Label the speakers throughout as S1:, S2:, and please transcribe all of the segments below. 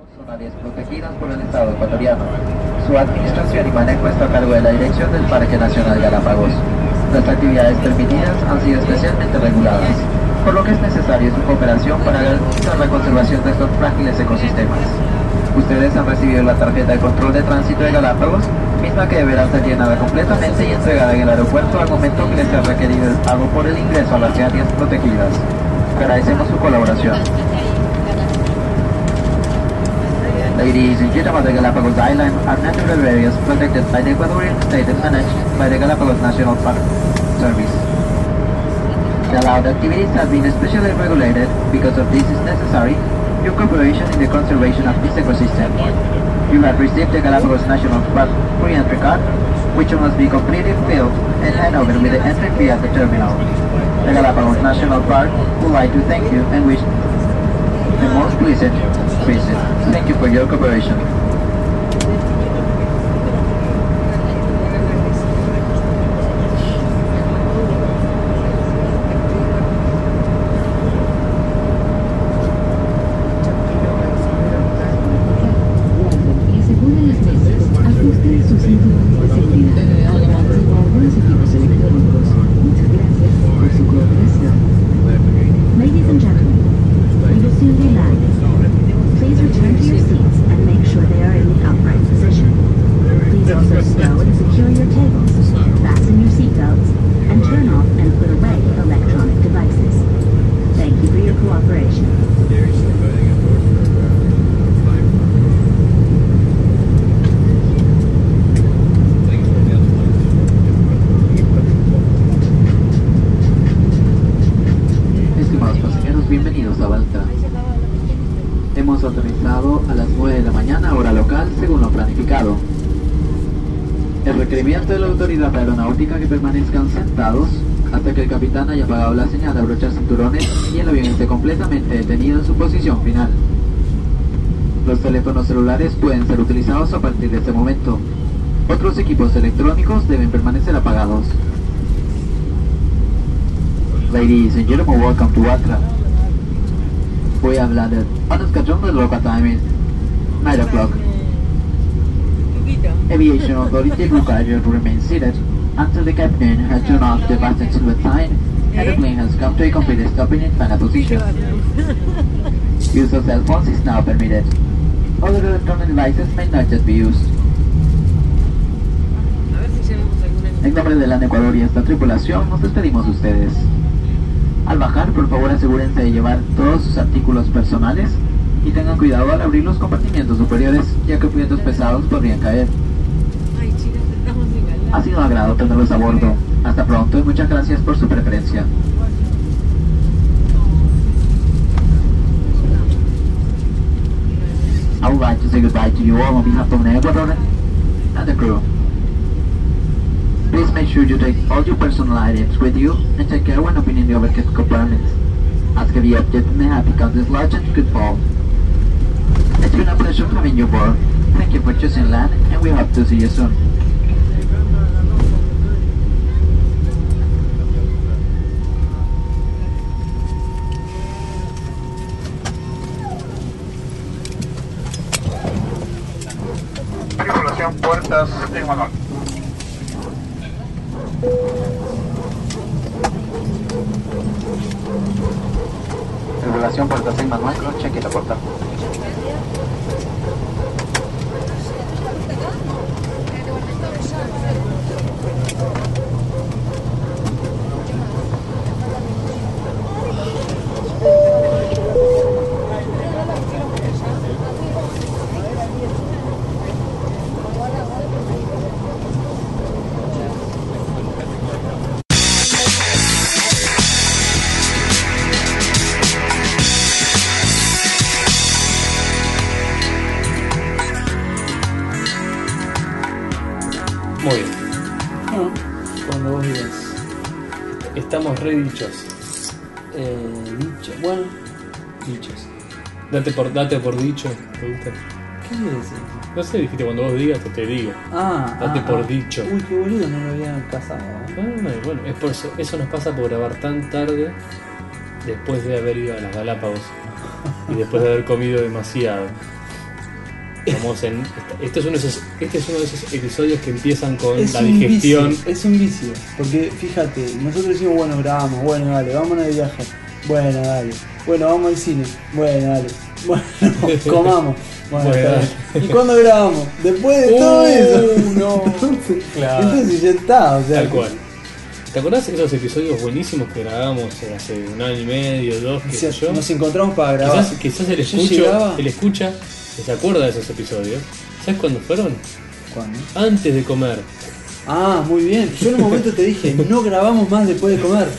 S1: personales protegidas por el Estado ecuatoriano. Su administración y manejo está a cargo de la Dirección del Parque Nacional Galápagos. Las actividades permitidas han sido especialmente reguladas, por lo que es necesaria su cooperación para garantizar la conservación de estos frágiles ecosistemas. Ustedes han recibido la tarjeta de control de tránsito de Galápagos, misma que deberá ser llenada completamente y entregada en el aeropuerto al momento que les sea requerido el pago por el ingreso a las áreas protegidas. Agradecemos su colaboración. Ladies and gentlemen, the Galapagos Islands are natural areas protected by the Ecuadorian state and managed by the Galapagos National Park Service. The allowed activities have been especially regulated because of this is necessary your cooperation in the conservation of this ecosystem. You have received the Galapagos National Park pre-entry card, which must be completely filled and handed over with the entry fee at the terminal. The Galapagos National Park would like to thank you and wish the most pleasant visit. Thank you for your cooperation.
S2: y aseguren las mesas. Ajusten su cinturón de seguridad. Llevo algunos equipos electrónicos. Muchas gracias por su cooperación. Ladies and gentlemen, we will soon be live. Please return to your seats and make sure they are in the upright position. Please also stow and secure your tables, fasten your seatbelts, and turn off and put away electronic devices. Thank you for your cooperation.
S1: Estimados pasajeros, bienvenidos a Balta. Hemos aterrizado a las 9 de la mañana, hora local, según lo planificado. El requerimiento de la autoridad aeronáutica que permanezcan sentados hasta que el capitán haya apagado la señal de abrochar cinturones y el avión esté completamente detenido en su posición final. Los teléfonos celulares pueden ser utilizados a partir de este momento. Otros equipos electrónicos deben permanecer apagados. Ladies and gentlemen, welcome to Accra. Voy a hablar de Panos Cachón del Local Time is 9 o'clock. Aviation Authority requires you to remain seated until the captain has turned off the button silver sign and the plane has come to a complete stopping in final position. Use of cell phones is now permitted. Other electronic devices may not yet be used.
S3: A ver si hacemos alguna.
S1: En nombre de LAN Ecuador y esta tripulación, nos despedimos de ustedes. Al bajar, por favor, asegúrense de llevar todos sus artículos personales y tengan cuidado al abrir los compartimientos superiores, ya que objetos pesados podrían caer.
S3: Ay, chicas, estamos en
S1: Ha sido un agrado tenerlos a bordo. Hasta pronto y muchas gracias por su preferencia. I would like to say goodbye to you all on behalf of the Ecuador and the crew. Please make sure you take all your personal items with you and take care when opening the overhead compartments, as heavy objects may have become dislodged and could fall. It's been a pleasure having you aboard. Thank you for choosing land and we hope to see you soon.
S4: Tripulación Puertas en Manuel.
S1: Tripulación Puerta 6 Manuel, cheque la puerta.
S5: Muy bien. Cuando vos digas. Estamos re dichos. Eh, dicho- Bueno, dichos. Date por, date por dicho. ¿Te gusta?
S6: ¿Qué quiere decir?
S5: No sé, dijiste cuando vos digas, te digo.
S6: Ah,
S5: Date
S6: ah,
S5: por
S6: ah.
S5: dicho.
S6: Uy, qué boludo, no lo había casado. ¿eh?
S4: Ah,
S5: Ay, bueno, es por eso. Eso nos pasa por grabar tan tarde después de haber ido a las Galápagos y después de haber comido demasiado.
S4: Estamos en. Este es uno de esos, este es uno de esos episodios que empiezan con
S6: Es
S4: la
S6: un
S4: digestión.
S6: vicio, es un vicio. Porque fíjate, nosotros decimos, bueno, grabamos, bueno, dale, vámonos de viaje. Bueno, dale. Bueno, vamos al cine. Bueno, dale. Bueno, comamos. Bueno,
S4: Bueno,
S6: está bien.
S4: dale.
S6: ¿Y cuándo grabamos? Después de todo
S4: Uh,
S6: eso.
S4: no.
S6: Entonces,
S4: Claro.
S6: entonces ya está, o sea.
S4: Tal cual. ¿Te acordás de esos episodios buenísimos que grabamos eh, hace un año y medio, dos, qué
S6: o
S4: sé
S6: sea,
S4: yo?
S6: nos encontramos para grabar.
S4: Quizás, quizás el,
S6: Yo
S4: escucho,
S6: llegaba-
S4: el escucha que se acuerda de esos episodios. ¿Sabes cuándo fueron?
S6: ¿Cuándo?
S4: Antes de comer.
S6: Ah, muy bien. Yo en un momento te dije, no grabamos más después de comer.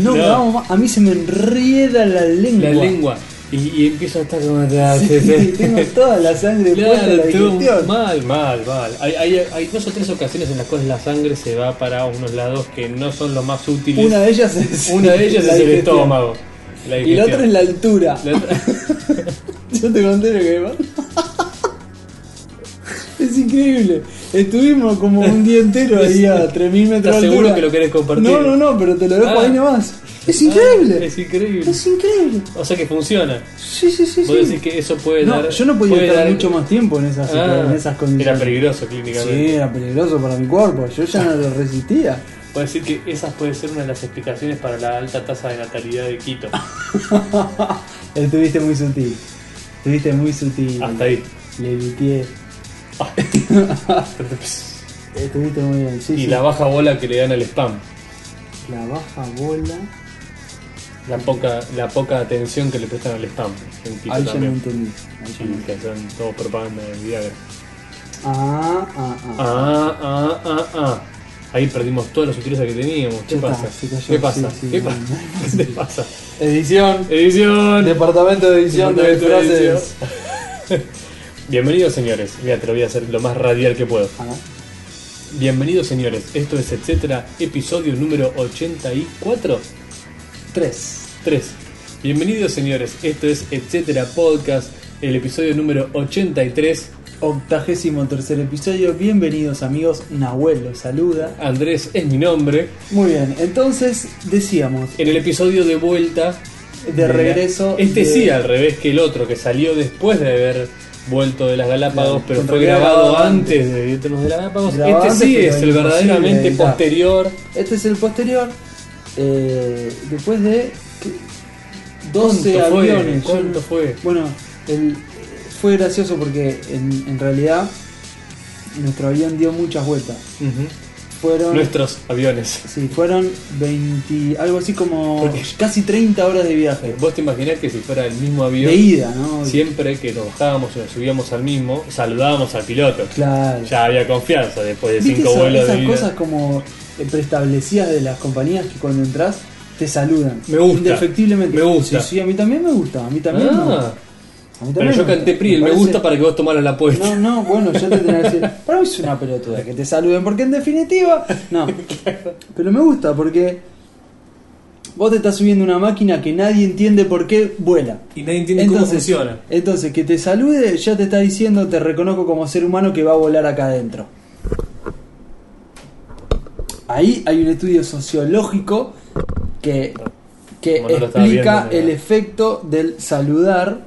S6: No,
S4: No.
S6: grabamos más. A mí se me enrieda la lengua.
S4: La lengua. Y, y empiezo a estar como.
S6: Sí, tengo toda la sangre puesta en la
S4: Claro, tú-
S6: digestión.
S4: mal, mal, mal. Hay, hay, hay dos o tres ocasiones en las cuales la sangre se va para unos lados que no son los más útiles.
S6: Una de ellas es,
S4: Una de ellas
S6: la
S4: es el
S6: digestión.
S4: estómago. La
S6: Y la
S4: digestión.
S6: otra es la altura.
S4: La otra-
S6: Yo te conté lo que me pasó. Es increíble. Estuvimos como un día entero ahí a 3.000 metros de
S4: ¿Estás seguro
S6: altura.
S4: que lo querés compartir?
S6: No, no, no, pero te lo dejo
S4: Ah.
S6: ahí nomás. Es increíble.
S4: Ah, es increíble.
S6: Es increíble.
S4: O sea que funciona.
S6: Sí, sí, sí.
S4: Vos
S6: sí.
S4: decís que eso puede
S6: no,
S4: dar.
S6: yo no podía
S4: puede
S6: estar
S4: dar-
S6: mucho más tiempo en esas,
S4: Ah,
S6: en esas condiciones.
S4: Era peligroso
S6: Sí,
S4: clínicamente.
S6: era peligroso para mi cuerpo. Yo ya no lo resistía.
S4: Puedo decir que esa puede ser una de las explicaciones para la alta tasa de natalidad de Quito.
S6: Estuviste muy sutil. Estuviste muy sutil.
S4: Hasta ahí.
S6: Le litié. Estuviste muy bien. Sí,
S4: Y
S6: sí.
S4: la baja bola que le dan al spam.
S6: La baja bola.
S4: La poca, la poca atención que le prestan al spam. En Quito
S6: Ahí ya no
S4: también.
S6: entendí. Ahí ya no.
S4: Y que hacen todo propaganda de Viagra.
S6: Ah, ah, ah.
S4: Ah, ah, ah, ah. Ahí perdimos toda la sutileza que teníamos. ¿Qué
S6: Ya está,
S4: pasa?
S6: se cayó.
S4: ¿Qué pasa?
S6: Sí, sí,
S4: ¿Qué
S6: no,
S4: pasa?
S6: no.
S4: ¿Qué pasa?
S6: Edición.
S4: Edición.
S6: Departamento de edición de
S4: Departamento de
S6: frases.
S4: edición. Bienvenidos señores. Mira, te lo voy a hacer lo más radial que puedo.
S6: Ah,
S4: Bienvenidos señores. Esto es etcétera, episodio número 84.
S6: tres.
S4: 3. Bienvenidos señores. Esto es etcétera podcast, el episodio número 83.
S6: Octagésimo tercer episodio. Bienvenidos amigos. Nahuel los saluda.
S4: Andrés es mi nombre.
S6: Muy bien. Entonces decíamos.
S4: En el episodio de vuelta
S6: De
S4: la-
S6: regreso
S4: Este
S6: de-
S4: sí, al revés que el otro, que salió después de haber vuelto de las Galápagos,
S6: Claro,
S4: pero
S6: en
S4: fue
S6: realidad
S4: grabado
S6: grabado
S4: antes, de irnos de las Galápagos.
S6: Grabado
S4: este
S6: antes,
S4: sí
S6: pero
S4: es el
S6: imposible
S4: verdaderamente
S6: editar.
S4: posterior.
S6: Este es el posterior. eh, después de ¿qué? 12
S4: ¿Cuánto fue?
S6: aviones. yo
S4: ¿Cuánto
S6: no-
S4: fue?
S6: Bueno, el- fue gracioso porque en, en realidad nuestro avión dio muchas vueltas. Fueron.
S4: Nuestros aviones.
S6: Sí, fueron 20. algo así como
S4: Porque-
S6: casi 30 horas de viaje.
S4: Vos te imaginás que si fuera el mismo avión,
S6: De ida, ¿no?
S4: siempre que nos bajábamos o nos subíamos al mismo, saludábamos al piloto.
S6: Claro.
S4: Ya había confianza después de
S6: ¿Viste
S4: cinco
S6: esa-
S4: vuelos
S6: esas
S4: de ida.
S6: cosas como eh, preestablecidas de las compañías que cuando entras te saludan?
S4: Me gusta.
S6: Indefectiblemente.
S4: Me gusta.
S6: Sí, sí, a mí también me gusta. A mí también. me gusta.
S4: Ah,
S6: A mí
S4: pero
S6: también
S4: yo canté PRI, el me
S6: parece-
S4: gusta para que vos tomaras la apuesta.
S6: No, no, bueno, yo te tenía que decir. Para mí es una pelotuda que te saluden, porque en definitiva. No. Pero me gusta porque. Vos te estás subiendo a una máquina que nadie entiende por qué vuela.
S4: Y nadie entiende cómo funciona.
S6: Entonces, que te salude ya te está diciendo, te reconozco como ser humano que va a volar acá adentro. Ahí hay un estudio sociológico que, que
S4: Como no lo estaba
S6: explica
S4: viendo,
S6: el
S4: ¿no?
S6: efecto del saludar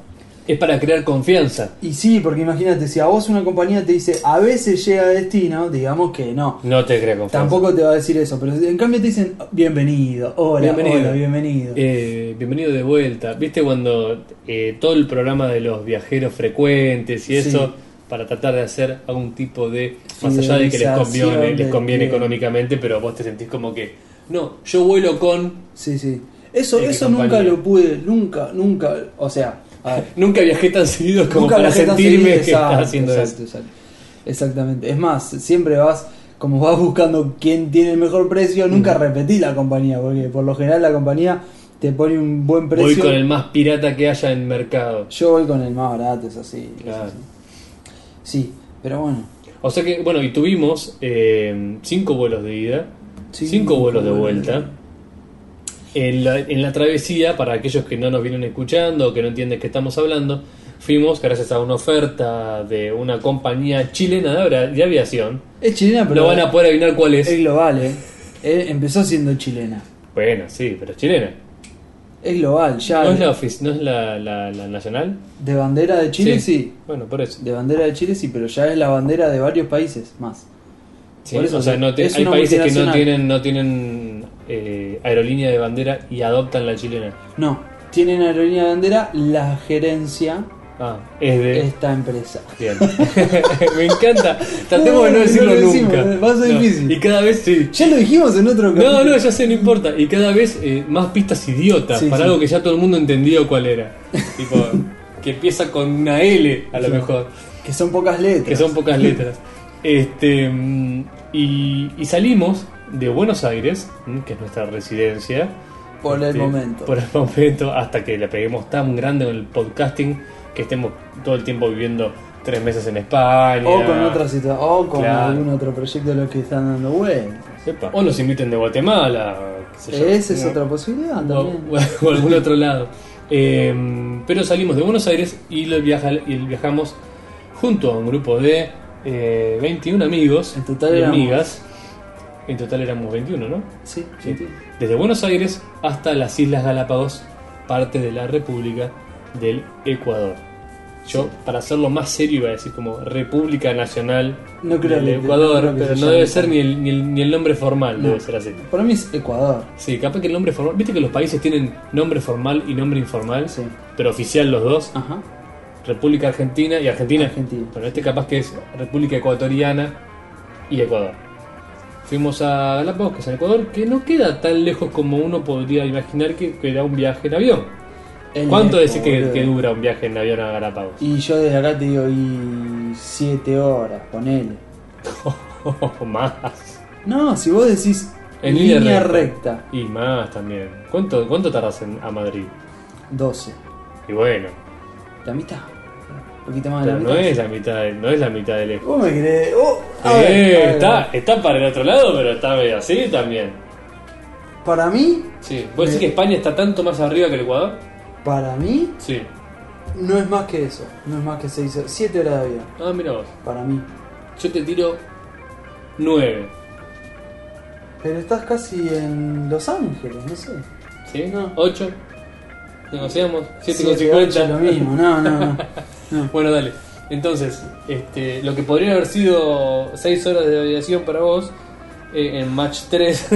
S4: Es para crear confianza.
S6: y sí, porque imagínate, si a vos una compañía te dice a veces llega a destino, digamos que no.
S4: No te crea confianza.
S6: Tampoco te va a decir eso, pero en cambio te dicen bienvenido, hola,
S4: Bienvenido.
S6: hola, bienvenido.
S4: Eh, bienvenido de vuelta. ¿Viste cuando eh, todo el programa de los viajeros frecuentes y
S6: Sí.
S4: eso, para tratar de hacer algún tipo de. Más allá de que les
S6: Fidelización
S4: conviene, les
S6: del
S4: conviene
S6: cliente.
S4: económicamente, pero vos te sentís como que. No, yo vuelo con.
S6: Sí, sí. Eso,
S4: Eh, qué
S6: eso nunca
S4: compañía.
S6: lo pude, nunca, nunca, o sea, a ver,
S4: Nunca viajé tan seguido como
S6: nunca
S4: para
S6: viajé tan
S4: sentirme
S6: seguido,
S4: que estás
S6: exacto,
S4: haciendo
S6: exacto, exacto. Exactamente. Es más, siempre vas, como vas buscando quién tiene el mejor precio, nunca repetí la compañía, porque por lo general la compañía te pone un buen
S4: eso. Voy
S6: precio.
S4: con el más pirata que haya en mercado.
S6: Yo voy con el más barato, es así. es
S4: Claro.
S6: así. Sí, pero bueno.
S4: O sea que, bueno, y tuvimos eh, cinco vuelos de ida,
S6: Sí,
S4: cinco vuelos de
S6: vuelos.
S4: vuelta. En la, en la travesía, para aquellos que no nos vienen escuchando o que no entienden qué estamos hablando, fuimos gracias a una oferta de una compañía chilena de, abra- de aviación.
S6: Es chilena, pero
S4: No van a poder adivinar cuál es.
S6: es global, ¿eh? Eh, Empezó siendo chilena.
S4: Bueno, sí, pero es chilena.
S6: Es global, ya.
S4: ¿No es la, ofic- no es la, la- la nacional?
S6: De bandera de Chile, sí.
S4: Bueno, por eso.
S6: De bandera de Chile, sí, pero ya es la bandera de varios países más.
S4: Sí,
S6: Por eso,
S4: o sea, no te-
S6: es
S4: hay
S6: una
S4: países que no
S6: multinacional.
S4: tienen, no tienen eh, aerolínea de bandera y adoptan la chilena.
S6: No, tienen aerolínea de bandera, la gerencia
S4: Ah, es de...
S6: esta empresa.
S4: Bien. Me encanta. Tratemos de
S6: No,
S4: no
S6: no
S4: decirlo
S6: lo decimos, eh,
S4: nunca.
S6: va a ser
S4: No,
S6: difícil.
S4: Y cada vez sí.
S6: Ya lo dijimos en otro
S4: No, no, ya sé, no importa. Y cada vez eh, más pistas idiotas
S6: Sí,
S4: para
S6: sí.
S4: algo que ya todo el mundo entendió cuál era. tipo, que empieza con una L a lo mejor,
S6: Que son pocas letras.
S4: que son pocas letras. Este mm, y, y salimos de Buenos Aires, mm, que es nuestra residencia.
S6: Por el
S4: este,
S6: momento.
S4: Por el momento, hasta que la peguemos tan grande en el podcasting que estemos todo el tiempo viviendo tres meses en España.
S6: O con otra situación, o con
S4: Claro.
S6: algún otro proyecto de los que están dando vueltas.
S4: Epa, O nos inviten de Guatemala. qué sé yo.
S6: Esa es
S4: No.
S6: otra posibilidad
S4: o,
S6: también.
S4: o algún otro lado. Eh, pero salimos de Buenos Aires y, lo viaja, y viajamos junto a un grupo de eh, 21 amigos
S6: En total
S4: y
S6: éramos-
S4: amigas. En total éramos 21, ¿no?
S6: Sí,
S4: Sí.
S6: sí, sí.
S4: Desde Buenos Aires hasta las Islas Galápagos, parte de la República del Ecuador. Yo, para hacerlo más serio, iba a decir como República Nacional
S6: No creo
S4: del
S6: que-
S4: Ecuador,
S6: no creo que
S4: pero
S6: se
S4: no
S6: llame
S4: debe
S6: así.
S4: ser ni el, ni el- ni el nombre formal,
S6: No.
S4: debe ser así.
S6: Para mí es Ecuador.
S4: Sí, capaz que el nombre formal. Viste que los países tienen nombre formal y nombre informal,
S6: Sí.
S4: pero oficial los dos.
S6: Ajá.
S4: República Argentina y Argentina.
S6: Argentina.
S4: Pero este capaz que es República Ecuatoriana y Ecuador. Fuimos a Galápagos, que es en Ecuador, que no queda tan lejos como uno podría imaginar que, que era un viaje en avión.
S6: El
S4: ¿Cuánto
S6: Eco,
S4: decís que,
S6: boludo.
S4: que dura un viaje en avión a Galápagos?
S6: Y yo desde acá te digo, y 7 horas, ponele.
S4: Oh, más.
S6: No, si vos decís
S4: En
S6: línea,
S4: línea recta.
S6: recta,
S4: Y más también. ¿Cuánto, cuánto tardas en, a Madrid?
S6: 12.
S4: Y bueno,
S6: La mitad. Un poquito más de
S4: pero
S6: la
S4: no
S6: mitad.
S4: es la mitad de, no es la mitad de lejos.
S6: Vos me querés. Oh, a
S4: Eh,
S6: ver, a ver.
S4: está, está para el otro lado, pero está medio así también.
S6: Para mí,
S4: Sí. ¿Vos
S6: Eh.
S4: decís que España está tanto más arriba que el Ecuador?
S6: para mí,
S4: Sí.
S6: no es más que eso. No es más que 6 horas. 7 horas de avión.
S4: Ah, mira vos.
S6: Para mí.
S4: Yo te tiro 9.
S6: Pero estás casi en Los Ángeles, no sé.
S4: ¿Sí?
S6: No.
S4: 8. Negociamos.
S6: Siete, ocho, Lo
S4: 7,50.
S6: mismo, no, no, no. No.
S4: Bueno, dale. Entonces, este, lo que podría haber sido 6 horas de aviación para vos. eh, en match 3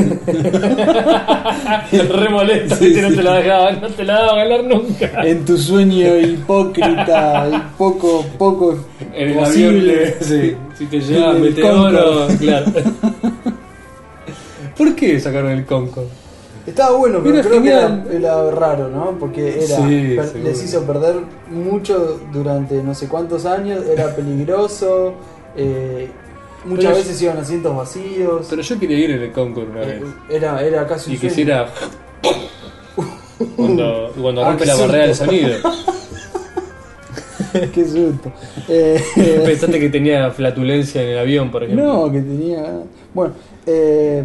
S4: re molesto
S6: Sí,
S4: ¿viste? no
S6: sí.
S4: te la dejaba no te la daba ganar nunca
S6: En tu sueño hipócrita y poco, poco
S4: En el
S6: posible.
S4: avión, sí. Si te llevas
S6: En el
S4: meteoro,
S6: Concorde.
S4: claro. ¿Por qué sacaron el Concorde?
S6: Estaba bueno, pero
S4: Era
S6: creo
S4: genial.
S6: que era, era raro, ¿no? Porque era,
S4: Sí,
S6: per-
S4: seguro.
S6: les hizo perder mucho durante no sé cuántos años, era peligroso, eh, muchas
S4: Pero-
S6: veces iban asientos vacíos,
S4: Pero yo quería ir en el Concorde una vez.
S6: eh, era, era casi
S4: Y
S6: un sueño.
S4: quisiera. Cuando, cuando
S6: Ah,
S4: rompe
S6: qué
S4: la barrera del
S6: susto.
S4: sonido.
S6: Qué susto. Eh,
S4: Pensaste que tenía flatulencia en el avión, por ejemplo.
S6: no, que tenía... Bueno, eh,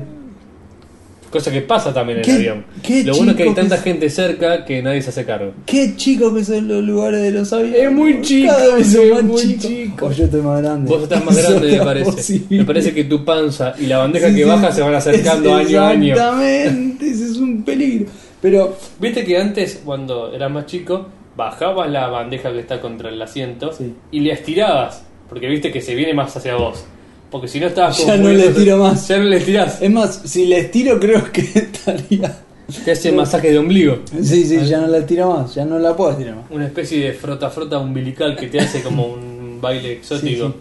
S4: Cosa que pasa también en
S6: Qué-
S4: el avión.
S6: qué
S4: Lo bueno es que hay
S6: chico que
S4: tanta
S6: es-
S4: gente cerca que nadie se hace cargo.
S6: qué chicos que son los lugares de los aviones.
S4: Es muy chico,
S6: Cada vez
S4: es
S6: son más
S4: muy
S6: chicos.
S4: chico.
S6: O yo estoy más grande.
S4: Vos estás más
S6: Es
S4: grande, me
S6: otra
S4: parece. Me
S6: posibilidad.
S4: parece que tu panza y la bandeja
S6: Sí,
S4: que
S6: sí.
S4: baja se van acercando año a año.
S6: Exactamente, ese es un peligro. Pero
S4: Viste que antes, cuando eras más chico, bajabas la bandeja que está contra el asiento
S6: Sí.
S4: y le estirabas, porque viste que se viene más hacia vos. Porque si no estabas
S6: Ya
S4: como
S6: no
S4: muy-
S6: le tiro más.
S4: Ya no le tirás.
S6: es más, si les tiro creo que estaría...
S4: Te hace masaje de ombligo.
S6: Sí, sí, ya no la tiro más, ya no la puedo tirar más.
S4: Una especie de frota-frota umbilical que te hace como un baile exótico.
S6: Sí,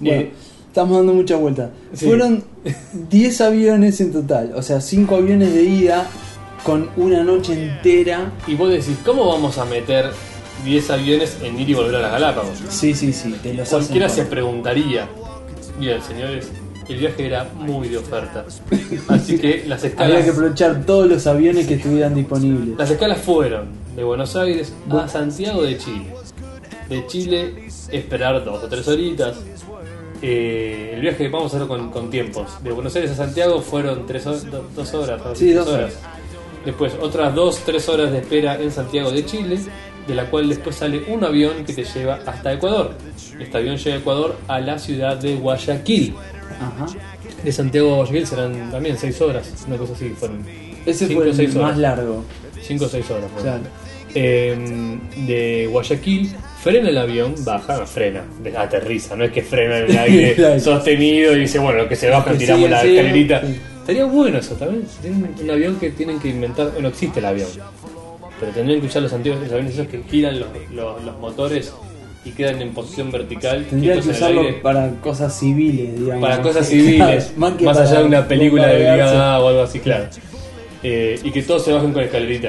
S6: Bueno,
S4: Eh,
S6: estamos dando muchas vueltas.
S4: Sí.
S6: Fueron 10 aviones en total, o sea, 5 aviones de ida con una noche entera.
S4: y vos decís, ¿cómo vamos a meter 10 aviones en ir y volver a las Galápagos?
S6: Sí, sí, sí, te los hacen
S4: Cualquiera se
S6: por-
S4: preguntaría. Bien, señores, el viaje era muy de oferta. Así que las
S6: Había
S4: escalas.
S6: que aprovechar todos los aviones que estuvieran disponibles.
S4: Las escalas fueron de Buenos Aires a Santiago de Chile. De Chile, esperar dos o tres horitas. Eh, el viaje vamos a hacerlo con, con tiempos. De Buenos Aires a Santiago fueron tres ho- do- dos horas. ¿no?
S6: Sí,
S4: Tres
S6: dos horas.
S4: Después otras dos, tres horas de espera en Santiago de Chile, de la cual después sale un avión que te lleva hasta Ecuador. Este avión llega a Ecuador a la ciudad de Guayaquil.
S6: Ajá.
S4: De Santiago a Guayaquil serán también seis horas, una cosa así. Fueron
S6: Ese
S4: Cinco
S6: fue
S4: o seis
S6: el
S4: horas.
S6: más largo.
S4: 5 o 6 horas. por
S6: Claro.
S4: ejemplo. Eh, de Guayaquil, frena el avión, baja, no, frena, de- aterriza, no es que frena en el aire
S6: Claro.
S4: sostenido y dice, bueno, lo que se baja,
S6: Que
S4: tiramos
S6: sigue,
S4: la
S6: sigue,
S4: escalerita.
S6: sí.
S4: Estaría bueno eso también. si tienen un avión que tienen que inventar, bueno, existe el avión, pero tendrían que usar los antiguos los aviones esos que giran los, los- los motores y quedan en posición vertical,
S6: Tendría que
S4: quietos en el
S6: usarlo
S4: aire.
S6: para cosas civiles, digamos.
S4: Para cosas
S6: Sí,
S4: civiles,
S6: claro,
S4: más,
S6: que para
S4: allá de una película de
S6: bombardearse.
S4: brigada o algo así, claro. Eh, y que todos se bajen con escalerita.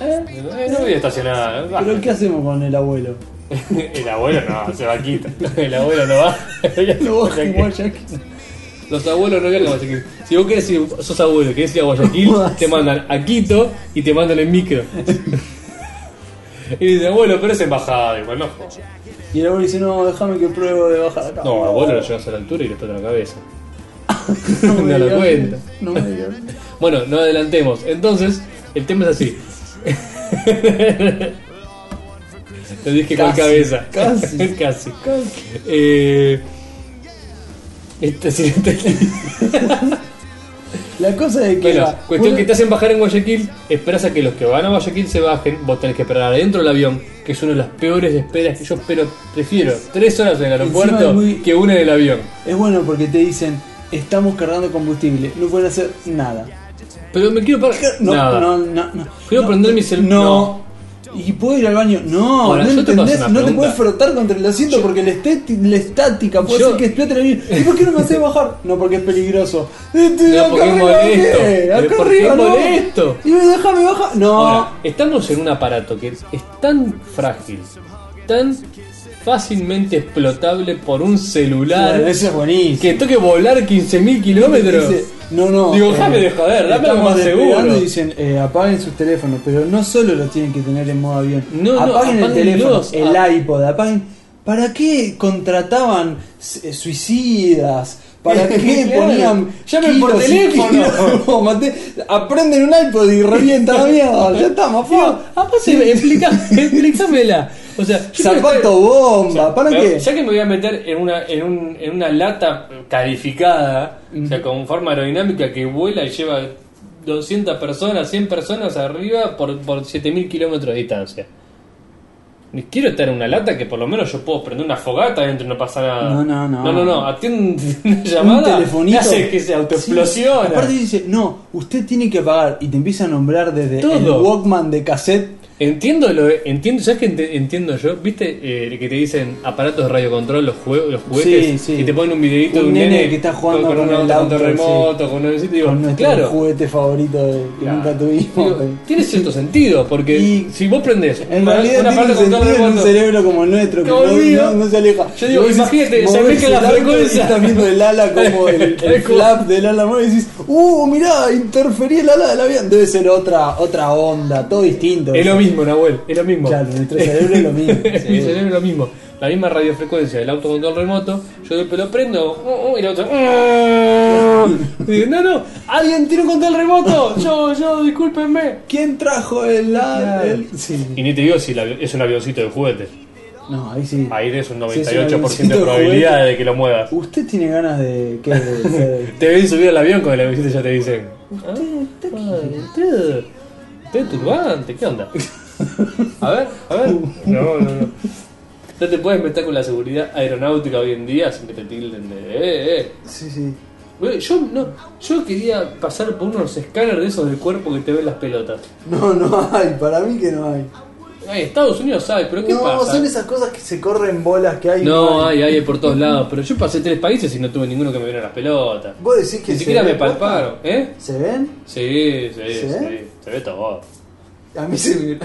S4: Eh, no voy a estacionar.
S6: Pero ¿qué hacemos con el abuelo?
S4: El abuelo no, se va quita. El abuelo no va.
S6: Lo baja en Guayaquil.
S4: Los abuelos no viajan a Guayaquil. Si vos querés ir, sos abuelo y querés ir a Guayaquil,
S6: Vas.
S4: te mandan a Quito y te mandan en micro. Y dice, abuelo, pero es embajada. Igual no. jodas.
S6: Y el abuelo dice, no, déjame que pruebo de bajar.
S4: No, abuelo lo llevas a la altura y le toca la cabeza. no
S6: me
S4: lo
S6: digas,
S4: cuenta.
S6: No me digas.
S4: Bueno, no adelantemos. Entonces, el tema es así. Lo dije con
S6: Casi,
S4: cabeza.
S6: casi.
S4: casi. Eh, este, sí, este-
S6: La cosa es que...
S4: bueno,
S6: la-
S4: cuestión
S6: una-
S4: que te hacen bajar en Guayaquil, esperas a que los que van a Guayaquil se bajen, vos tenés que esperar adentro del avión, que es una de las peores esperas que yo pero prefiero tres horas en el
S6: Encima
S4: aeropuerto
S6: es muy-
S4: que una en el avión.
S6: Es bueno porque te dicen, estamos cargando combustible, no pueden hacer nada.
S4: Pero me quiero parar.
S6: No,
S4: Nada.
S6: no, no, no.
S4: Quiero
S6: no,
S4: prender mi cel-
S6: No. ¿Y puedo ir al baño? No,
S4: Ahora,
S6: no
S4: yo te paso
S6: entendés,
S4: una
S6: no te
S4: pregunta.
S6: puedes frotar contra el asiento porque la, estet- la estática puede
S4: Yo-
S6: ser que explote el avión. ¿Y por qué no me haces bajar? No, porque es peligroso. Este,
S4: No,
S6: acá
S4: porque es
S6: arriba,
S4: molesto.
S6: ¿qué?
S4: Pero
S6: Acá
S4: porque es
S6: arriba, no.
S4: molesto.
S6: Y me déjame bajar. No.
S4: Ahora, estamos en un aparato que es tan frágil, tan fácilmente explotable por un celular,
S6: Bueno, eso es buenísimo.
S4: que toque volar 15.000 kilómetros.
S6: Dice, no, no. eh,
S4: Digo, déjame de joder, dame algo
S6: estamos
S4: más
S6: despegando
S4: seguro.
S6: Y dicen, eh, apaguen sus teléfonos, pero no solo los tienen que tener en modo avión.
S4: No, no,
S6: apaguen el
S4: apáguenlos,
S6: teléfono, el
S4: ah.
S6: iPod, apaguen. ¿Para qué contrataban eh, suicidas? ¿Para qué
S4: Claro.
S6: ponían
S4: Llamen por
S6: kilos y
S4: teléfono.
S6: kilos? Maté- Aprenden un iPod y revientan la mierda. Ya está,
S4: Digo,
S6: mafá.
S4: aparte, explícame, explícamela. O sea, yo quiero estar-
S6: Zapato bomba, ¿para
S4: Me-
S6: qué?
S4: Ya que me voy a meter en una, en un- en una lata carificada, o sea, con forma aerodinámica que vuela y lleva 200 personas, 100 personas arriba por, por 7000 kilómetros de distancia. Ni Quiero estar en una lata que por lo menos yo puedo prender una fogata adentro y no pasa nada.
S6: No, no, no.
S4: No, no, no. Atiende una llamada.
S6: un telefonito.
S4: Hace que se autoexplosiona.
S6: Sí. Aparte dice, no, usted tiene que pagar. Y te empieza a nombrar desde el
S4: Todo.
S6: Walkman de cassette.
S4: Entiendo lo entiendo, ¿sabes qué ente- entiendo yo? ¿Viste eh, que te dicen aparatos de radiocontrol los, jue- los juguetes?
S6: Sí, sí.
S4: Y te ponen un videito
S6: Un
S4: de un
S6: nene
S4: nene,
S6: que está jugando con
S4: un
S6: el
S4: auto
S6: auto,
S4: remoto, con un digo,
S6: con nuestro
S4: claro.
S6: juguete favorito de- que
S4: claro.
S6: nunca tuvimos.
S4: Digo, Tiene cierto sentido, porque
S6: Y-
S4: si vos prendés
S6: En
S4: una-
S6: realidad
S4: un
S6: tiene
S4: aparato
S6: un
S4: de control
S6: sentido en un
S4: remoto,
S6: cerebro como el nuestro, que
S4: Como
S6: no,
S4: el mío.
S6: no- no se aleja.
S4: Yo digo,
S6: Y vos decís,
S4: imagínate, se
S6: movés
S4: mezcla la
S6: el auto y
S4: frecuencia.
S6: Estás viendo el ala como el, el
S4: Es como-
S6: flap del ala mueve y decís, uh, mirá, interferí el ala del avión. Debe ser otra, otra onda, todo distinto.
S4: es lo mismo, Nahuel, es lo mismo.
S6: Claro, nuestro cerebro es lo mismo.
S4: Mi cerebro es lo mismo. La misma radiofrecuencia del autocontrol remoto, yo de pelo prendo uh, uh, y la otra. uh. Y digo, no, no, alguien tiene un control remoto. Yo, yo, discúlpenme.
S6: ¿Quién trajo el ala? el- Sí.
S4: Y ni te digo si el avi- es un avioncito de juguete.
S6: No, ahí sí.
S4: Ahí es un
S6: Si es
S4: 98%
S6: un avioncito
S4: de
S6: de
S4: probabilidad
S6: juguete.
S4: de que lo muevas.
S6: Usted tiene ganas de. ¿Qué? De ser-
S4: Te ven subir al avión con el avioncito y ya te dicen. "Ah, ¿Usted usted turbante? ¿Qué onda? A ver, a ver. No, no, no. No te puedes meter con la seguridad aeronáutica hoy en día sin que te tilden de. Eh, eh.
S6: Sí, sí.
S4: Güey, Yo, no, yo quería pasar por unos escáneres de esos del cuerpo que te ven las pelotas.
S6: No, no hay. Para mí que no hay.
S4: Ay, Estados Unidos sabe, pero ¿qué
S6: no,
S4: pasa?
S6: son esas cosas que se corren bolas que hay.
S4: No, hay, hay por todos lados, pero yo pasé tres países y no tuve ninguno que me viera las pelotas.
S6: Vos decís que
S4: Ni
S6: se
S4: siquiera
S6: ve
S4: me palparon, ¿eh?
S6: ¿Se ven?
S4: Sí, sí, sí,
S6: ¿Se ve?
S4: se ve todo.
S6: A mí se me.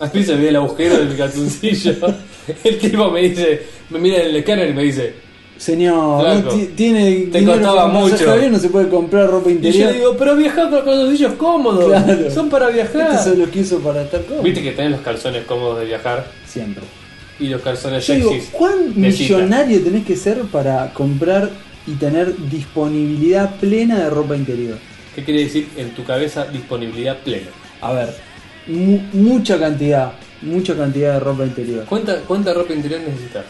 S4: A mí se ve el agujero del calzoncillo. El tipo me dice, me mira en el escáner y me dice.
S6: Señor,
S4: Flaco.
S6: no ti- tiene.
S4: Te
S6: dinero
S4: costaba
S6: para un
S4: mucho.
S6: pasaje de avión, no se puede comprar ropa
S4: Y yo
S6: interior.
S4: digo, pero viajar con calzoncillos cómodos.
S6: Claro.
S4: Son para viajar.
S6: Estos son los que uso para estar cómodo.
S4: Viste que tenés los calzones cómodos de viajar
S6: Siempre.
S4: y los calzones
S6: Yo digo,
S4: sexys.
S6: ¿cuán
S4: de cita.
S6: millonario tenés que ser para comprar y tener disponibilidad plena de ropa interior?
S4: ¿Qué quiere decir en tu cabeza disponibilidad plena?
S6: A ver, mu- mucha cantidad, mucha cantidad de ropa interior.
S4: ¿Cuánta, cuánta ropa interior necesitas?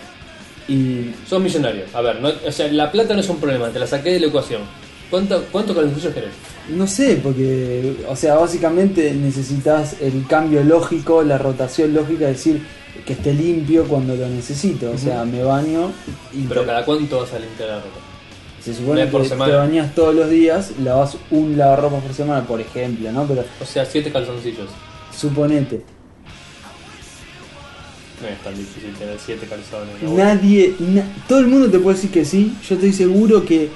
S6: Y
S4: Sos millonario. A ver, no- o sea, la plata no es un problema, te la saqué de la ecuación. ¿Cuánto, cuánto calzoncillos querés?
S6: No sé, porque, o sea, básicamente necesitas el cambio lógico, la rotación lógica, es decir, que esté limpio cuando lo necesito. O sea, me baño y
S4: Pero
S6: te-
S4: cada cuánto vas a limpiar la ropa.
S6: se
S4: una
S6: supone
S4: vez por
S6: que te
S4: semana.
S6: bañas todos los días, lavas un lavarropas por semana, por ejemplo, ¿no? Pero
S4: O sea, 7 calzoncillos.
S6: suponete,
S4: No es tan difícil tener 7 calzones. ¿no?
S6: nadie, na- todo el mundo te puede decir que sí, yo estoy seguro que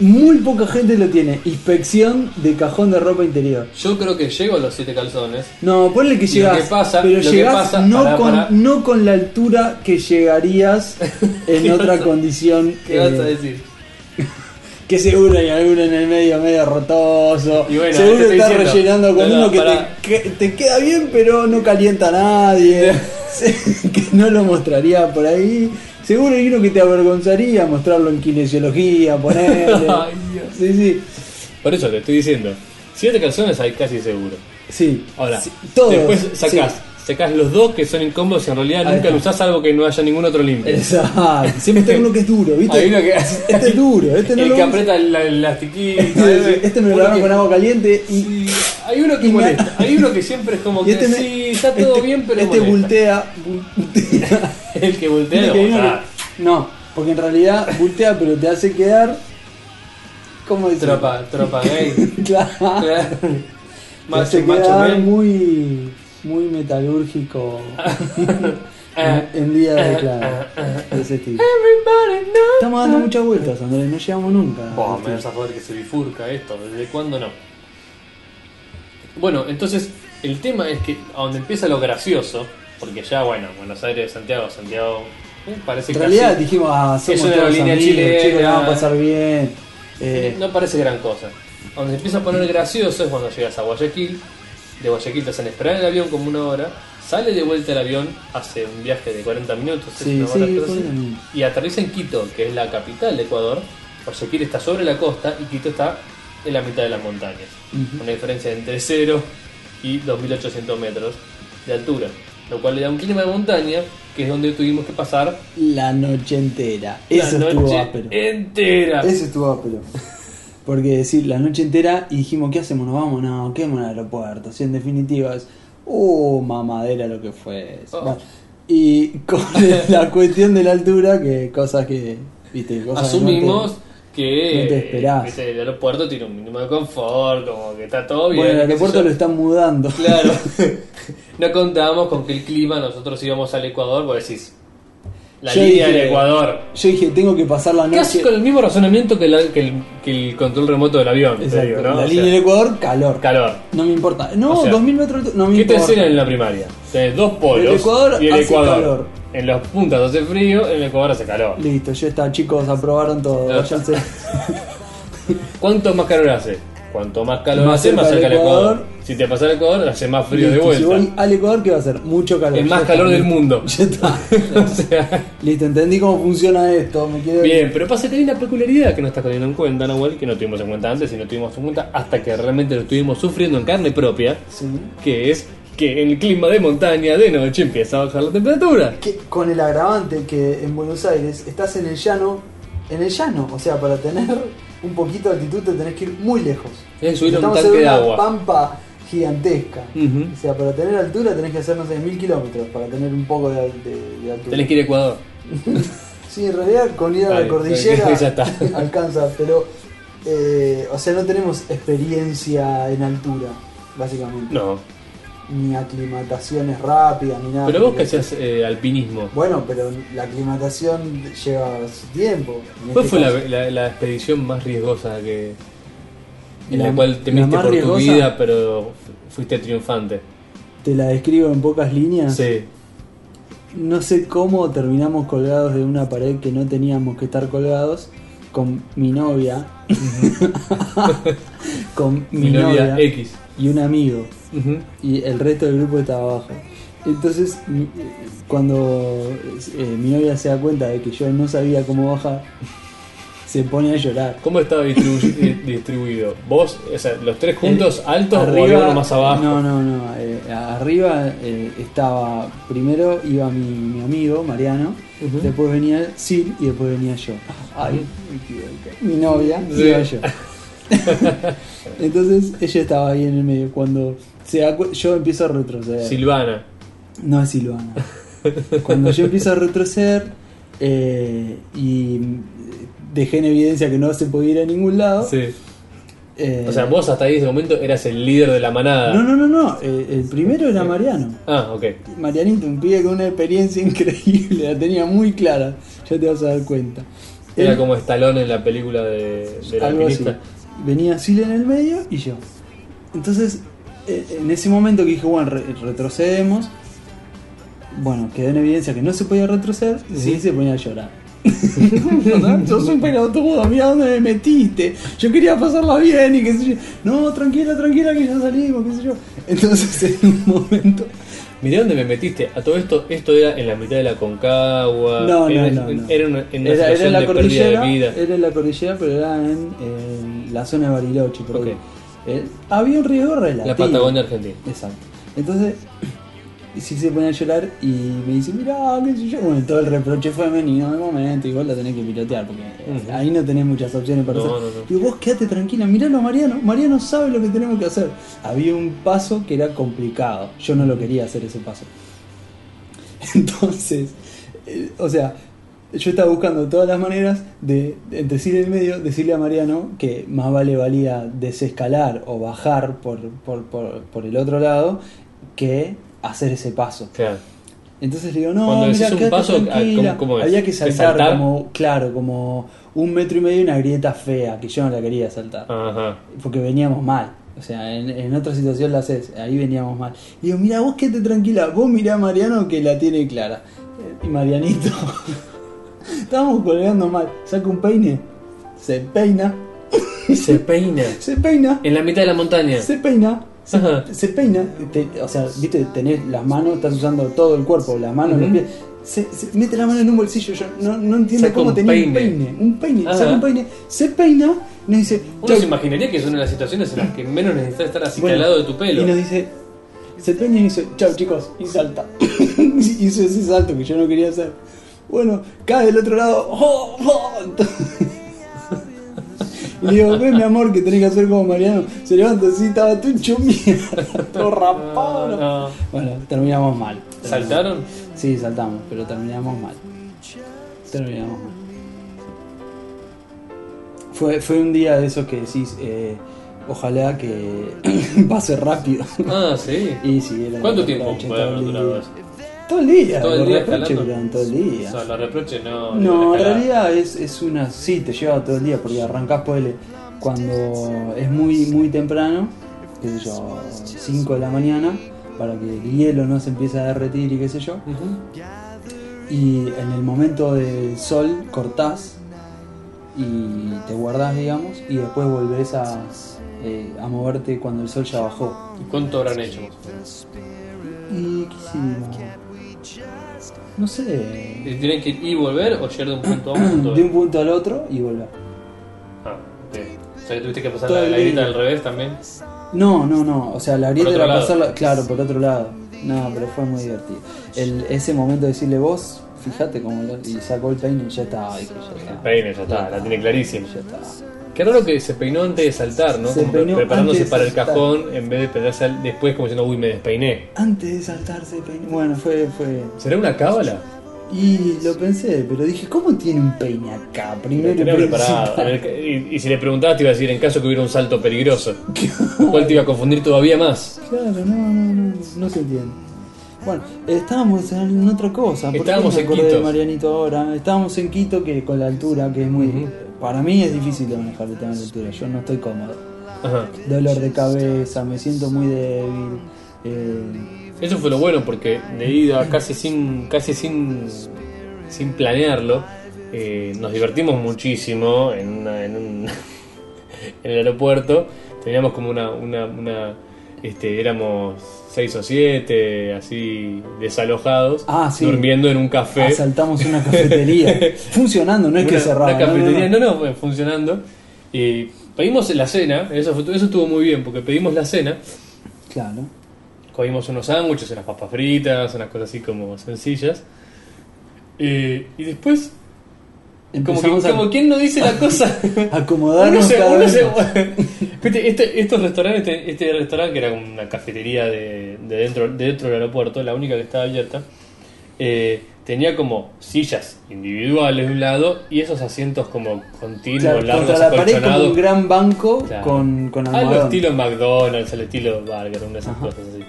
S6: muy poca gente lo tiene. Inspección de cajón de ropa interior.
S4: Yo creo que llego a los 7 calzones.
S6: No, ponle que
S4: Lo
S6: llegás,
S4: que pasa-
S6: pero
S4: lo que
S6: llegás
S4: pasa-
S6: no,
S4: pará,
S6: con,
S4: pará.
S6: no con la altura que llegarías en
S4: ¿Qué
S6: otra
S4: vas a-
S6: condición
S4: ¿Qué
S6: eh,
S4: vas a decir?
S6: que seguro hay alguno en el medio medio rotoso,
S4: Y bueno,
S6: seguro
S4: te estoy
S6: estás
S4: diciendo.
S6: rellenando
S4: No,
S6: con
S4: no,
S6: uno que
S4: pará.
S6: te, que te queda bien pero no calienta a nadie, que no lo mostraría por ahí, seguro hay uno que te avergonzaría mostrarlo en kinesiología, ponerle,
S4: Ay, Dios.
S6: sí, sí,
S4: Por eso te estoy diciendo. 7 calzones hay casi seguro.
S6: sí,
S4: Ahora,
S6: sí, todos,
S4: después sacás,
S6: sí.
S4: sacás los dos que son incómodos y en realidad
S6: Ahí
S4: nunca
S6: está.
S4: lo usás salvo que no haya ningún otro limpio.
S6: Exacto, siempre está uno que es duro, ¿viste?
S4: Hay uno que-
S6: Este es duro, este no
S4: el
S6: lo
S4: que ¿eh?
S6: usa.
S4: aprieta el, el elastiquito.
S6: Sí, sí, Este me lo
S4: Uno
S6: lavaron
S4: que-
S6: con agua caliente y,
S4: Sí, hay uno que
S6: y me-
S4: molesta. Hay uno que siempre es como
S6: y
S4: que
S6: este me-
S4: sí, está todo
S6: este-
S4: bien, pero
S6: Este
S4: molesta.
S6: voltea, voltea.
S4: El que voltea
S6: Tiene
S4: lo
S6: que venir
S4: botás.
S6: que- No, porque en realidad voltea pero te hace quedar como dice.
S4: Tropa, tropa gay.
S6: Claro. Te
S4: macho,
S6: hace
S4: macho
S6: quedar
S4: men.
S6: muy muy metalúrgico en, en día de
S4: Eh,
S6: claro. de ese tipo.
S4: Everybody knows.
S6: Estamos dando muchas vueltas, Andrés, no llegamos nunca. Este,
S4: Buah, me vas a joder que se bifurca esto, ¿desde cuándo no? Bueno, entonces el tema es que a donde empieza lo gracioso, porque ya bueno, Buenos Aires, Santiago, Santiago, eh, parece
S6: En realidad
S4: casi-
S6: dijimos, ah, somos
S4: Es una
S6: todos
S4: aerolínea
S6: amigos,
S4: chilena.
S6: chicos, la vamos a pasar bien. Eh,
S4: no parece gran cosa. A donde se empieza a poner gracioso es cuando llegas a Guayaquil, de Guayaquil te hacen esperar en el avión como una hora, sale de vuelta el avión, hace un viaje de 40 minutos, es
S6: Sí,
S4: una hora,
S6: sí,
S4: pero sí,
S6: 40 minutos.
S4: y aterriza en Quito, que es la capital de Ecuador. Guayaquil está sobre la costa y Quito está en la mitad de las montañas. Una diferencia entre 0 y 2.800 metros de altura, lo cual le da un clima de montaña, que es donde tuvimos que pasar
S6: La noche entera. Eso
S4: la
S6: estuvo
S4: noche
S6: ápero.
S4: entera.
S6: Eso estuvo ápero. Porque decir la noche entera y dijimos, ¿qué hacemos? ¿Nos vamos? No, quedemos en el aeropuerto. Si en definitiva es, uh, mamadera lo que fue. eso.
S4: Oh.
S6: Bueno, y con la cuestión de la altura, que cosas que, viste, cosas que no te-
S4: Asumimos que
S6: no te esperás.
S4: viste, el aeropuerto tiene un mínimo de confort, como que está todo bien.
S6: Bueno, el
S4: qué sé
S6: aeropuerto
S4: yo.
S6: lo están mudando.
S4: Claro. no contábamos con que el clima, nosotros íbamos al Ecuador, vos decís, la
S6: Yo
S4: línea
S6: dije-
S4: del Ecuador.
S6: Yo dije, tengo que pasar la noche.
S4: Casi con el mismo razonamiento que, la- que el, que el control remoto del avión, te
S6: Exacto,
S4: digo, ¿no?
S6: La
S4: O
S6: línea
S4: sea,
S6: del Ecuador, calor.
S4: calor.
S6: No me importa. No,
S4: O sea,
S6: 2000 metros. de altura, No me
S4: ¿Qué te
S6: importa.
S4: enseñan en la primaria? Tenés dos polos
S6: El Ecuador
S4: y el
S6: hace
S4: Ecuador.
S6: calor.
S4: En las puntas hace frío, en el Ecuador hace calor.
S6: Listo, ya está, chicos, aprobaron todo.
S4: Claro.
S6: váyanse.
S4: ¿Cuánto más calor hace? Cuanto más calor
S6: Más
S4: hace, más
S6: cerca
S4: cerca el
S6: del
S4: Ecuador.
S6: Ecuador.
S4: Si te pasa el Ecuador, hace más frío
S6: Listo,
S4: de
S6: Si voy
S4: vuelta.
S6: al Ecuador, ¿qué va a hacer? Mucho calor.
S4: El
S6: Ya
S4: más
S6: está,
S4: calor del
S6: listo.
S4: mundo.
S6: Ya está.
S4: o sea,
S6: Listo, entendí cómo funciona esto. Me quiero
S4: bien, pero pasa que hay una peculiaridad que no estás teniendo en cuenta, Nahuel, que no tuvimos en cuenta antes y no tuvimos en cuenta hasta que realmente lo estuvimos sufriendo en carne propia,
S6: Sí.
S4: que es que en el clima de montaña de noche empieza a bajar la temperatura.
S6: Que con el agravante que en Buenos Aires estás en el llano. En el llano, o sea, para tener un poquito de altitud te tenés que ir muy lejos.
S4: Es subir a un
S6: Estamos
S4: tanque
S6: en
S4: de
S6: una
S4: agua.
S6: pampa gigantesca.
S4: Ujú.
S6: O sea, para tener altura tenés que hacer, no sé, mil kilómetros para tener un poco de, de- de altura.
S4: Tenés que ir a Ecuador.
S6: Sí, en realidad con ir a
S4: Ahí,
S6: la cordillera
S4: ya está.
S6: alcanza, pero eh, o sea, no tenemos experiencia en altura, básicamente.
S4: No.
S6: Ni aclimataciones rápidas, ni nada.
S4: Pero vos que
S6: porque-
S4: hacías eh, alpinismo.
S6: Bueno, pero la aclimatación lleva su tiempo. en
S4: ¿Cuál
S6: este
S4: fue la,
S6: caso.
S4: la- la expedición más riesgosa que en
S6: La-
S4: la, cual
S6: la
S4: temiste
S6: más
S4: por tu
S6: riesgosa.
S4: vida, pero fuiste triunfante?
S6: Te la describo en pocas líneas.
S4: Sí.
S6: No sé cómo terminamos colgados de una pared que no teníamos que estar colgados con mi novia. con mi,
S4: Minoría
S6: novia
S4: X.
S6: y un amigo.
S4: Ujú.
S6: y el resto del grupo estaba abajo. Entonces, mi- eh, cuando eh, mi novia se da cuenta de que yo no sabía cómo bajar, se pone a llorar.
S4: ¿Cómo estaba distribu- di- distribuido? ¿Vos, o sea, los tres juntos,
S6: Eh,
S4: altos o había uno más abajo?
S6: No, no, no. eh, arriba eh, estaba. Primero iba mi, mi amigo, Mariano.
S4: Ujú.
S6: Después venía Sil y después venía yo. Ay, me equivoqué. mi novia
S4: Sí.
S6: iba yo. Entonces ella estaba ahí en el medio. Cuando se da cu- yo empiezo a retroceder.
S4: Silvana.
S6: No es Silvana. Cuando yo empiezo a retroceder eh, y dejé en evidencia que no se podía ir a ningún lado.
S4: Sí.
S6: eh,
S4: O sea, vos hasta ahí en ese momento eras el líder de la manada.
S6: No, no, no, no. eh, el primero era Mariano.
S4: Ah, ok.
S6: Marianito, un pibe con una experiencia increíble, la tenía muy clara. Ya te vas a dar cuenta.
S4: Era
S6: Él-
S4: como Stallone en la película de, del
S6: algo así.
S4: alpinista.
S6: Venía Sil en el medio y yo. Entonces, eh, en ese momento que dije, bueno, re- retrocedemos. Bueno, quedó en evidencia que no se podía retroceder, sí se ponía a llorar. ¿No? Yo soy un pelotudo, mira dónde me metiste. Yo quería pasarla bien y qué sé yo. No, tranquila, tranquila, que ya salimos, qué sé yo. Entonces, en un momento.
S4: Mirá dónde me metiste. A todo esto, esto era en la mitad de la Concagua.
S6: No, no,
S4: era,
S6: no, no.
S4: Era una, en una
S6: Era- era
S4: situación
S6: la
S4: de pérdida
S6: cordillera,
S4: de vida.
S6: era en la cordillera, pero era en, en la zona de Bariloche. Por ahí.
S4: Ok.
S6: Eh, había un riesgo relativo.
S4: La Patagonia Argentina.
S6: Exacto. Entonces, sí se pone a llorar y me dice, mirá, qué sé yo. Bueno, todo el reproche femenino del momento, igual la tenés que pilotear, porque eh,
S4: Ujú.
S6: ahí no tenés muchas opciones para
S4: No,
S6: hacer.
S4: no, no.
S6: Y vos quedate tranquila, miralo a Mariano, Mariano sabe lo que tenemos que hacer. Había un paso que era complicado, yo no lo quería hacer ese paso. Entonces, eh, o sea, yo estaba buscando todas las maneras de, de- entre sí en el medio, decirle a Mariano que más vale valía desescalar o bajar por, por, por, por el otro lado que hacer ese paso.
S4: Claro.
S6: Entonces le digo, no,
S4: Cuando decís
S6: mirá,
S4: un
S6: quédate
S4: paso, ¿a-
S6: tranquila.
S4: cómo- cómo es?
S6: Había que
S4: ¿Que
S6: saltar,
S4: saltar?
S6: como, claro, como un metro y medio y una grieta fea, que yo no la quería saltar
S4: Ajá.
S6: porque veníamos mal. O sea, en, en otra situación la haces, ahí veníamos mal. Y digo, mira, vos quédate tranquila, vos mirá a Mariano que la tiene clara. Eh, Y Marianito, estábamos colgando mal, saca un peine, se peina,
S4: Se peina.
S6: se peina,
S4: En la mitad de la montaña.
S6: se peina, se,
S4: Ajá.
S6: se peina. Te- o sea, viste, tenés las manos, estás usando todo el cuerpo, las manos, los
S4: Ujú.
S6: pies. Se, se mete la mano en un bolsillo, yo no, no entiendo
S4: Saca
S6: cómo
S4: un
S6: tenía un
S4: peine.
S6: peine. Un peine,
S4: Ajá.
S6: saca un peine, se peina, y nos dice,
S4: Uno
S6: "Chau".
S4: se imaginaría que es una de las situaciones en las que menos necesitas estar así
S6: Bueno,
S4: al lado de tu pelo.
S6: Y nos dice, se peña y dice, chao chicos, y salta. Hizo ese salto que yo no quería hacer. Bueno, cae del otro lado. ¡oh, oh! Y le digo, ve mi amor que tenés que hacer como Mariano. Se levanta así, estaba tú hecho mierda, todo rapado.
S4: No, no.
S6: Bueno, terminamos mal.
S4: ¿Saltaron?
S6: Sí, saltamos, pero terminamos mal. Terminamos mal. Fue, fue un día de esos que decís, eh, ojalá que pase rápido.
S4: Ah, sí.
S6: y sí, era
S4: ¿Cuánto
S6: una
S4: tiempo
S6: reproche
S4: puede haber
S6: todo el
S4: durado
S6: día.
S4: eso?
S6: Todo el día.
S4: ¿Todo el
S6: los
S4: día
S6: reproches
S4: escalando?
S6: duran todo el día.
S4: O sea, los reproches no.
S6: No, en
S4: escalada.
S6: realidad es, es una. Sí, te lleva todo el día porque arrancás ponele, cuando es muy muy temprano, qué sé yo, 5 de la mañana, para que el hielo no se empiece a derretir y qué sé yo.
S4: Ujú.
S6: Y en el momento del sol cortás y te guardás, digamos, y después volvés a, eh, a moverte cuando el sol ya bajó.
S4: ¿Y cuánto habrán hecho? más o menos?
S6: ¿Y qué hicimos? No sé.
S4: ¿Y ¿Tienen que ir y volver o llegar de un punto a un punto
S6: De
S4: B?
S6: un punto al otro y volver.
S4: Ah, ok. O sea, que tuviste que pasar
S6: Todo
S4: la,
S6: el
S4: la
S6: día.
S4: grieta al revés también.
S6: No, no, no. O sea, la grieta
S4: otro
S6: era
S4: lado.
S6: pasarla. Claro, por otro lado. No, pero fue muy divertido. El, ese momento de decirle vos, fíjate cómo lo- y sacó el peine y ya está. dije, ya está.
S4: Peine, ya está, la tiene clarísima.
S6: Ya está.
S4: Qué raro que se peinó antes de saltar, ¿no?
S6: Se
S4: Como
S6: peinó
S4: preparándose
S6: antes de
S4: para el
S6: saltar.
S4: cajón en vez de peinarse al- después como diciendo, uy, me despeiné.
S6: Antes de saltarse, peine. Bueno, fue, fue.
S4: ¿Será una cábala?
S6: Y lo pensé, pero dije, ¿cómo tiene un peine acá? Primero
S4: Lo
S6: y
S4: tenía
S6: principal.
S4: preparado. En el ca- Y, y si le preguntabas te iba a decir, en caso que hubiera un salto peligroso. Lo cual te iba a confundir todavía más.
S6: Claro, no, no, no, no se entiende. Bueno, estábamos en, en otra cosa. ¿por qué
S4: Estábamos
S6: me
S4: en
S6: acordé
S4: Quito.
S6: de Marianito ahora. Estábamos en Quito, que con la altura, que es muy.
S4: Ujú.
S6: Para mí es difícil de manejar el tema de la altura. Yo no estoy cómodo.
S4: Ajá.
S6: Dolor de cabeza, me siento muy débil. eh,
S4: Eso fue lo bueno porque de ida casi sin casi sin sin planearlo eh, nos divertimos muchísimo en, una- en un- en el aeropuerto teníamos como una, una, una, este, éramos seis o siete, así desalojados,
S6: Ah, sí. Ah,
S4: durmiendo en un café.
S6: Asaltamos una cafetería. Funcionando, no es que
S4: Una-
S6: cerraba.
S4: Una
S6: no, no, no.
S4: cafetería, no, no, fue funcionando. Y pedimos la cena, eso, fue- eso estuvo muy bien, porque pedimos la cena,
S6: Claro.
S4: comimos unos sándwiches, unas papas fritas, unas cosas así como sencillas. Eh, y después, como, que-
S6: Empezamos a
S4: como quien no dice la cosa.
S6: acomodarnos
S4: Uno se-
S6: cada
S4: uno
S6: vez
S4: se-
S6: más.
S4: Viste, este- estos restaurantes, este, este restaurante que era como una cafetería de, de dentro, de dentro del aeropuerto, la única que estaba abierta, eh, tenía como sillas individuales de un lado y esos asientos como continuos,
S6: Claro,
S4: largos,
S6: contra la pared como
S4: acolchonados.
S6: un gran banco
S4: Claro.
S6: con, con
S4: Al
S6: almohadón.
S4: estilo McDonald's, al estilo Burger, una de esas
S6: Ajá.
S4: cosas así.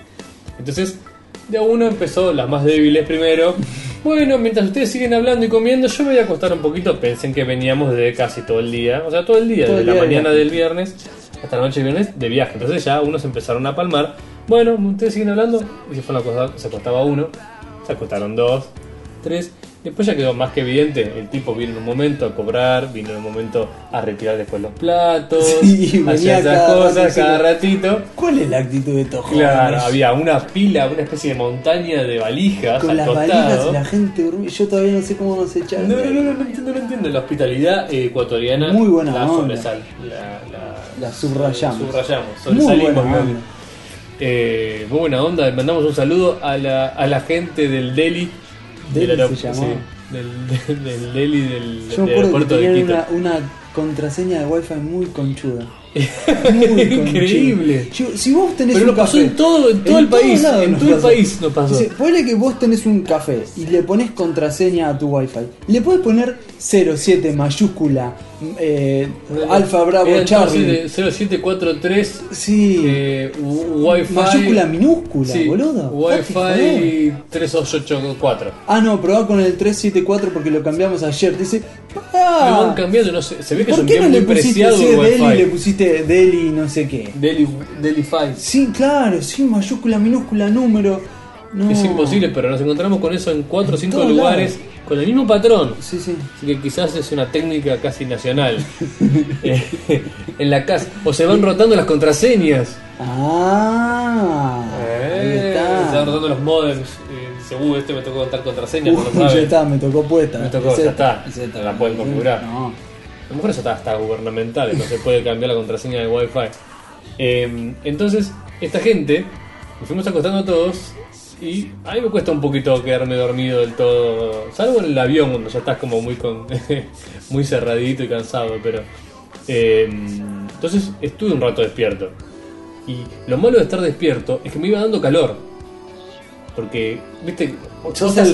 S4: Entonces, de a uno empezó las más débiles primero. Bueno, mientras ustedes siguen hablando y comiendo, yo me voy a acostar un poquito. Pensen que veníamos de casi todo el día, o sea, todo el día,
S6: Todo
S4: de
S6: el
S4: la
S6: día de
S4: mañana
S6: viaje.
S4: del viernes hasta la noche del viernes de viaje. Entonces ya unos empezaron a palmar. Bueno, ustedes siguen hablando y se fueron a acostar. Se acostaba uno, se acostaron dos, tres. Después ya quedó más que evidente, el tipo vino en un momento a cobrar, vino en un momento a retirar después los platos,
S6: Sí, venía
S4: hacía esas
S6: cada
S4: cosas
S6: rato, sí.
S4: cada ratito.
S6: ¿Cuál es la actitud de estos
S4: Claro,
S6: jóvenes?
S4: había una pila, una especie de montaña de valijas
S6: Con
S4: al
S6: las valijas
S4: costado.
S6: y la gente durmiendo. Yo todavía no sé cómo nos echaron.
S4: No, no, no, no, no entiendo, no entiendo. La hospitalidad eh, ecuatoriana
S6: Muy buena
S4: la
S6: onda.
S4: sobresal- la, la-
S6: La subrayamos.
S4: subrayamos,
S6: Muy
S4: sobresalimos,
S6: buena
S4: ¿no?
S6: onda.
S4: Eh, muy buena onda, mandamos un saludo a la, a la gente del Delhi.
S6: Delhi
S4: del aerop-
S6: se llamó.
S4: sí, del, del Delhi del, del
S6: Yo me acuerdo
S4: aeropuerto
S6: que
S4: de
S6: tenían
S4: Quito.
S6: una, una contraseña de wifi muy conchuda. Muy conchuda.
S4: Increíble.
S6: Yo- si vos tenés
S4: Pero
S6: un
S4: lo pasó
S6: café-
S4: en todo, en todo el
S6: todos
S4: país.
S6: lados
S4: En
S6: nos
S4: todo el
S6: pasa.
S4: país nos pasó.
S6: Dice, ponele que vos tenés un café y le pones contraseña a tu wifi. Le podés poner 07 mayúscula, eh, alfa bravo
S4: Era
S6: charlie.
S4: eh, entonces de 0743
S6: Sí.
S4: eh, u- Wi-Fi.
S6: Mayúscula minúscula,
S4: Sí,
S6: boludo. Date, joder.
S4: Wi-Fi 3884.
S6: Ah, no, probá con el 374 porque lo cambiamos ayer. Dice,
S4: Me van
S6: pará.
S4: cambiando, no sé. Se ve que es
S6: Ah. ¿Por
S4: un
S6: qué
S4: bien
S6: no le
S4: muy
S6: pusiste
S4: preciado
S6: si
S4: el
S6: es Delhi le
S4: Wi-Fi.
S6: pusiste Delhi no sé qué?
S4: Delhi, Delhi Fi.
S6: Sí, claro, sí, mayúscula, minúscula, número. No.
S4: Es imposible, pero nos encontramos con eso en 4 o 5
S6: todos
S4: lugares con el mismo patrón.
S6: Sí, sí.
S4: Así que quizás es una técnica casi nacional. Eh, en la casa. O se van rotando las contraseñas.
S6: Ah, ahí
S4: Eh, Se van
S6: está.
S4: rotando los modems. Eh, dice, "Uh, este me tocó contar contraseñas. no lo
S6: Uy, ya
S4: sabe".
S6: está, me tocó puesta.
S4: Me tocó,
S6: Ese-
S4: ya está.
S6: ese
S4: No la pueden configurar.
S6: No.
S4: A lo mejor eso está hasta gubernamental, no se puede cambiar la contraseña de Wi-Fi. Eh, entonces, esta gente, nos fuimos acostando todos y a mí me cuesta un poquito quedarme dormido del todo, salvo en el avión cuando ya estás como muy con, muy cerradito y cansado, pero eh, entonces estuve un rato despierto. Y lo malo de estar despierto es que me iba dando calor. Porque, viste,
S6: Sos el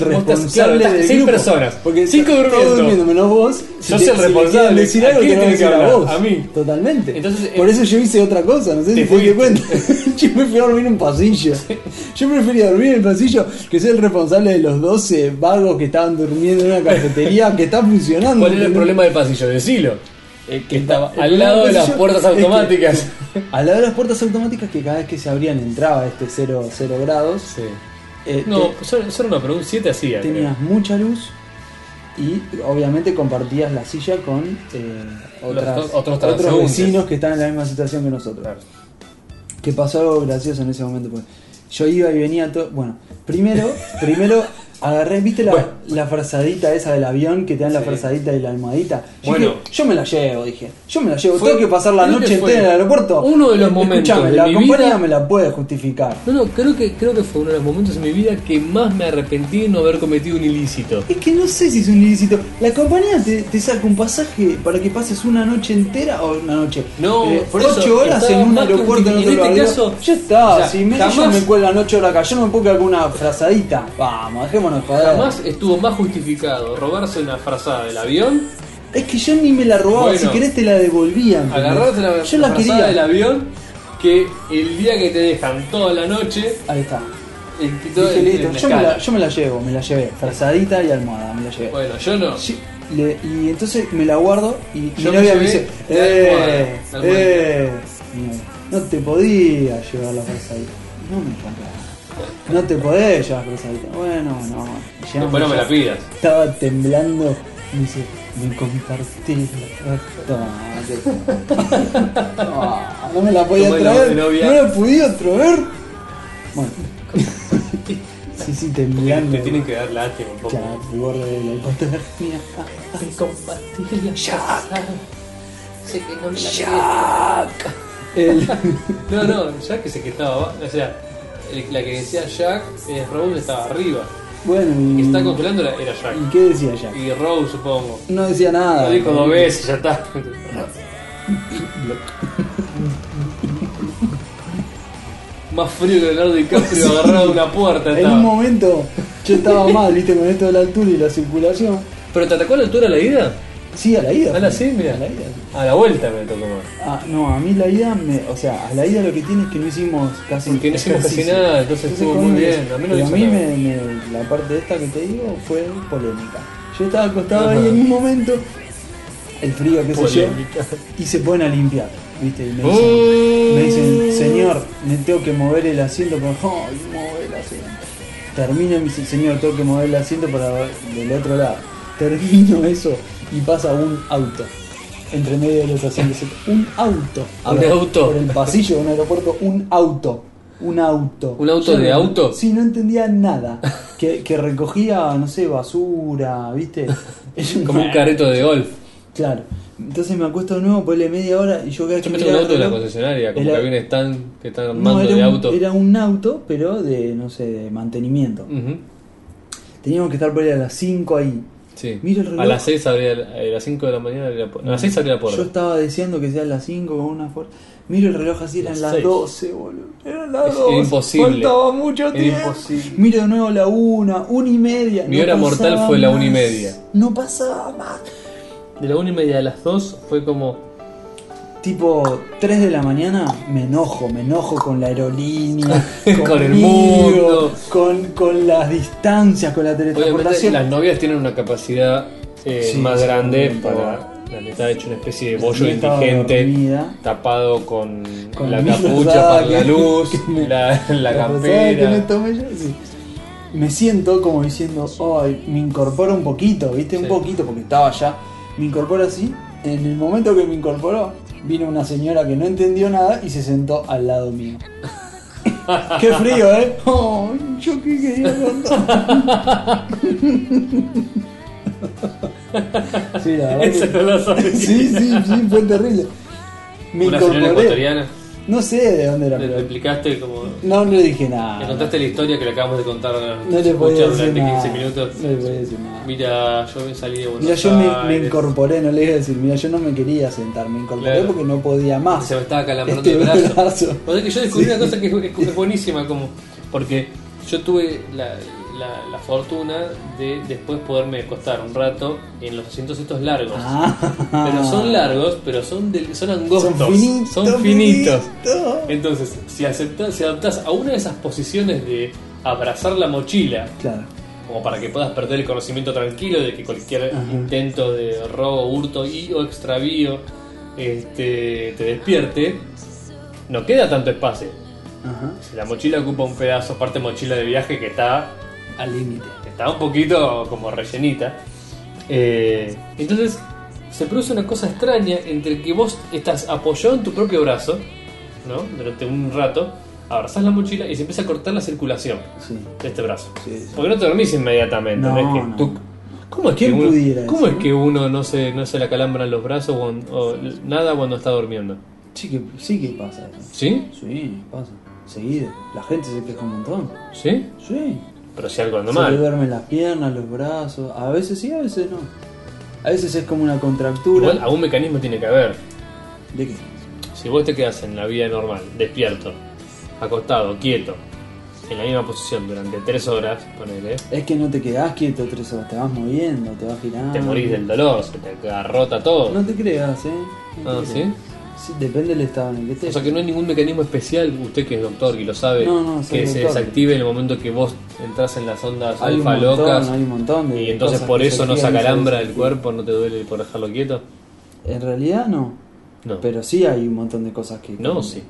S4: claro,
S6: responsable del
S4: estás seis
S6: grupo.
S4: personas.
S6: Porque
S4: cinco
S6: está-
S4: durmiendo.
S6: todo durmiendo menos vos.
S4: Sos
S6: te-
S4: el
S6: le
S4: responsable.
S6: quieren decir
S4: ¿A
S6: algo,
S4: quién
S6: te van a
S4: tenés que
S6: decir a
S4: hablar?
S6: vos.
S4: A mí.
S6: Totalmente.
S4: Entonces,
S6: Por
S4: eh,
S6: eso yo hice otra cosa, no sé
S4: te
S6: si te
S4: fuiste.
S6: di cuenta. yo me fui a dormir en un pasillo. Yo prefería dormir en el pasillo que ser el responsable de los 12 vagos que estaban durmiendo en una cafetería que está funcionando.
S4: ¿Cuál era el
S6: ¿entendés?
S4: problema del pasillo? Decilo. que estaba
S6: Eh, El
S4: al
S6: problema
S4: lado de
S6: del
S4: las
S6: pasillo
S4: puertas
S6: es que-
S4: automáticas.
S6: al lado de las puertas automáticas que cada vez que se abrían entraba este 0, 0 grados. Eh,
S4: No,
S6: te-
S4: solo, solo una pregunta. 7 hacía. creo.
S6: tenías mucha luz y obviamente compartías la silla con eh, otras-
S4: Los- otros
S6: otros
S4: transeúntes.
S6: vecinos que están en la misma situación que nosotros. Que pasó algo gracioso en ese momento. Porque yo iba y venía todo. Bueno, primero, primero agarré, ¿viste la,
S4: Bueno.
S6: la frazadita esa del avión que te dan la
S4: Sí.
S6: frazadita y la almohadita? Yo
S4: Bueno.
S6: dije, yo me la llevo, dije. Yo me la llevo.
S4: Fue-
S6: Tengo que pasar la
S4: creo que
S6: noche
S4: fue
S6: entera en el aeropuerto.
S4: uno de los momentos
S6: Escuchame,
S4: de
S6: la
S4: mi
S6: compañía
S4: vida-
S6: me la puede justificar.
S4: No, no, creo que, creo que fue uno de los momentos en mi vida que más me arrepentí de no haber cometido un ilícito.
S6: Es que no sé si es un ilícito. La compañía te, te saca un pasaje para que pases una noche entera o una noche.
S4: No,
S6: eh,
S4: por
S6: ocho
S4: eso,
S6: horas en
S4: estaba
S6: un
S4: más que
S6: aeropuerto en
S4: justifi-
S6: otro
S4: en
S6: lugar.
S4: este
S6: Digo,
S4: caso,
S6: ya está,
S4: o sea,
S6: si me,
S4: jamás-
S6: yo me cuelgan ocho horas acá, yo no me puedo quedar con una frazadita. Vamos, dejémonos joder.
S4: Además, estuvo más justificado robarse una frazada del avión,
S6: Es que yo ni me la robaba,
S4: Bueno.
S6: si querés te la devolvían.
S4: agarrarse la
S6: Yo la
S4: frazada
S6: quería.
S4: del avión, que el día que te dejan toda la noche,
S6: Ahí está.
S4: el que todo
S6: Dije,
S4: el-
S6: listo,
S4: el
S6: yo me, la,
S4: escala.
S6: yo me la llevo, me la llevé. Frazadita y almohada, me la llevé.
S4: Bueno, yo no.
S6: Sí, le- y entonces me la guardo y
S4: Yo me
S6: mi novia me
S4: llevé
S6: dice,
S4: la
S6: eh,
S4: almohada, la
S6: eh, Mi novia, no te podía llevar la frazadita. No me encanta. No te podés llevar la frazadita. Bueno, no. Llegamos
S4: Después no me
S6: allá.
S4: la pidas.
S6: Estaba temblando. Me dice, me compartí la frazada. No me la podía
S4: Como de
S6: traer.
S4: novia.
S6: No la podía traer. Bueno, Sí, sí, temblando.
S5: Te tienen que dar lástima un poco.
S6: Claro, el borde de la hipotermia.
S3: Sé que no me la
S6: El-
S4: No, no, Jack es el que estaba abajo. O sea, el- la que decía Jack, eh, Rose estaba arriba. El
S6: bueno,
S4: que
S6: y,
S4: estaba controlándola era Jack.
S6: ¿y qué decía ya?
S4: Y Rose, supongo.
S6: No decía nada.
S4: Lo dijo dos veces, ya está. Más frío que Leonardo DiCaprio agarrado de una puerta.
S6: En
S4: estaba.
S6: un momento yo estaba mal, viste, con esto de la altura y la circulación.
S4: ¿Pero te atacó a la altura de la ida?
S6: Sí, a la ida.
S4: A la sí, mira.
S6: A la ida.
S4: A la vuelta me tocó más.
S6: Ah, no, a mí la ida, me, o sea, a la ida lo que tiene es que no hicimos casi
S4: Porque no hicimos casi
S6: ejercicio.
S4: nada, entonces estuvo
S6: como
S4: muy
S6: que-
S4: bien, a mí no
S6: pero
S4: hizo
S6: a mí
S4: nada.
S6: me- me- la parte esta que te digo fue polémica. Yo estaba acostado ahí
S4: Ajá.
S6: en un momento, el frío, qué sé yo,
S4: Polémica.
S6: y se ponen a limpiar, ¿viste? Y me dicen,
S4: Uh.
S6: me dicen, señor, me tengo que mover el asiento, pero ay, mover el asiento. Termino y me dice, señor, tengo que mover el asiento para del otro lado. Termino eso y pasa un auto. Entre medio de los asientos. Un auto.
S4: ¿Un
S6: Por-
S4: auto?
S6: Por el pasillo de un aeropuerto, un auto. Un auto.
S4: ¿Un auto de
S6: no-
S4: auto?
S6: Sí, no entendía nada. Que, que recogía, no sé, basura, ¿viste?
S4: Como
S6: Ah.
S4: un carrito de golf.
S6: Claro. Entonces me acuesto de nuevo, ponle media hora y yo cada vez
S4: Yo pensé
S6: que
S4: que un
S6: miraba
S4: auto de
S6: el
S4: la
S6: reloj,
S4: concesionaria, como
S6: era-
S4: que había un stand que están
S6: no,
S4: armando
S6: era,
S4: de
S6: un,
S4: auto.
S6: era un auto, pero de, no sé, de mantenimiento.
S4: Ujú,
S6: Teníamos que estar por ahí a las 5 ahí.
S4: Sí.
S6: Mira el reloj.
S4: A las 6 abría, el- a las 5 de la mañana abría la puerta. A las 6 abría la
S6: Yo
S4: puerta.
S6: estaba deseando que sean las 5 con una fuerza. Miro el reloj así, eran
S4: Las
S6: las
S4: seis.
S6: 12, boludo. Eran las
S4: Es-
S6: 12.
S4: era imposible.
S6: Faltaba mucho
S4: Era
S6: tiempo.
S4: imposible.
S6: Miro de nuevo la 1, 1 y media.
S4: Mi
S6: no
S4: hora
S6: pasaba
S4: mortal fue la una y
S6: más.
S4: media.
S6: No pasaba más.
S4: De la 1 y media a las 2 fue como.
S6: Tipo 3 de la mañana me enojo, me enojo con la aerolínea,
S4: Con el
S6: conmigo,
S4: mundo.
S6: con, con las distancias, con la
S4: Obviamente,
S6: teletransportación.
S4: las novias tienen una capacidad eh,
S6: Sí,
S4: más
S6: sí,
S4: grande
S6: sí,
S4: para. La mitad hecho una especie de
S6: La
S4: bollo
S6: mía estaba
S4: indigente
S6: dormida.
S4: tapado con,
S6: Con
S4: la
S6: mi
S4: capucha
S6: rosada
S4: para la
S6: que-
S4: luz,
S6: que me-
S4: la, la
S6: La rosada
S4: campera.
S6: que me tomé yo, sí. Me siento como diciendo, ay, me incorporo un poquito, viste,
S4: Sí.
S6: un poquito, porque estaba ya. Me incorporo así. En el momento que me incorporó, vino una señora que no entendió nada y se sentó al lado mío. qué frío, ¿eh? Ay, yo qué quería contar. sí, la verdad. que-
S4: Eso no lo sabía.
S6: sí, sí, sí, fue terrible. Me
S4: Una señora
S6: incorporé.
S4: ecuatoriana.
S6: No sé de dónde era.
S4: Le
S6: pero-
S4: explicaste como.
S6: No, no le dije
S4: Le
S6: nada.
S4: contaste la historia que le acabamos de contar a la
S6: No le podía decir
S4: durante
S6: nada.
S4: 15 minutos.
S6: No le podía decir nada.
S4: Mira, yo me salí de Buenos
S6: Mira, yo me, me
S4: Aires.
S6: incorporé, no le iba a decir, mira, yo no me quería sentar, me incorporé
S4: Claro.
S6: porque no podía
S4: Y
S6: más.
S4: Se me estaba calambrando
S6: Este
S4: el brazo.
S6: brazo.
S4: O sea que yo descubrí
S6: Sí.
S4: una cosa que es, que es buenísima, como. Porque yo tuve la, la- la fortuna de después poderme acostar un rato en los asientos estos largos.
S6: Ah.
S4: Pero son largos, pero son, del- son angostos.
S6: Son finitos.
S4: Son finitos.
S6: finitos.
S4: Entonces, si, aceptas, si adaptás a una de esas posiciones de abrazar la mochila
S6: Claro.
S4: como para que puedas perder el conocimiento tranquilo de que cualquier
S6: Ajá.
S4: intento de robo, hurto y o extravío este, te despierte, no queda tanto espacio.
S6: Ajá.
S4: Si la mochila ocupa un pedazo, parte mochila de viaje que está,
S6: Al límite.
S4: está un poquito como rellenita. Eh, entonces se produce una cosa extraña entre que vos estás apoyado en tu propio brazo, ¿no? Durante un rato, abrazás la mochila y se empieza a cortar la circulación
S6: Sí.
S4: de este brazo.
S6: Sí, sí.
S4: Porque no te dormís inmediatamente, no,
S6: No,
S4: es que
S6: no.
S4: tú- ¿Cómo es que
S6: ¿Quién
S4: uno,
S6: pudiera
S4: ¿cómo es
S6: eso,
S4: que uno no se, no se le acalambran los brazos o, o nada cuando está durmiendo?
S6: Sí que, sí que pasa eso.
S4: ¿Sí?
S6: Sí, pasa. Seguido. La gente se queja un montón.
S4: ¿Sí?
S6: Sí.
S4: Pero si algo anda
S6: Se le
S4: mal.
S6: duermen las piernas, los brazos. A veces sí, a veces no. A veces es como una contractura.
S4: Igual algún mecanismo tiene que haber.
S6: ¿De qué?
S4: Si vos te quedas en la vida normal, despierto, acostado, quieto, en la misma posición durante tres horas, ponele,
S6: Es que no te quedás quieto tres horas, te vas moviendo, te vas girando.
S4: te morís del dolor, se te agarrota todo.
S6: Ah. No te creas, ¿eh? No
S4: Ah,
S6: te
S4: ¿sí?
S6: creas. Sí, depende del estado en el que
S4: O
S6: estés.
S4: sea que no hay ningún mecanismo especial, usted que es doctor y lo sabe,
S6: No, no, soy
S4: que se
S6: doctor.
S4: desactive en el momento que vos entras en las ondas
S6: hay un
S4: alfa
S6: montón,
S4: locas.
S6: hay un montón de
S4: Y entonces
S6: cosas
S4: por
S6: que
S4: eso
S6: se
S4: no se
S6: activan y se
S4: acalambra el
S6: desactivan.
S4: cuerpo, no te duele por dejarlo quieto.
S6: En realidad no,
S4: No.
S6: pero sí hay un montón de cosas que...
S4: No, sí.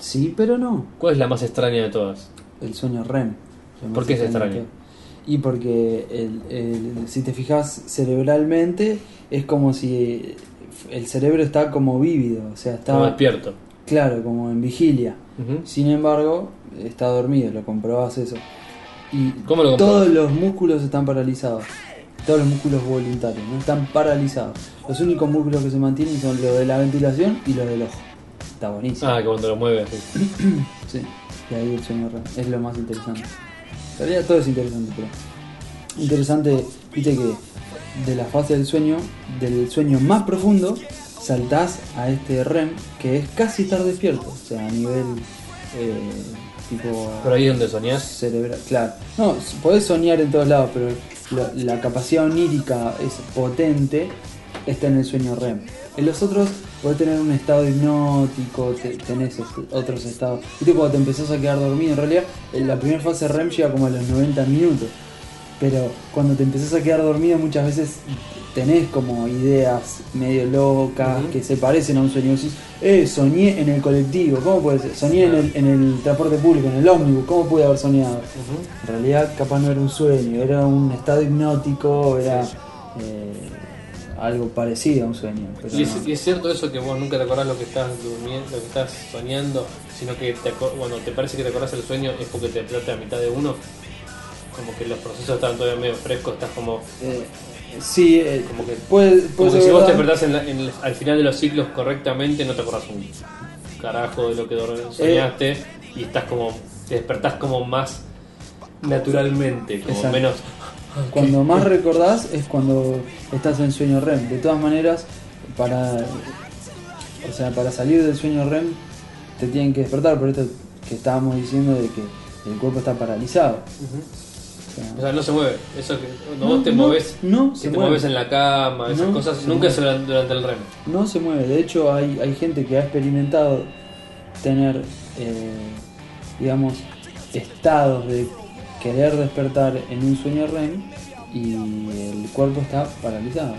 S6: Sí, pero no.
S4: ¿Cuál es la más extraña de todas?
S6: El sueño REM. Lo más
S4: ¿Por qué es
S6: extraño
S4: extraño?
S6: que- Y porque el- el- si te fijas cerebralmente es como si el cerebro está como vívido, o sea,
S4: Como
S6: está
S4: despierto.
S6: claro, como en vigilia.
S4: Ujú.
S6: Sin embargo, está dormido, lo comprobás eso. y
S4: ¿Cómo lo
S6: todos los músculos están paralizados. Todos los músculos voluntarios, ¿no? Están paralizados. Los únicos músculos que se mantienen son los de la ventilación y los del ojo. Está buenísimo.
S4: Ah, que cuando lo mueve así.
S6: Sí. Y ahí el señor Ra- es lo más interesante. En realidad todo es interesante, pero. Interesante, viste que de la fase del sueño, del sueño más profundo, saltás a este REM, que es casi estar despierto. O sea, a nivel eh, tipo
S4: Por ahí es donde soñás.
S6: cerebral. Claro. No, s- podés soñar en todos lados, pero lo- la capacidad onírica es potente, está en el sueño REM. En los otros podés tener un estado hipnótico, te- tenés este- otros estados. Viste cuando te empezás a quedar dormido, en realidad en la primera fase REM llega como a los 90 minutos. Pero cuando te empezás a quedar dormido muchas veces tenés como ideas medio locas que se parecen a un sueño. Decís, eh, soñé en el colectivo, ¿cómo puede ser? Soñé en el, en el transporte público, en el ómnibus, ¿cómo pude haber soñado? En realidad capaz no era un sueño, era un estado hipnótico, era eh, algo parecido a un sueño. pero
S4: Y
S6: no.
S4: es, y es cierto eso que vos nunca te acordás lo que estás durmiendo, lo que estás soñando, sino que te acor- cuando te parece que te acordás el sueño es porque te plate a mitad de uno. Como que los procesos están todavía medio frescos, estás como.
S6: Eh, sí, eh,
S4: Como que-
S6: puede, puede
S4: Como que
S6: ser
S4: si vos te
S6: verdad.
S4: despertás en la- en el- al final de los ciclos correctamente, no te acordás un carajo de lo que dor- soñaste
S6: Eh.
S4: y estás como. te despertás como más naturalmente, como
S6: Exacto.
S4: menos.
S6: Cuando más recordás es cuando estás en sueño REM. De todas maneras, para o sea, para salir del sueño REM te tienen que despertar, por esto que estábamos diciendo de que el cuerpo está paralizado. O sea,
S4: O sea, no se mueve. Eso que cuando
S6: No,
S4: vos te
S6: no,
S4: moves,
S6: no
S4: si
S6: se
S4: te
S6: mueve.
S4: mueves en la cama, esas
S6: No,
S4: cosas,
S6: se
S4: nunca
S6: mueve.
S4: es durante, durante el REM.
S6: no se mueve. De hecho, hay, hay gente que ha experimentado tener, eh, digamos, estados de querer despertar en un sueño REM y el cuerpo está paralizado.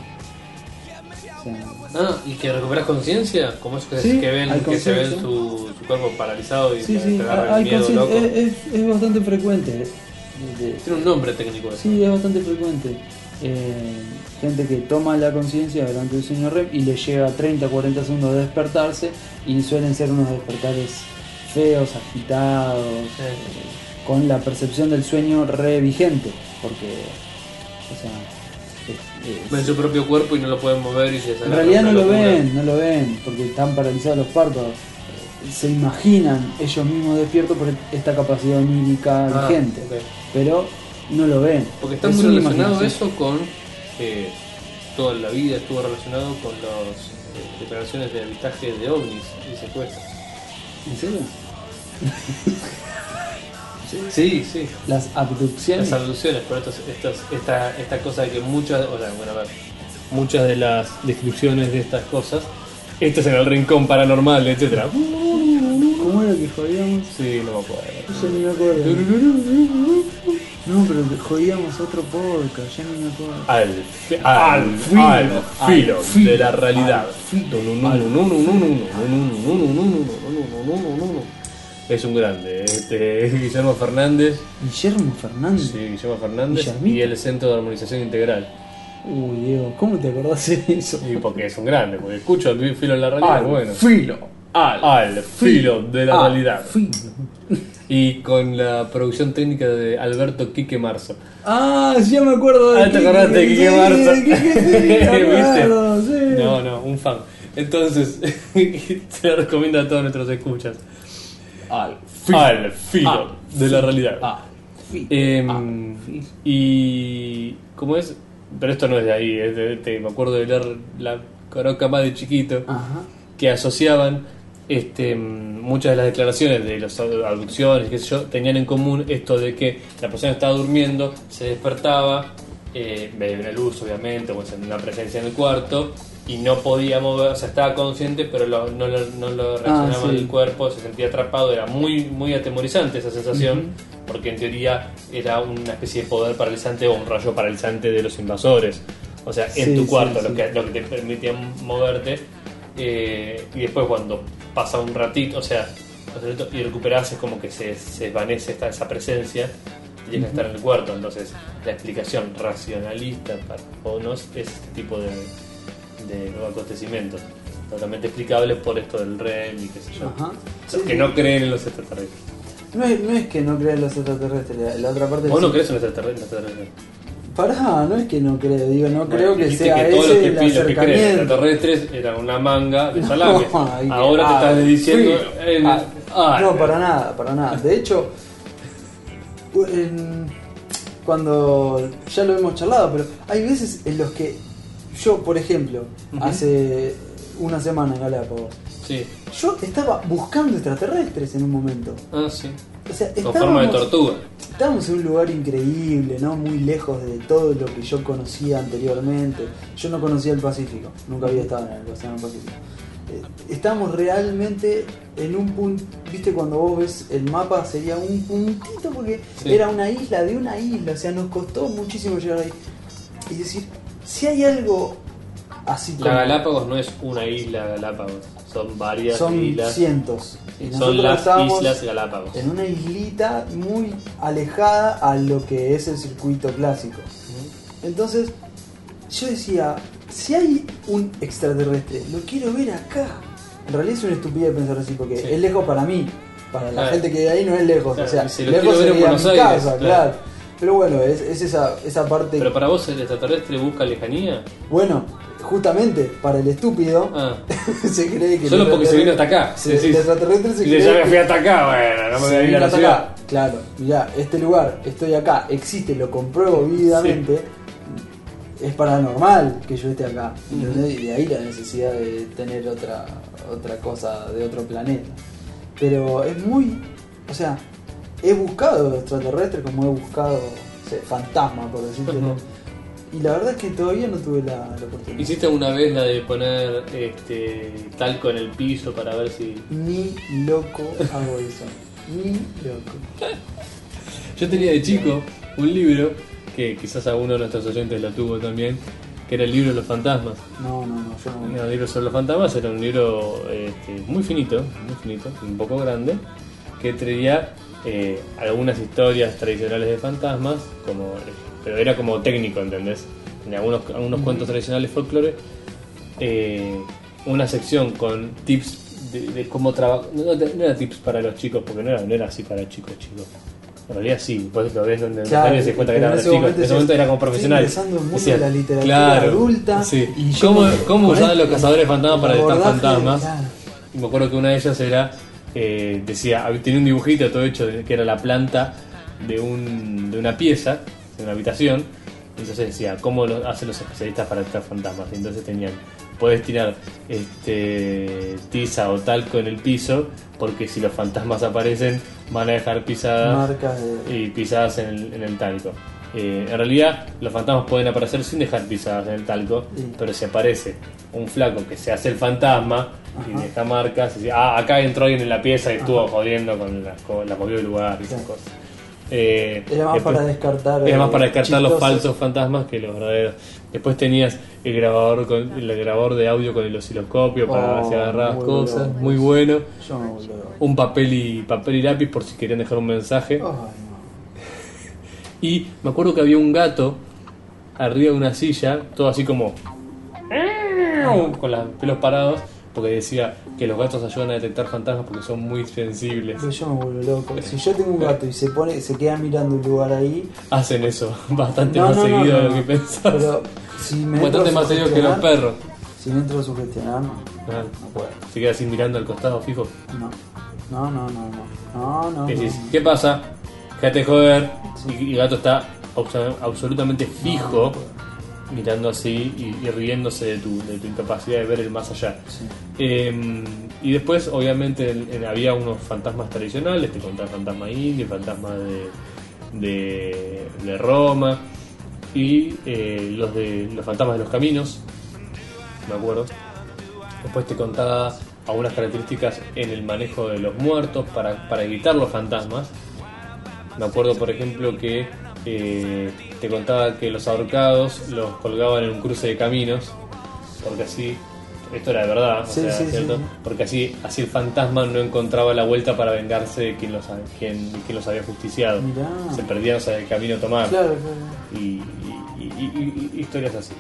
S6: O sea,
S4: Ah, y que recuperas conciencia, como esos que,
S6: Sí,
S4: que ven,
S6: hay
S4: que se ven
S6: conciencia.
S4: su, su cuerpo paralizado y
S6: Sí,
S4: te
S6: sí, eh.
S4: agarra el
S6: hay
S4: miedo
S6: consci-
S4: loco.
S6: es, es- es bastante frecuente. ¿eh? De-
S4: Tiene un nombre técnico eso.
S6: sí, es bastante frecuente. Eh, gente que toma la conciencia durante el sueño REM y le llega 30 o 40 segundos de despertarse y suelen ser unos despertares feos, agitados, eh, con la percepción del sueño re vigente, porque, o sea, es- es-
S4: Ven su propio cuerpo y no lo pueden mover y se
S6: en
S4: desgarra
S6: realidad
S4: una
S6: no lo
S4: locura.
S6: ven, no lo ven, porque están paralizados los párpados. Se imaginan ellos mismos despiertos por esta capacidad onírica
S4: Ah,
S6: vigente,
S4: ok.
S6: pero no lo ven.
S4: Porque está
S6: Es
S4: muy
S6: una
S4: relacionado
S6: imaginación.
S4: eso con eh, toda la vida, estuvo relacionado con las eh, declaraciones de avistaje de ovnis y secuestros.
S6: ¿En serio?
S4: Sí, sí.
S6: Las abducciones.
S4: Las abducciones, pero estos, estos- esta, esta cosa de que muchas, o sea, bueno, a ver, muchas de las descripciones de estas cosas, este es en el rincón paranormal, etcétera.
S6: ¿Cómo era que jodíamos?
S4: Sí, no me acuerdo.
S6: Ya ni me acuerdo. No, pero que jodíamos otro podcast, ya ni me acuerdo.
S4: Al, fi- al, al filo, de la realidad. Es un grande, este, Guillermo Fernández.
S6: Guillermo Fernández.
S4: Sí, Guillermo Fernández
S6: Guillermito.
S4: y el Centro de Armonización Integral.
S6: Uy, Diego, ¿cómo te acordás de eso?
S4: Y porque es un grande, porque escucho al filo de la realidad, bueno.
S5: Filo.
S4: al, filo de
S6: Ah,
S4: la realidad. Y con la producción técnica de Alberto Quique Marzo.
S6: Ah, sí, ya me acuerdo de
S4: Ah, ¿te acordaste de Quique
S6: sí,
S4: Marzo?
S6: de Quique, sí, me
S4: ¿Viste?
S6: acuerdo, sí.
S4: No, no, un fan. Entonces, se lo recomiendo a todos nuestros escuchas.
S5: Al
S4: Al filo de la realidad.
S6: Ah.
S4: Em, y. ¿Cómo es? Pero esto no es de ahí, es de- de- me acuerdo de leer la coroca más de chiquito.
S6: Ajá.
S4: que asociaban este, mm, muchas de las declaraciones de las abducciones, qué sé yo, tenían en común esto de que la persona estaba durmiendo, se despertaba, eh, veía una luz obviamente, o sea, una presencia en el cuarto, y no podía mover, o sea, estaba consciente, pero lo- no, lo, no lo reaccionaba
S6: Ah, sí.
S4: el cuerpo, se sentía atrapado, era muy, muy atemorizante esa sensación, porque en teoría era una especie de poder paralizante o un rayo paralizante de los invasores. O sea, en
S6: Sí,
S4: tu
S6: sí,
S4: cuarto,
S6: sí.
S4: lo que lo que te permitía moverte. eh, y después cuando pasa un ratito, o sea, ¿no es cierto? y recuperás es como que se, se desvanece esta, esa presencia y llega a estar en el cuarto. Entonces, la explicación racionalista para Bonos es este tipo de, de acontecimientos. Totalmente explicables por esto del REM y qué sé yo.
S6: Ajá.
S4: Los que no creen en los extraterrestres.
S6: No es, no es que no crea en los extraterrestres, la, la otra parte...
S4: Vos
S6: es-
S4: no crees en los extraterrestres. extraterrestres.
S6: Pará, no es que no creo, digo, no creo que
S4: dijiste
S6: sea
S4: que todos los
S6: ese
S4: que,
S6: el
S4: pi- los que creen en
S6: acercamiento.
S4: extraterrestres era una manga de
S6: No,
S4: salame.
S6: ay, qué
S4: Ahora te
S6: padre.
S4: estás diciendo.
S6: Sí.
S4: eh,
S6: Ah,
S4: ay,
S6: no, para nada, para nada. De hecho, en- cuando ya lo hemos charlado, pero hay veces en los que yo, por ejemplo,
S4: Ujú.
S6: hace una semana en Galápagos,
S4: Sí.
S6: yo estaba buscando extraterrestres en un momento.
S4: Ah, sí.
S6: O sea,
S4: Con forma de
S6: estábamos-
S4: tortuga.
S6: Estábamos en un lugar increíble, ¿no? Muy lejos de todo lo que yo conocía anteriormente. Yo no conocía el Pacífico, nunca había estado en el Océano Pacífico. Eh, estábamos realmente en un punto, viste cuando vos ves el mapa sería un puntito porque
S4: Sí.
S6: era una isla de una isla, o sea, nos costó muchísimo llegar ahí. Y decir, si hay algo así como
S4: La Galápagos no es una isla Galápagos, son varias
S6: son
S4: islas.
S6: cientos. Y nosotros
S4: Son las
S6: estábamos-
S4: Islas Galápagos.
S6: en una islita muy alejada a lo que es el circuito clásico. Entonces, yo decía, si hay un extraterrestre, lo quiero ver acá. En realidad es una estupidez pensar así, porque
S4: Sí.
S6: es lejos para mí. Para la
S4: Claro.
S6: gente que de ahí no es lejos.
S4: Claro,
S6: o sea,
S4: y si lo
S6: lejos
S4: quiero ver en
S6: sería
S4: Buenos
S6: mi
S4: Aires,
S6: casa,
S4: claro.
S6: claro. Pero bueno, es, es esa, esa parte...
S4: Pero para vos el extraterrestre busca lejanía?
S6: Bueno, justamente, para el estúpido,
S4: Ah.
S6: se cree que... el
S4: Solo porque se vino hasta
S6: extraterrestre-
S4: acá.
S6: se- El extraterrestre se
S4: dice,
S6: cree
S4: ya me
S6: que-
S4: fui hasta acá, bueno, no me voy a
S6: Sí,
S4: ir a la
S6: acá,
S4: ciudad.
S6: Claro, mirá, este lugar, estoy acá, existe, lo compruebo vividamente. Es paranormal que yo esté acá. ¿entendés? Y de ahí la necesidad de tener otra, otra cosa de otro planeta. Pero es muy. O sea, he buscado extraterrestres como he buscado o sea, fantasma, por decirlo.
S4: Ujú.
S6: Y la verdad es que todavía no tuve la, la oportunidad.
S4: ¿Hiciste alguna vez la de poner este, talco en el piso para ver si.?
S6: Ni loco hago eso. Ni loco.
S4: Yo tenía de chico un libro, que quizás alguno de nuestros oyentes lo tuvo también, que era el libro de los fantasmas.
S6: No, no, no, yo no.
S4: Era un libro sobre los fantasmas, era un libro este, muy finito, muy finito, un poco grande, que traía eh, algunas historias tradicionales de fantasmas, como, eh, pero era como técnico, ¿entendés? Tenía algunos, algunos cuentos tradicionales folclore, eh, una sección con tips de, de cómo trabajar, no, no- no era tips para los chicos, porque no era, no era así para chicos, chicos. En realidad sí, después lo ves donde
S6: Claro,
S4: donde se cuenta que era
S6: pero en
S4: para
S6: ese
S4: chicos.
S6: momento
S4: En ese
S6: decías,
S4: momento era como
S6: estoy
S4: profesional.
S6: ingresando al mundo de
S4: Decías,
S6: la literatura
S4: claro,
S6: adulta
S4: sí.
S6: y
S4: ¿Cómo,
S6: cómo-
S4: cómo
S6: con
S4: usaban
S6: este-
S4: los cazadores fantasmas para
S6: el
S4: detectar
S6: abordaje,
S4: fantasmas?
S6: claro.
S4: Y me acuerdo que una de ellas era, eh, decía, hab- tenía un dibujito todo hecho de- que era la planta de, un, de una pieza, de una habitación. Entonces decía, ¿cómo lo hacen los especialistas para detectar fantasmas? Y entonces tenían, puedes tirar este tiza o talco en el piso, porque si los fantasmas aparecen, van a dejar pisadas
S6: Marcas de.
S4: y pisadas en el, en el talco. Eh, en realidad, los fantasmas pueden aparecer sin dejar pisadas en el talco,
S6: Sí.
S4: pero si aparece un flaco que se hace el fantasma y
S6: Ajá.
S4: deja marcas, y dice, ah, acá entró alguien en la pieza y estuvo jodiendo con la, con la movió del lugar y esas
S6: Claro.
S4: cosas. Eh,
S6: Era más
S4: después-
S6: para descartar.
S4: era más
S6: eh,
S4: para descartar los
S6: chistosos.
S4: falsos fantasmas que los verdaderos. Después tenías el grabador con el grabador de audio con el osciloscopio para ver si
S6: Oh,
S4: agarrabas
S6: muy
S4: cosas,
S6: bueno.
S4: muy bueno.
S6: Yo me vuelvo loco.
S4: Un papel y papel y lápiz por si querían dejar un mensaje.
S6: Ay, no.
S4: Y me acuerdo que había un gato arriba de una silla, todo así como con los pelos parados, porque decía que los gatos ayudan a detectar fantasmas porque son muy sensibles.
S6: Pero yo me vuelvo loco. Si yo tengo un gato y se pone, se queda mirando un lugar ahí.
S4: Hacen eso bastante
S6: No,
S4: más
S6: no, no,
S4: seguido
S6: no,
S4: de lo
S6: no.
S4: que pensás.
S6: Pero si me entro
S4: Bastante
S6: a
S4: más seguido que los
S6: sugestionar-
S4: perros.
S6: Si me entro a sugestionar, no,
S4: Ah,
S6: no puedo.
S4: se queda así mirando al costado fijo.
S6: No. No, no, no, no. No, no.
S4: Y decís,
S6: no.
S4: ¿qué pasa? Déjate de joder. Y y el gato está abs- absolutamente fijo, mirando así y, y riéndose de tu, de tu incapacidad de ver el más allá.
S6: Sí.
S4: Eh, y después, obviamente, el- el- había unos fantasmas tradicionales, te contaba el fantasma indio, el fantasma de, de, de Roma y eh, los de los fantasmas de los caminos, me acuerdo. Después te contaba algunas características en el manejo de los muertos para, para evitar los fantasmas. Me acuerdo, por ejemplo, que eh, te contaba que los ahorcados los colgaban en un cruce de caminos, porque así, esto era de verdad, o
S6: Sí,
S4: sea,
S6: sí, sí,
S4: ¿cierto?
S6: sí.
S4: Porque así, así el fantasma no encontraba la vuelta para vengarse de quien los, ha- quien, quien los había justiciado.
S6: Mirá.
S4: Se perdían, o sea, el camino a tomar
S6: Claro, claro.
S4: y, y- y- y- y historias así.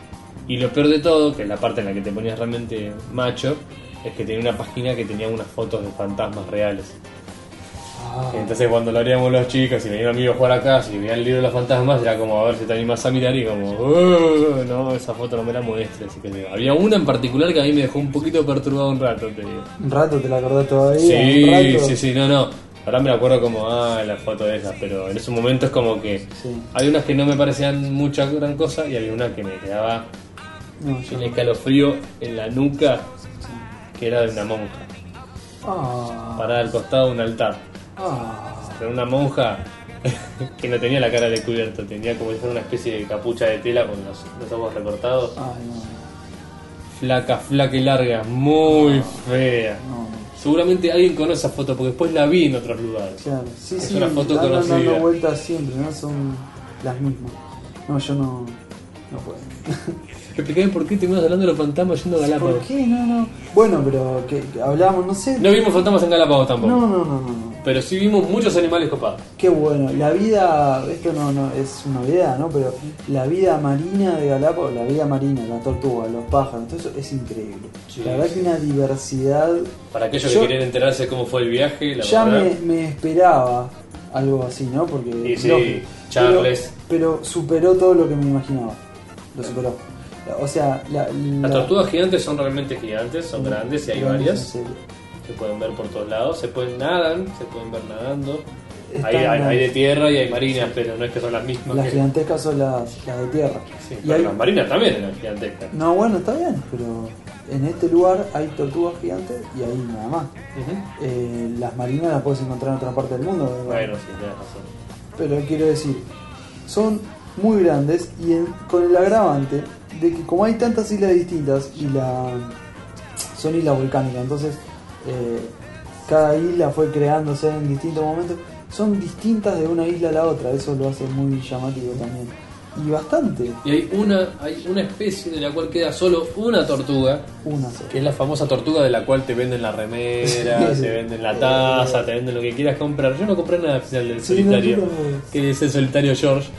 S4: Y lo peor de todo, que es la parte en la que te ponías realmente macho, es que tenía una página que tenía unas fotos de fantasmas reales.
S6: Ah.
S4: Entonces cuando lo haríamos los chicos, si venían amigos a jugar acá, si venían el libro de los fantasmas, era como a ver si te animas a mirar y como, "Oh, no, esa foto no me la muestres. así que no. había una en particular que a mí me dejó un poquito perturbado un rato, te digo.
S6: Un rato te la acordás todavía. un
S4: Sí,
S6: rato.
S4: sí, sí, no, no. Ahora me la acuerdo como, ah, la foto de esas, pero en esos momentos como que
S6: Sí.
S4: hay unas que no me parecían mucha gran cosa y había una que me quedaba
S6: No, yo
S4: el
S6: no.
S4: escalofrío en la nuca, que era de una monja,
S6: Ah,
S4: parada al costado de un altar.
S6: ah,
S4: Pero una monja que no tenía la cara descubierta, tenía como si fuera una especie de capucha de tela con los, los ojos recortados.
S6: ay,
S4: Flaca, flaca y larga, muy fea.
S6: no, no.
S4: Seguramente alguien conoce esa foto porque después la vi en otros lugares.
S6: Claro, sí,
S4: Es
S6: sí,
S4: una foto
S6: andan
S4: conocida.
S6: dando vueltas siempre, no son las mismas. No, yo no, no puedo.
S4: Explícame por qué terminamos hablando de los fantasmas yendo a
S6: ¿Por
S4: Galápagos.
S6: qué? No, no. Bueno, pero que, que hablábamos, no sé.
S4: No vimos fantasmas en Galápagos tampoco.
S6: no, no, no, no, no.
S4: Pero sí vimos muchos animales copados.
S6: Qué bueno. La vida, esto no, no es una novedad, ¿no? Pero la vida marina de Galápagos, la vida marina, la tortuga, los pájaros, todo eso es increíble.
S4: Sí,
S6: la verdad
S4: sí.
S6: que una diversidad.
S4: Para aquellos
S6: Yo-
S4: que quieren enterarse cómo fue el viaje, la
S6: ya
S4: verdad.
S6: me, me esperaba algo así, ¿no? Porque
S4: Y sí,
S6: lógico.
S4: Charles.
S6: Pero, pero superó todo lo que me imaginaba. Lo superó. O sea, la, la-
S4: Las tortugas gigantes son realmente gigantes, son grandes y hay
S6: grandes,
S4: varias.
S6: en serio.
S4: se pueden ver por todos lados, se pueden nadan, se pueden ver nadando.
S6: Están
S4: Hay, hay,
S6: las-
S4: hay de tierra y hay marinas, pero no es que son las mismas.
S6: Las
S4: que-
S6: gigantescas son las, las de tierra.
S4: Sí,
S6: y
S4: pero
S6: hay, Mm.
S4: las marinas también eran gigantescas.
S6: no, bueno, está bien, pero en este lugar hay tortugas gigantes y ahí nada más.
S4: Ujú.
S6: Eh, las marinas las puedes encontrar en otra parte del mundo, ¿verdad?
S4: Bueno, sí, tenés razón.
S6: pero quiero decir, son muy grandes y en- con el agravante de que como hay tantas islas distintas y la son islas volcánicas, entonces eh, cada isla fue creándose en distintos momentos, son distintas de una isla a la otra, eso lo hace muy llamativo también. Y bastante,
S4: Y hay una, hay una especie de la cual queda solo una tortuga,
S6: una sola.
S4: que es la famosa tortuga de la cual te venden la remera,
S6: Sí.
S4: te venden la taza, te venden lo que quieras comprar. Yo no compré nada al final del
S6: Sí, no,
S4: solitario,
S6: yo tampoco.
S4: que es el solitario George.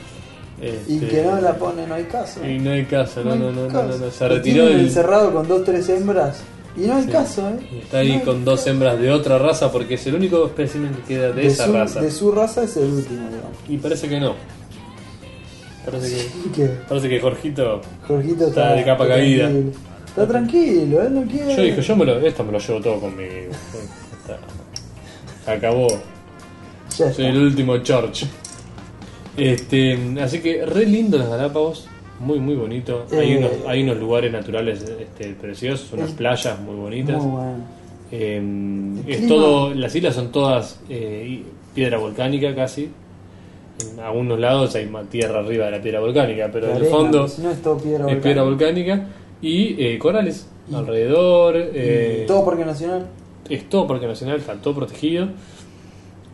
S6: Y
S4: Este,
S6: que no la pone, no hay caso.
S4: y no hay caso, no,
S6: hay
S4: no, no, no,
S6: caso.
S4: no, no, se
S6: Lo
S4: retiró
S6: tienen
S4: del,
S6: encerrado con dos, tres hembras y no hay caso, ¿eh?
S4: Y Está ahí
S6: No hay-
S4: con dos hembras de otra raza porque es el único espécimen que queda de, esa
S6: su,
S4: raza.
S6: De su raza es el último, digamos.
S4: Y parece que no. Parece que,
S6: ¿Y qué?
S4: parece que Jorgito.
S6: Jorgito
S4: Está
S6: está,
S4: de capa caída.
S6: tranquilo. Está tranquilo, él no quiere.
S4: Yo dije, yo me lo, esto me lo llevo todo conmigo. Está. Se acabó.
S6: Ya está.
S4: Soy el último George. Este, así que re lindo las Galápagos. Muy, muy bonito. Hay,
S6: Eh.
S4: unos, hay unos lugares naturales este, preciosos, unas
S6: El-
S4: playas muy bonitas.
S6: Muy bueno.
S4: Eh,
S6: El
S4: es
S6: clima-
S4: todo, las islas son todas eh, y- piedra volcánica casi. En algunos lados hay más tierra arriba de la piedra volcánica, pero
S6: La
S4: en el
S6: arena,
S4: fondo
S6: pues, No es todo piedra
S4: es piedra volcánica y eh, corales
S6: Y-
S4: alrededor. eh,
S6: Y Mm, Todo Parque Nacional.
S4: Es todo Parque Nacional, faltó protegido.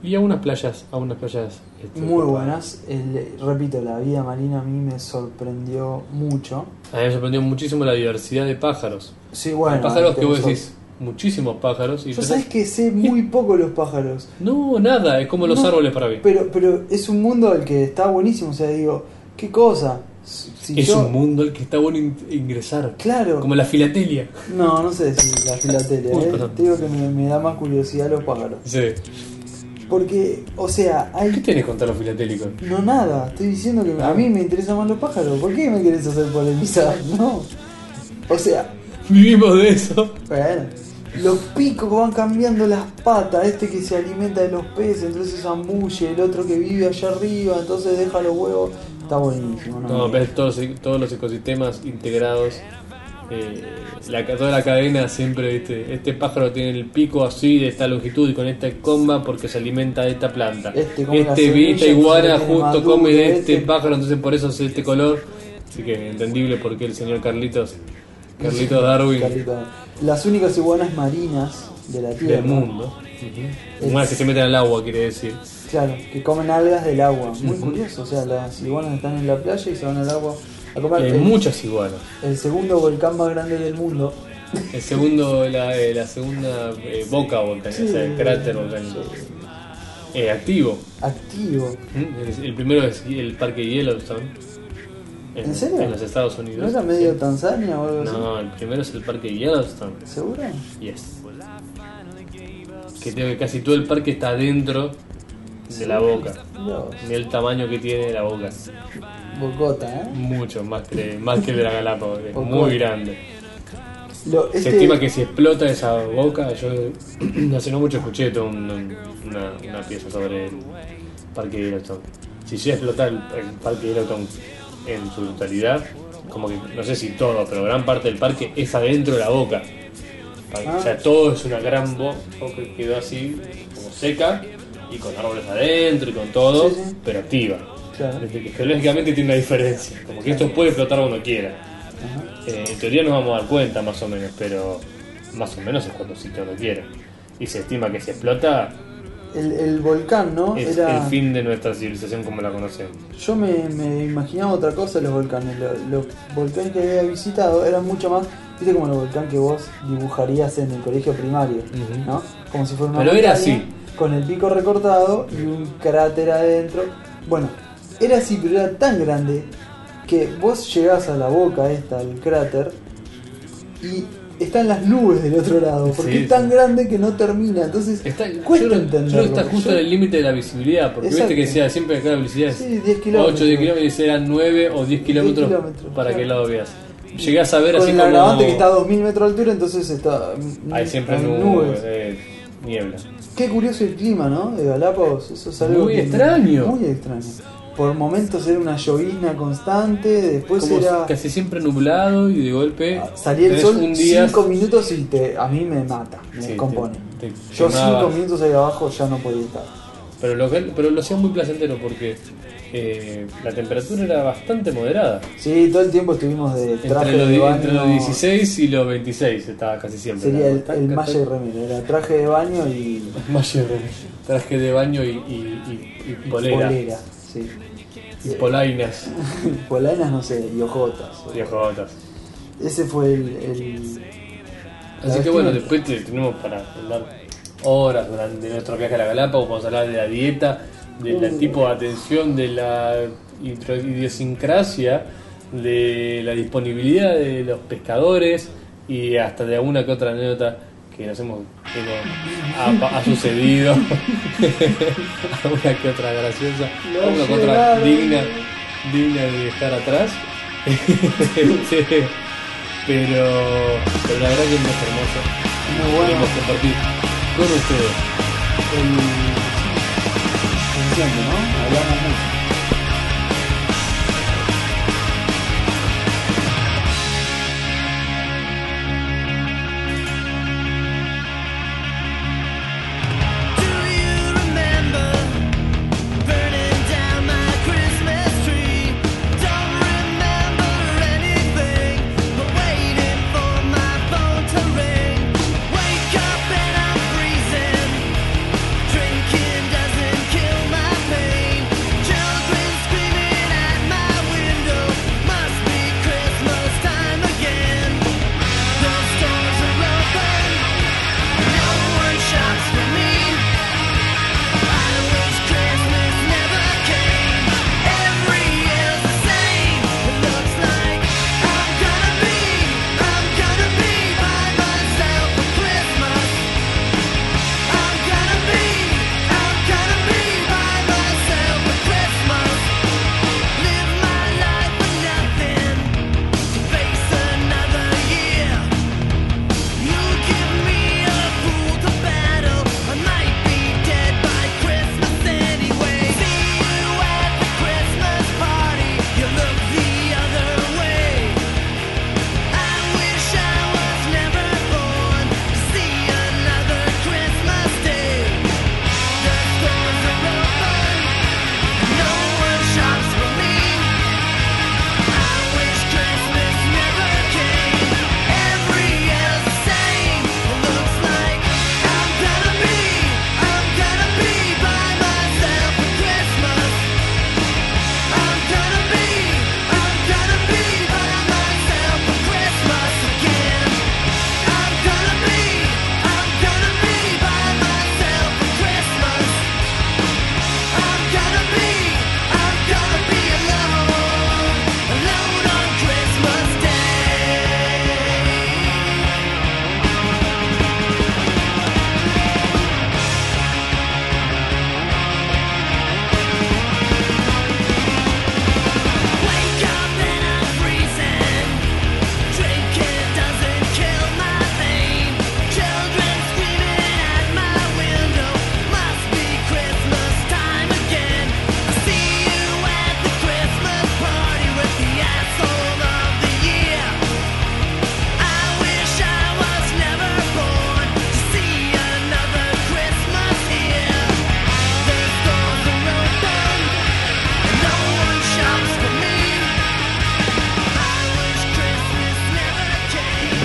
S4: Y algunas playas, algunas playas este,
S6: Muy buenas. El- repito, la vida marina a mí me sorprendió mucho.
S4: A mí me sorprendió muchísimo la diversidad de pájaros.
S6: Sí, bueno.
S4: pájaros que vos
S6: interesante.
S4: decís, muchísimos pájaros. Y
S6: Yo
S4: pensás,
S6: sabes que sé muy poco de los pájaros.
S4: No, nada, es como los
S6: No,
S4: árboles para mí.
S6: Pero, pero es un mundo al que está buenísimo. O sea, digo, qué cosa. Si si
S4: es
S6: yo-
S4: un mundo al que está bueno in- ingresar.
S6: Claro.
S4: Como la filatelia.
S6: No, no sé si la filatelia.
S4: Uy,
S6: ¿eh?
S4: perdón.
S6: Te digo que me, me da más curiosidad los pájaros.
S4: Sí.
S6: Porque, o sea,
S4: ¿Qué
S6: hay.
S4: tenés contra los filatélicos?
S6: No, nada, estoy diciendo que a mí me interesan más los pájaros. ¿Por qué me querés hacer polemizar? No. O sea,
S4: Vivimos de eso.
S6: bueno, los picos van cambiando las patas. Este que se alimenta de los peces, entonces zambulle. El otro que vive allá arriba, entonces deja los huevos. Está buenísimo, ¿no?
S4: No, ves todos, todos los ecosistemas integrados. eh, la, ca- toda la cadena siempre, ¿viste? este pájaro tiene el pico así de esta longitud y con esta comba porque se alimenta de esta planta.
S6: Este come la semilla,
S4: vista
S6: entonces
S4: iguana
S6: la tiene
S4: justo
S6: madura,
S4: come de este,
S6: este-
S4: pájaro, entonces por eso es este color. Así que entendible porque el señor Carlitos, Carlitos Darwin
S6: Carlito, Las únicas iguanas marinas de la Tierra.
S4: del mundo.
S6: Es-
S4: Una que se meten al agua, quiere decir.
S6: Claro, que comen algas del agua. Muy curioso, o sea, las iguanas están en la playa y se van al agua a
S4: Y
S6: comer.
S4: hay
S6: El-
S4: muchas iguanas.
S6: el segundo volcán más grande del mundo.
S4: El segundo, la, eh, la segunda eh, boca volcánica, o sea, el cráter volcánico. Eh, activo.
S6: Activo.
S4: ¿Mm? El, el primero es el parque Yellowstone.
S6: ¿En serio?
S4: En los Estados
S6: ¿No
S4: Unidos.
S6: era medio
S4: Sí.
S6: Tanzania o algo así?
S4: No, el primero es el parque Yellowstone.
S6: ¿Seguro?
S4: Yes. Que, tiene- casi todo el parque está adentro de la boca,
S6: No,
S4: ni el tamaño que tiene la boca.
S6: Bogotá, ¿eh?
S4: Mucho más que, de- más que de la Galápagos, es
S6: Poco.
S4: muy grande.
S6: Lo-
S4: Se
S6: este-
S4: estima que si explota esa boca, yo hace no mucho escuché toda un- un- una, una pieza sobre el parque de Yellowstone. Si llega a explotar el, el parque de Yellowstone en su totalidad, como que no sé si todo, pero gran parte del parque es adentro de la boca. Pa- O
S6: Ah.
S4: sea, todo es una gran bo- boca que quedó así, como seca, y con árboles adentro y con todo,
S6: Sí, sí.
S4: pero activa.
S6: Claro.
S4: Desde que geológicamente tiene una diferencia, como que esto puede explotar cuando quiera.
S6: Ajá.
S4: Eh, en teoría nos vamos a dar cuenta más o menos, pero más o menos es cuando Sito lo quiere. Y se estima que si explota
S6: El, el volcán, ¿no?
S4: es
S6: Era...
S4: el fin de nuestra civilización como la conocemos.
S6: Yo me, me imaginaba otra cosa de los volcanes. Lo- Los, volcanes que había visitado eran mucho más, viste como los volcanes que vos dibujarías en el colegio primario,
S4: Ujú.
S6: ¿no? Como si fuera una
S4: Pero era
S6: montaña
S4: así.
S6: Con el pico recortado y un cráter adentro. Bueno, era así, pero era tan grande que vos llegás a la boca esta, al cráter, y están las nubes del otro lado, porque
S4: Sí,
S6: es tan
S4: sí.
S6: grande que no termina. Entonces,
S4: Está, yo creo- yo creo
S6: cuesta
S4: que
S6: entenderlo.
S4: está justo
S6: Yo-
S4: en el límite de la visibilidad, porque
S6: Exacto.
S4: viste que sea siempre acá la visibilidad es
S6: Sí, 10 kilómetros.
S4: 8 10 kilómetros, eran 9 o 10 kilómetros
S6: kilómetros,
S4: para
S6: claro.
S4: que lado veas. Llegás a ver
S6: Con
S4: así
S6: el
S4: como.
S6: agravante que está a 2000 metros de altura, entonces está. mm,
S4: Hay siempre
S6: hay
S4: nubes, eh, niebla.
S6: Qué curioso el clima, ¿no? De Galápagos, eso es algo.
S4: Muy
S6: que-
S4: extraño.
S6: Muy extraño. Por momentos era una llovizna constante, después
S4: Como
S6: era. ah,
S4: casi siempre nublado y de golpe.
S6: Salía el
S4: tenés
S6: sol
S4: un día-
S6: 5 minutos y te, a mí me mata, me
S4: Sí,
S6: descompone.
S4: te- te
S6: Yo 5
S4: quemabas.
S6: minutos ahí abajo ya no podía estar.
S4: Pero lo, que- pero lo hacía muy placentero porque eh, la temperatura era bastante moderada.
S6: Sí, todo el tiempo estuvimos de traje
S4: Entre, los
S6: de
S4: di-
S6: baño.
S4: entre los 16 y los 26 estaba casi siempre.
S6: Sería
S4: Era
S6: el, el
S4: bastante-
S6: malla y remera, era traje de baño y.
S4: malla y remera. Traje de baño y, y, y- y polera.
S6: polera, sí.
S4: Y polainas
S6: Polainas, no sé, y ojotas.
S4: y ojotas.
S6: Ese fue el. el- la
S4: Así que bueno,
S6: vestimenta.
S4: después te- tenemos para hablar horas durante nuestro viaje a la Galápagos. Vamos a hablar de la dieta, del
S6: Uh.
S4: tipo de atención, de la intro- idiosincrasia, de la disponibilidad de los pescadores y hasta de alguna que otra anécdota que nos hemos que nos ha, pa- ha sucedido. alguna que otra graciosa,
S6: Lo
S4: alguna que otra
S6: llevaron.
S4: digna, digna de estar atrás. Este, pero, pero la verdad que es muy hermoso.
S6: Muy bueno.
S4: Queremos compartir con ustedes.
S6: Como siempre, ¿no? Hablamos mucho.
S7: Do you remember burning down my Christmas tree? Don't remember anything, but waiting for my phone to ring. Wake up and I'm freezing. Drinking doesn't kill my pain. Children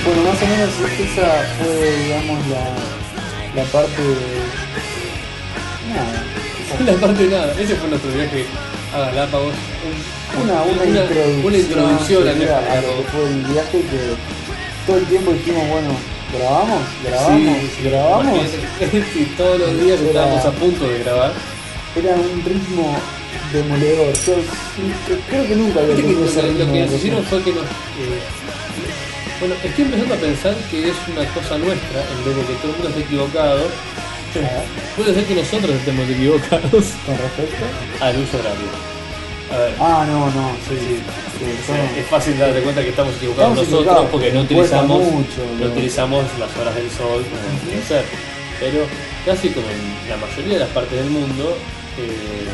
S6: Bueno, más o menos esa fue, digamos, la, la parte de... Nada.
S4: La parte de nada, ese fue nuestro viaje a Galápagos. Un-
S6: Una, una, introducción,
S4: una introducción a
S6: a, a lo que
S4: Galápagos.
S6: fue el viaje que todo el tiempo dijimos, bueno, grabamos, grabamos, grabamos.
S4: Sí, todos los días
S6: Era-
S4: estábamos a punto de grabar.
S6: Era un ritmo demoledor. Yo yo creo que nunca había
S4: Viste que
S6: tenido ese
S4: Lo
S6: ritmo.
S4: lo que
S6: de
S4: nos hicieron
S6: cocina.
S4: fue que nos. eh, bueno, estoy empezando a pensar que es una cosa nuestra, en vez de que todo el mundo esté equivocado, puede ser que nosotros estemos equivocados
S6: ¿Con respecto?
S4: al uso horario. A ver,
S6: Ah, no, no, sí, sí.
S4: o
S6: son-
S4: sea, es fácil darte cuenta que estamos equivocados
S6: Estamos
S4: nosotros
S6: equivocados,
S4: porque no
S6: porque cuesta
S4: utilizamos,
S6: mucho,
S4: no
S6: bro.
S4: utilizamos las horas del sol como tiene que ser. Pero casi como en la mayoría de las partes del mundo, eh,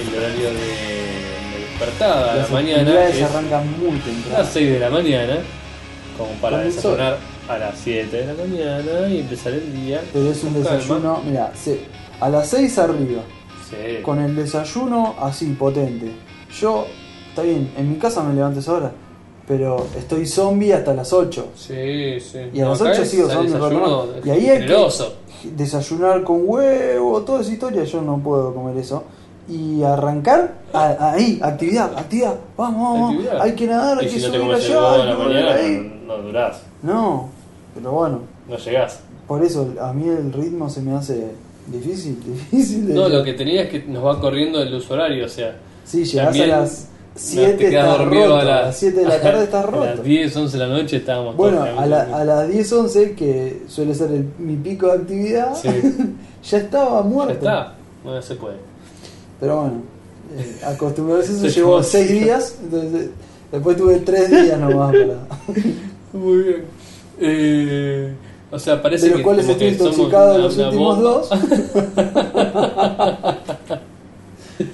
S4: el horario de, de despertada a la
S6: las
S4: mañana
S6: actividades
S4: es
S6: arrancan muy
S4: a
S6: temprano.
S4: las 6 de la mañana, como para
S6: Con el sol.
S4: desayunar a las 7 de la mañana y empezar el día.
S6: Pero es un
S4: con calma.
S6: desayuno, mira, se- a las 6 arriba,
S4: Sí.
S6: con el desayuno así potente. Yo, está bien, en mi casa me levanto esa hora, pero estoy zombie hasta las 8.
S4: Sí, sí.
S6: Y a las
S4: Acá
S6: 8
S4: es
S6: sigo
S4: al
S6: zombie
S4: desayuno
S6: retomando. Y ahí hay que-
S4: generoso.
S6: Desayunar con huevo, toda esa historia, yo no puedo comer eso. Y arrancar a- ahí, actividad, actividad, vamos, vamos,
S4: Actividad.
S6: hay que nadar, hay
S4: Y
S6: que
S4: si no te
S6: subir
S4: comes el
S6: allá,
S4: huevo a
S6: hay
S4: la
S6: que volver
S4: mañana,
S6: ahí.
S4: no, no durás,
S6: No, pero bueno,
S4: no llegás.
S6: por eso a mí el ritmo se me hace difícil, difícil. de
S4: No, lo que tenía es que nos va corriendo el uso horario, o sea.
S6: Sí, llegás a
S4: También
S6: las
S4: te
S6: 7
S4: quedas
S6: estás
S4: dormido
S6: roto,
S4: a,
S6: a
S4: las-
S6: las 7 de la tarde estás
S4: A las
S6: roto.
S4: 10, 11 de la noche estábamos
S6: Bueno,
S4: todos
S6: a, la- a las 10, 11, que suele ser el- mi pico de actividad,
S4: Sí.
S6: ya estaba
S4: Ya
S6: muerto.
S4: está, no se puede.
S6: Pero bueno, eh, acostumbrarse a eso
S4: Se
S6: llevó
S4: fue.
S6: 6 días, entonces, después tuve 3 días nomás para...
S4: Muy bien. Eh, o sea, parece
S6: de los
S4: que
S6: cuales
S4: como
S6: estoy
S4: que somos
S6: intoxicado en
S4: una-
S6: los
S4: una
S6: últimos
S4: bomba.
S6: dos.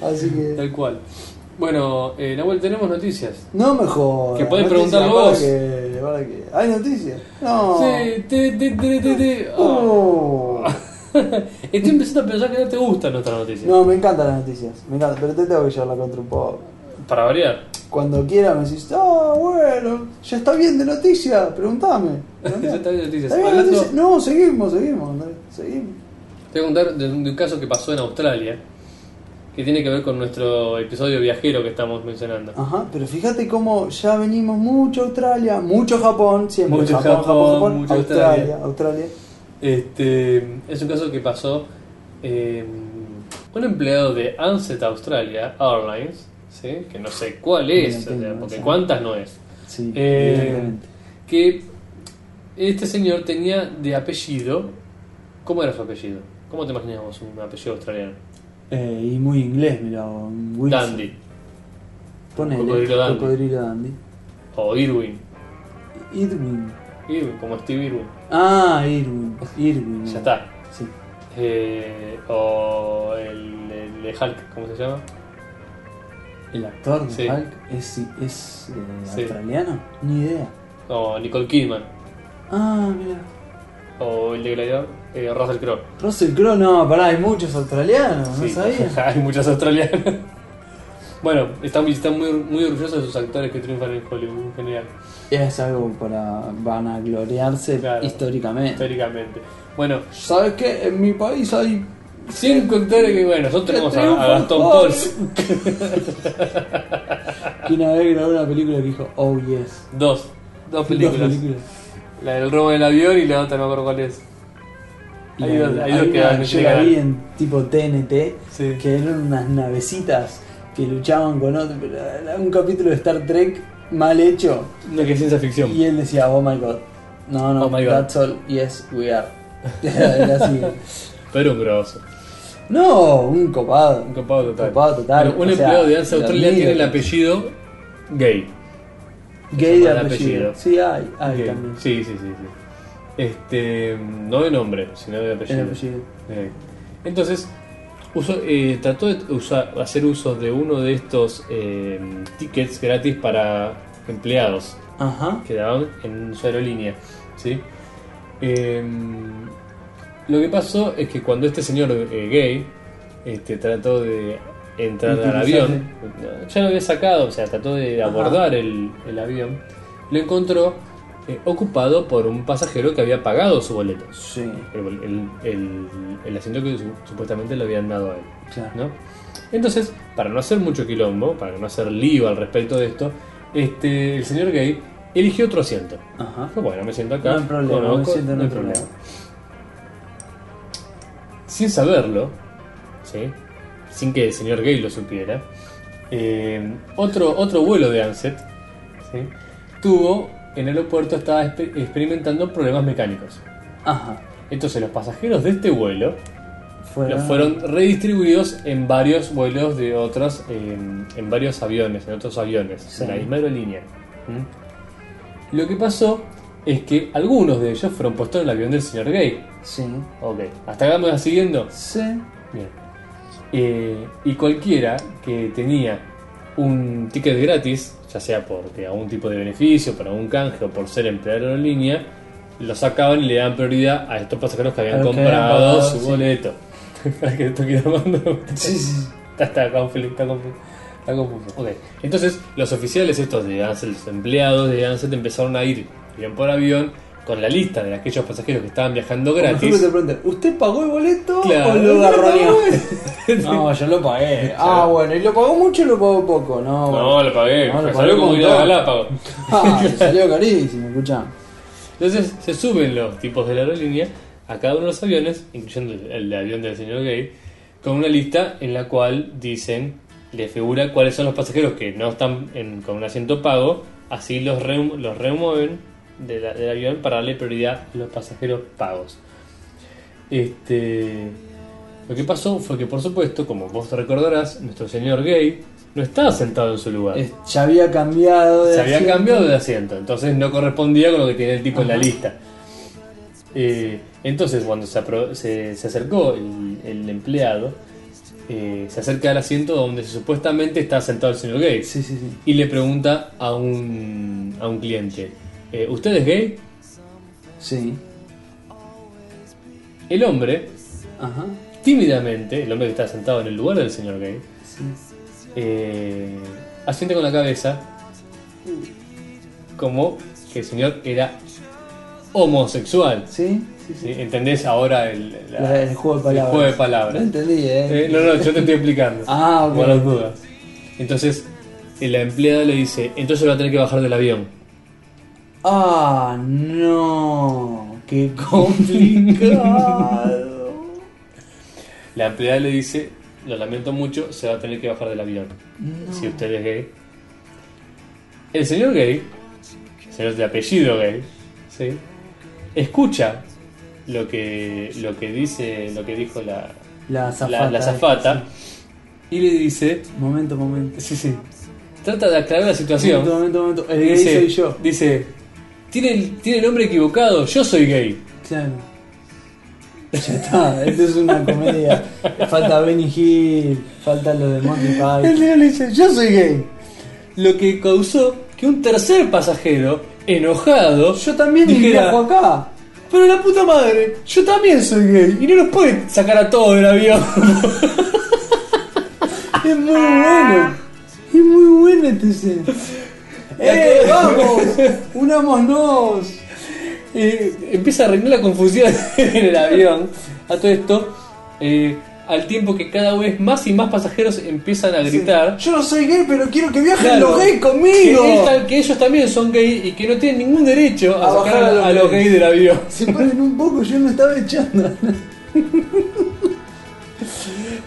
S6: Así que...
S4: Tal cual. Bueno, eh, Nahuel, tenemos noticias.
S6: No mejor.
S4: Que podés preguntar vos.
S6: Que, para que, ¿Hay noticias? No.
S4: Sí, te, te, te, te, te. Ah.
S6: Oh.
S4: Estoy empezando a pensar que no te gustan nuestras noticias.
S6: No, me encantan las noticias, me encanta, pero te tengo que llevar la contra un poco.
S4: Para variar.
S6: Cuando quiera me decís, ah, bueno, ya está bien de noticias, preguntame.
S4: Ya está bien de noticias.
S6: ¿Está bien de
S4: Hablando-
S6: noticias? No, seguimos, seguimos, Andrés, seguimos.
S4: Te voy a contar de un, de un caso que pasó en Australia, que tiene que ver con nuestro episodio viajero que estamos mencionando.
S6: Ajá, pero fíjate cómo ya venimos mucho a Australia, mucho Japón, siempre.
S4: Mucho
S6: Japón,
S4: Japón, mucho
S6: Australia,
S4: Australia.
S6: Australia.
S4: Este, es un caso que pasó. eh, un empleado de Ansett Australia Airlines, ¿sí? que no sé cuál es,
S6: Mira,
S4: o sea,
S6: tengo,
S4: porque
S6: sí.
S4: cuántas no es,
S6: Sí,
S4: Eh,
S6: evidentemente.
S4: que este señor tenía de apellido. ¿Cómo era su apellido? ¿Cómo te imaginabas un apellido australiano?
S8: Eh, y muy inglés, mirá, un Wilson.
S4: Dandy
S6: Ponele,
S4: Cocodrilo Dandy.
S6: Cocodrilo Dandy.
S4: o Irwin.
S8: Irwin.
S4: Irwin, como Steve Irwin.
S8: Ah, Irwin. Irwin.
S4: Ya está.
S8: Sí.
S4: Eh, o el, el de Hulk, ¿cómo se llama?
S8: El actor de
S4: Sí.
S8: Hulk es, es eh,
S4: Sí.
S8: australiano. Ni idea.
S4: O Nicole Kidman.
S8: Ah, mira.
S4: O el de Gladiador, eh, Russell Crowe.
S8: Russell Crowe, no, pará, hay muchos australianos,
S4: Sí,
S8: Ah, no sabía.
S4: Hay muchas australianas. bueno, están, están muy, muy orgullosos de sus actores que triunfan en Hollywood en general,
S8: Es algo para vanagloriarse
S4: Claro.
S8: históricamente.
S4: históricamente. Bueno,
S8: ¿Sabes qué? En mi país hay.
S4: sin contar que, bueno, nosotros
S8: Que
S4: tenemos a,
S8: triunfa
S4: a Gastón
S8: Hulk.
S4: Pauls.
S8: Y una vez grabó una película que dijo, oh yes.
S4: Dos, dos películas.
S8: Dos películas.
S4: La del robo del avión y la otra no me acuerdo cuál es.
S8: Y
S4: Hay dos-
S8: la-
S4: hay dos que
S8: una
S4: dan ese
S8: yo la
S4: canal.
S8: vi en tipo TNT,
S4: Sí.
S8: que eran unas navecitas que luchaban con otro. pero era Un capítulo de Star Trek mal hecho.
S4: Una que es ciencia ficción.
S8: Y él decía, oh my god. No, no,
S4: Oh my God.
S8: that's all, yes, we are. Era así.
S4: Pero un grosso.
S8: No, un copado.
S4: Un copado total.
S8: Copado total,
S4: Bueno, un
S8: o sea,
S4: empleado de Ansa
S8: lo
S4: Australia tiene el
S8: admiro.
S4: apellido gay.
S8: Gay de
S4: Llama el
S8: apellido.
S4: apellido.
S8: Sí, hay, hay
S4: Gay.
S8: también.
S4: Sí, sí, sí, sí. Este, no de nombre, sino de apellido.
S8: El apellido.
S4: Eh, Entonces, usó- eh, trató de usar- hacer uso de uno de estos eh, tickets gratis para empleados
S8: Ajá.
S4: que daban en su aerolínea. ¿sí? Eh, lo que pasó es que cuando este señor eh, gay este, trató de entrar al avión, ya lo había sacado, o sea, trató de abordar el, el avión, lo encontró eh, ocupado por un pasajero que había pagado su boleto.
S6: Sí,
S4: El, bol- el- el- el asiento que su- supuestamente le habían dado a él.
S6: claro.
S4: ¿no? Entonces, para no hacer mucho quilombo, para no hacer lío al respecto de esto, este, el señor gay eligió otro asiento.
S6: Ajá.
S4: Dijo, bueno, me siento acá.
S6: No hay problema, me
S4: conozco,
S6: siento en
S4: no hay
S6: otro
S4: problema.
S6: lado.
S4: Sin saberlo, ¿sí? sin que el señor gay lo supiera, eh, otro, otro vuelo de Anset ¿sí? tuvo en el aeropuerto, estaba exper- experimentando problemas mecánicos.
S6: Ajá.
S4: Entonces los pasajeros de este vuelo
S6: Fueron,
S4: los fueron redistribuidos en varios vuelos de otras, eh, en varios aviones, en otros aviones,
S6: Sí.
S4: en la misma aerolínea. ¿Mm? Lo que pasó es que algunos de ellos fueron puestos en el avión del señor Gay.
S6: Sí.
S4: Ok, ¿hasta acá me vas siguiendo?
S6: Sí.
S4: Bien. Eh, y cualquiera que tenía un ticket gratis, ya sea porque algún tipo de beneficio, por algún canje o por ser empleado de la aerolínea, lo sacaban y le daban prioridad a estos pasajeros que habían
S6: A los que habían
S4: comprado
S6: pagado,
S4: su
S6: sí.
S4: boleto. Para que esto quede armando.
S6: Sí, sí.
S4: Está, está confuso, está confuso, está confuso. Ok. Entonces, los oficiales estos de Ansel, los empleados de Ansel, empezaron a ir, iban por avión, con la lista de aquellos pasajeros que estaban viajando
S6: Nosotros te
S4: gratis.
S6: preguntan, ¿usted pagó el boleto
S4: Claro.
S6: o lo garroneó?
S5: No, yo lo pagué.
S6: ah, bueno, ¿y lo pagó mucho o lo pagó poco?
S4: No,
S6: No, bueno.
S4: lo pagué.
S6: No, lo
S4: me
S6: pagué
S4: salió como
S6: con
S4: ir a
S6: todo.
S4: Galápagos.
S6: Ah, le salió carísimo, escuchá.
S4: Entonces, se suben los tipos de la aerolínea a cada uno de los aviones, incluyendo el, el avión del señor Gay, con una lista en la cual dicen, le figura cuáles son los pasajeros que no están en- con un asiento pago, así los, reu- los remueven de la- del avión para darle prioridad a los pasajeros pagos. Este, lo que pasó fue que, por supuesto, como vos recordarás, nuestro señor Gay no estaba sentado en su lugar.
S6: Eh, Ya había cambiado de
S4: Se había
S6: asiento.
S4: cambiado de asiento, entonces no correspondía con lo que tenía el tipo en la lista. Eh, entonces, cuando se, apro- se- se acercó el, el empleado, eh, se acerca al asiento donde supuestamente está sentado el señor Gay
S6: Sí, sí, sí.
S4: y le pregunta a un, a un cliente: eh, ¿Usted es gay?
S6: Sí.
S4: El hombre,
S6: Ajá.
S4: tímidamente, el hombre que está sentado en el lugar del señor Gay,
S6: Sí.
S4: eh, asiente con la cabeza como que el señor era homosexual.
S6: Sí, sí, sí.
S4: ¿Sí? ¿Entendés ahora el, la-
S6: La- el juego de palabras.
S4: el juego de palabras?
S6: No entendí, eh.
S4: Eh, no, no, yo te estoy explicando.
S6: Ah, ok.
S4: Por las dudas. Entonces, eh, la empleada le dice, entonces va a tener que bajar del avión.
S6: Ah, no. Qué complicado.
S4: La empleada le dice, lo lamento mucho, se va a tener que bajar del avión. Si usted es gay. El señor gay, el señor de apellido gay, ¿sí? escucha lo que, lo que dice, lo que dijo la,
S6: la zafata. eh.
S4: la, la zafata y le dice,
S6: Momento, momento.
S4: sí, sí, trata de aclarar la situación.
S6: Momento, momento, momento. El
S4: Y
S6: gay
S4: dice,
S6: soy yo.
S4: Dice, tiene el, tiene el nombre equivocado, yo soy gay.
S6: Claro. Ya está, esto es una comedia. Falta Benny Hill, falta los de Monty Python.
S4: le dice, yo soy gay. Lo que causó que un tercer pasajero, enojado,
S6: Yo también
S4: dijera,
S6: viajo acá.
S4: pero la puta madre, yo también soy gay y no nos pueden sacar a todos del avión.
S6: Es muy bueno. Es muy bueno este ser. ¡Eh, vamos! ¡Unámonos!
S4: Eh, empieza a reinar la confusión en el avión. A todo esto, eh, al tiempo que cada vez más y más pasajeros empiezan a gritar.
S6: Yo no soy gay, pero quiero que viajen
S4: Claro,
S6: los gays
S4: Que,
S6: conmigo.
S4: él tal- que ellos también son gay y que no tienen ningún derecho a,
S6: A
S4: sacar
S6: bajar
S4: a,
S6: a los
S4: a los
S6: gays.
S4: gays del avión.
S6: Se paren un poco, yo no estaba echando.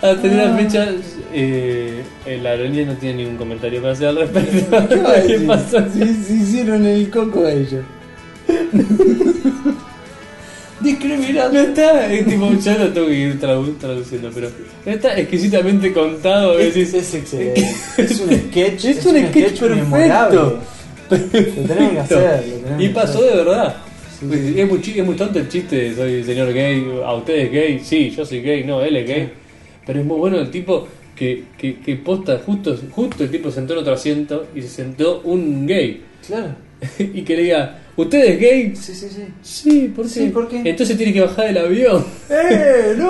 S4: Hasta
S6: Ah.
S4: la Ah, fecha, eh, la aerolínea no tiene ningún comentario para hacer al respecto.
S6: ¿Qué va a
S4: ¿Qué
S6: decir?
S4: pasó?
S6: Se, se hicieron el coco a ellos.
S4: No está, es tipo, ya lo tengo que ir tradu- traduciendo, pero está exquisitamente contado.
S6: Es,
S4: decís,
S6: es excelente. Es un sketch.
S4: Es un sketch
S6: memorable. Lo tenemos é? que
S4: Perfecto.
S6: hacer. lo tenemos
S4: Y
S6: que
S4: pasó
S6: hacer.
S4: de verdad.
S6: Sí,
S4: Pues,
S6: sí.
S4: Es, muy, chi- es muy tonto el chiste de soy señor gay, a usted es gay, sí, yo soy gay, no, él es gay. Pero es muy bueno el tipo que, que, que posta, justo, justo el tipo sentó en otro asiento y se sentó un gay.
S6: Claro.
S4: y que le diga, ¿usted es gay?
S6: Sí, sí, sí.
S4: Sí, ¿por qué?
S6: Sí, ¿por qué?
S4: Entonces tiene que bajar del avión.
S6: ¡Eh!
S4: Eh.
S6: ¡No!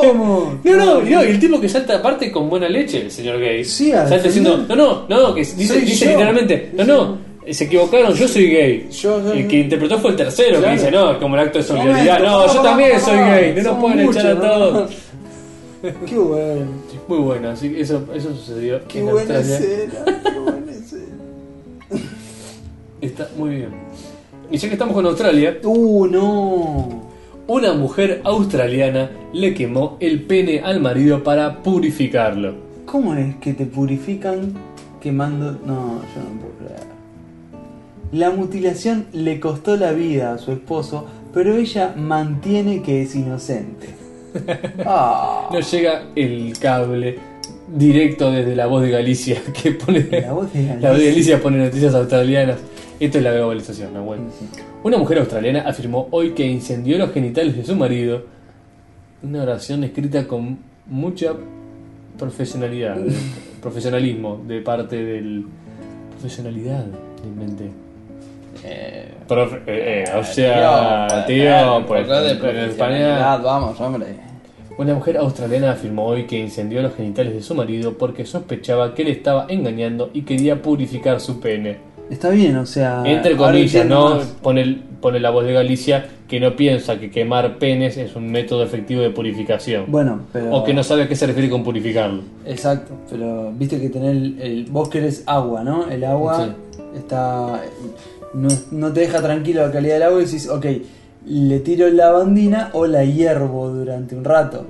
S6: ¿Cómo?
S4: No, no, y no, y el tipo que salta aparte con buena leche, el señor gay.
S6: Sí, al
S4: salta diciendo,
S6: final-
S4: no, no, no, que dice,
S6: Soy
S4: dice
S6: yo.
S4: literalmente, no,
S6: Dice-
S4: no, Se equivocaron, yo soy gay.
S5: Yo soy-
S4: El que interpretó fue el tercero,
S5: Claro.
S4: que dice, no, como un acto de solidaridad.
S5: Momento,
S4: No, yo
S5: pará,
S4: también
S5: pará,
S4: soy
S5: pará.
S4: gay, no nos
S5: Somos
S4: pueden echar a
S6: né?
S5: muchos, ¿no?
S4: todos.
S5: Qué bueno.
S4: Muy bueno, así que eso, eso sucedió.
S5: Qué
S4: en
S6: é
S5: buena
S4: Australia.
S5: escena. Qué buena escena.
S4: Está muy bien. Y ya que estamos con Australia,
S6: Uh, no.
S4: una mujer australiana le quemó el pene al marido para purificarlo.
S6: ¿Cómo es que te purifican quemando.? No, yo no puedo creer. La mutilación le costó la vida a su esposo, pero ella mantiene que es inocente. Ah,
S4: Nos llega el cable directo desde la voz de Galicia que pone.
S6: la voz de
S4: La voz de
S6: Alicia.
S4: Galicia pone noticias australianas. Esto es la globalización, Nahuel. Una mujer australiana afirmó hoy que incendió los genitales de su marido. Una oración escrita con mucha profesionalidad, eh, profesionalismo de parte del. Profesionalidad, inventé. Profe- eh, eh, o sea, tío,
S5: Ah, eh, un
S4: pues.
S5: poco de
S4: pero en
S5: profesionalidad,
S4: España.
S5: Vamos, hombre.
S4: Una mujer australiana afirmó hoy que incendió los genitales de su marido porque sospechaba que le estaba engañando y quería purificar su pene.
S6: Está bien, o sea.
S4: Entre
S6: Ah, ahora
S4: comillas,
S6: entiendo
S4: ¿no?
S6: más.
S4: Pone, el- pone la voz de Galicia que no piensa que quemar penes es un método efectivo de purificación.
S6: Bueno, pero.
S4: o que no sabe a qué se refiere con purificarlo.
S6: Exacto, pero viste que tener el, el- vos querés agua, ¿no? El agua está no, no te deja tranquilo la calidad del agua y decís, ok, le tiro la bandina o la hiervo durante un rato.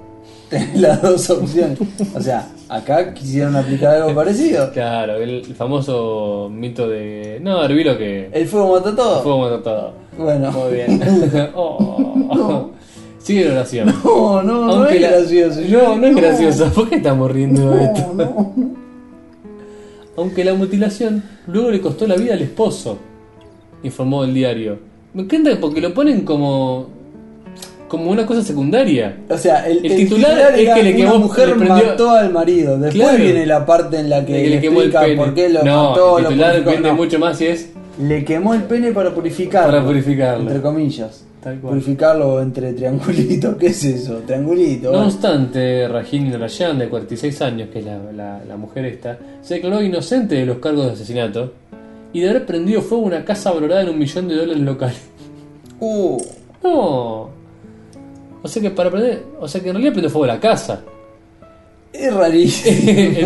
S6: Tenés las dos opciones. O sea, acá quisieron aplicar
S4: Eh,
S6: algo parecido.
S4: Claro, el, el famoso mito de. No, herví lo que.
S6: El fuego mata todo.
S4: Fuego mata todo.
S6: Bueno.
S4: Muy bien. Oh. Sigue la oración.
S6: No, no, no es
S4: la-
S6: gracioso.
S4: No, no es gracioso. ¿Por qué estamos riendo de esto? Aunque la mutilación luego le costó la vida al esposo, informó el diario. Me encanta porque lo ponen como. como una cosa secundaria.
S6: O sea, el,
S4: El titular es
S6: era
S4: que le
S6: una
S4: quemó-
S6: mujer
S4: le prendió-
S6: mató al marido. Después
S4: Claro.
S6: viene la parte en la que,
S4: De que le quemó el
S6: explica
S4: pene.
S6: por qué lo
S4: no,
S6: mató.
S4: el
S6: lo
S4: titular
S6: purificó.
S4: vende
S6: No.
S4: mucho más y es.
S6: Le quemó el pene para purificarlo.
S4: Para purificarlo.
S6: Entre comillas.
S4: Tal cual.
S6: Purificarlo entre triangulitos. ¿Qué es eso? Triangulito.
S4: No
S6: bueno.
S4: obstante, Rajin Narayan, de 46 años, que es la, la- la mujer esta, se declaró inocente de los cargos de asesinato y de haber prendido fuego a una casa valorada en un millón de dólares locales.
S6: Uh,
S4: No. O sea que para prender. O sea que en realidad prendió fuego la casa.
S6: es rarísimo.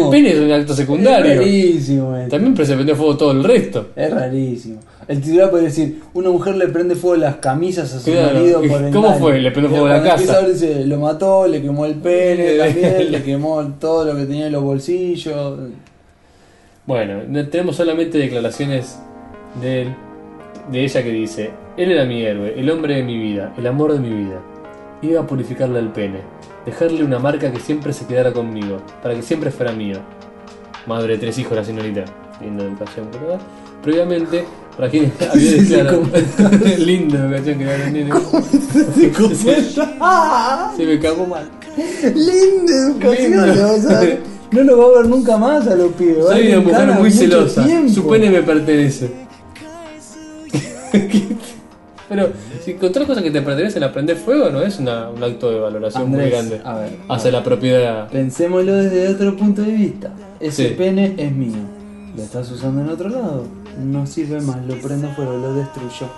S4: el pene es un acto
S6: Es
S4: secundario.
S6: rarísimo. esto.
S4: También se prendió fuego todo el resto.
S6: Es rarísimo. El titular puede decir: Una mujer le prende fuego las camisas a su
S4: Claro.
S6: marido por el
S4: ¿Cómo fue? Le prendió fuego la casa.
S6: lo mató, le quemó el pene,
S4: Le-
S6: también, le quemó todo lo que tenía en los bolsillos.
S4: Bueno, no- tenemos solamente declaraciones de él, de ella que dice: Él era mi héroe, el hombre de mi vida, el amor de mi vida. Iba a purificarle el pene, dejarle una marca que siempre se quedara conmigo, para que siempre fuera mío. Madre de tres hijos, la señorita. Linda educación que le da. Previamente, Raquel había
S6: Sí, sí,
S4: declarado.
S6: como-
S4: Linda educación que le da el nene. Se me cagó mal.
S6: Linda educación,
S4: Lindo.
S6: ¿no? O sea, no lo va a ver nunca más a los pibes. va a
S4: Soy una
S6: estar
S4: mujer
S6: a
S4: muy
S6: mucho
S4: celosa.
S6: tiempo.
S4: Su pene me pertenece. Pero si encontrar cosas que te pertenecen a prender fuego no es una- un acto de valoración muy
S6: Andrés,
S4: grande
S6: a ver, a
S4: hacia la propiedad.
S6: Pensémoslo desde otro punto de vista. Ese
S4: Sí.
S6: pene es mío. Lo estás usando en otro lado. No sirve más, lo prendo fuera, lo destruyo.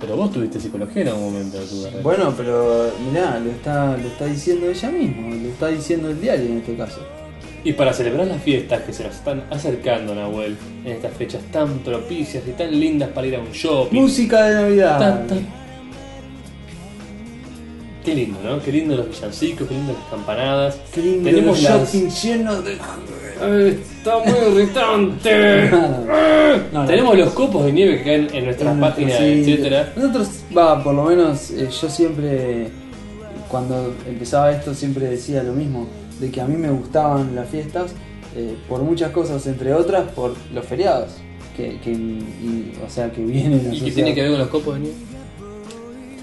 S4: Pero vos tuviste psicología en algún momento de tu carrera.
S6: Bueno, pero mirá, lo está, lo está diciendo ella misma, lo está diciendo el diario en este caso.
S4: Y para celebrar las fiestas que se nos están acercando, Nahuel, en estas fechas tan propicias y tan lindas para ir a un shopping.
S6: Música de Navidad.
S4: Tan, tan. Qué lindo, ¿no? Qué lindo los villancicos, qué lindo las campanadas.
S6: Qué lindo,
S4: Tenemos
S6: las-
S4: shopping
S6: lleno de...
S4: Ay, Eh, Está muy irritante.
S6: No, no. Ah,
S4: Tenemos los copos de nieve que caen en nuestras
S6: En nuestro
S4: páginas,
S6: sitio.
S4: etcétera.
S6: Nosotros, va, por lo menos eh, yo siempre, cuando empezaba esto, siempre decía lo mismo, de que a mí me gustaban las fiestas eh, por muchas cosas, entre otras por los feriados, que, que- y- o sea, que vienen
S4: ¿Y qué
S6: asociados.
S4: tiene que ver con los copos de nieve?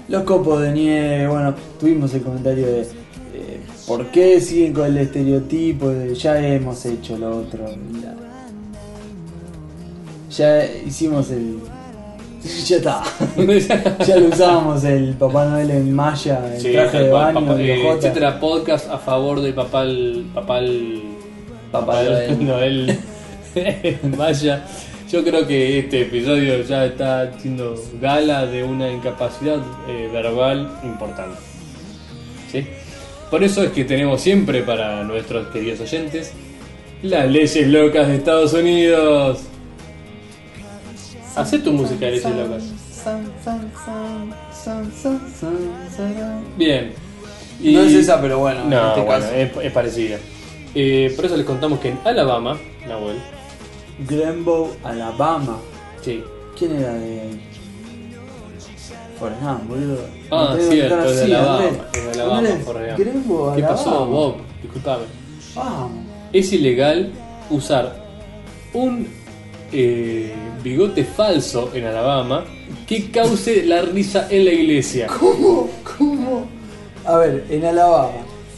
S6: Los copos de nieve, bueno, tuvimos el comentario de eh, por qué siguen con el estereotipo de ya hemos hecho lo otro. la- Ya hicimos el... Ya está. Ya lo usábamos el Papá Noel en malla, el
S4: Sí,
S6: traje
S4: tal
S6: de
S4: cual,
S6: baño,
S4: papá-
S6: el
S4: eh,
S6: ojota.
S4: etcétera. Podcast a favor del papal. Papal.
S6: Papá Noel.
S4: Noel. Vaya. Yo creo que este episodio ya está haciendo gala de una incapacidad eh, verbal importante. ¿Sí? Por eso es que tenemos siempre para nuestros queridos oyentes las leyes locas de Estados Unidos. Hacé tu música de leyes locas. Bien.
S5: No es esa, pero bueno, en
S4: No,
S5: este
S4: bueno,
S5: caso.
S4: es, es parecida. Eh, por eso les contamos que en Alabama, Nahuel,
S6: Glenbow, Alabama.
S4: sí,
S6: ¿Quién era de.? Forrest Gump, boludo.
S4: Ah,
S6: Me tengo que
S4: cierto,
S6: contar
S4: es de
S6: así,
S4: Alabama,
S6: Andrés.
S4: es de Alabama,
S6: Andrés,
S4: Forrest Gump.
S6: Glenbow,
S4: ¿Qué
S6: Alabama.
S4: pasó, Bob? Disculpame.
S6: Vamos.
S4: Es ilegal usar un eh, bigote falso en Alabama que cause la risa en la iglesia.
S5: ¿Cómo? ¿Cómo? A ver, en Alabama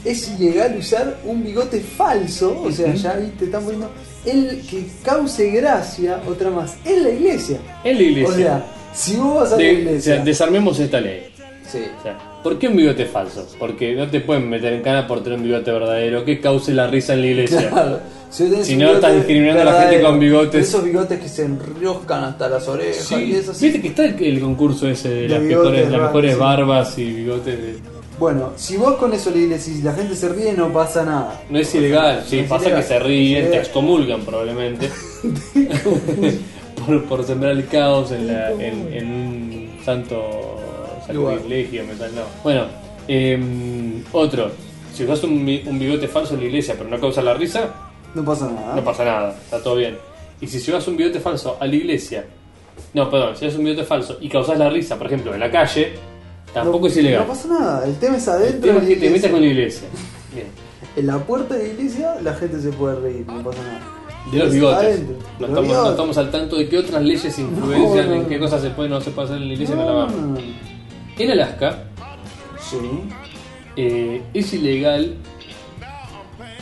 S5: es ilegal usar un bigote falso, o sea, ya ahí te están poniendo el que cause gracia, otra más, en la iglesia.
S4: En la iglesia.
S5: O sea, si vos vas a
S4: De-
S5: la
S4: o sea,
S5: iglesia.
S4: desarmemos esta ley.
S5: Sí.
S4: O sea, ¿Por qué un bigote falso? Porque no te pueden meter en cana por tener un bigote verdadero que cause la risa en la iglesia.
S5: Claro. Si, vos tenés
S4: Si
S5: un
S4: no, estás
S5: bigote
S4: discriminando a la gente
S5: verdadero,
S4: con bigotes.
S5: Esos bigotes que se enroscan hasta las orejas y
S4: Sí,
S5: esas.
S4: viste que está el, el concurso ese de,
S5: De
S4: las
S5: bigotes
S4: mejores, las
S5: raros,
S4: mejores
S5: sí.
S4: barbas y bigotes. de-
S5: Bueno, si vos con eso le dices y la gente se ríe, no pasa nada.
S4: No es ilegal, sí,
S5: No es
S4: pasa
S5: ilegal.
S4: que se ríen,
S5: Sí.
S4: te excomulgan probablemente. por, por sembrar el caos en, la- en- en un santo
S5: Lugar.
S4: sacrilegio, me sal- no. Bueno, em, otro. Si usas un, bi- un bigote falso en la iglesia pero no causa la risa,
S5: No pasa nada.
S4: no pasa nada, está todo bien. Y si llevas un bigote falso a la iglesia, no, perdón, si llevas un bigote falso y causas la risa, por ejemplo, en la calle, tampoco
S5: No-
S4: es ilegal.
S5: No pasa nada, el tema es adentro
S4: El tema es
S5: de
S4: que
S5: la
S4: te metas
S5: iglesia.
S4: con la iglesia. Bien.
S5: En la puerta de la iglesia la gente se puede reír, no pasa nada.
S4: De los
S5: Es
S4: bigotes.
S5: adentro.
S4: No
S5: Los
S4: estamos, no
S5: bigotes.
S4: estamos al tanto de qué otras leyes influencian
S5: No, no.
S4: en qué cosas se pueden o no se pueden hacer en la iglesia en Alabama.
S5: No.
S4: En Alaska
S5: Sí.
S4: eh, es ilegal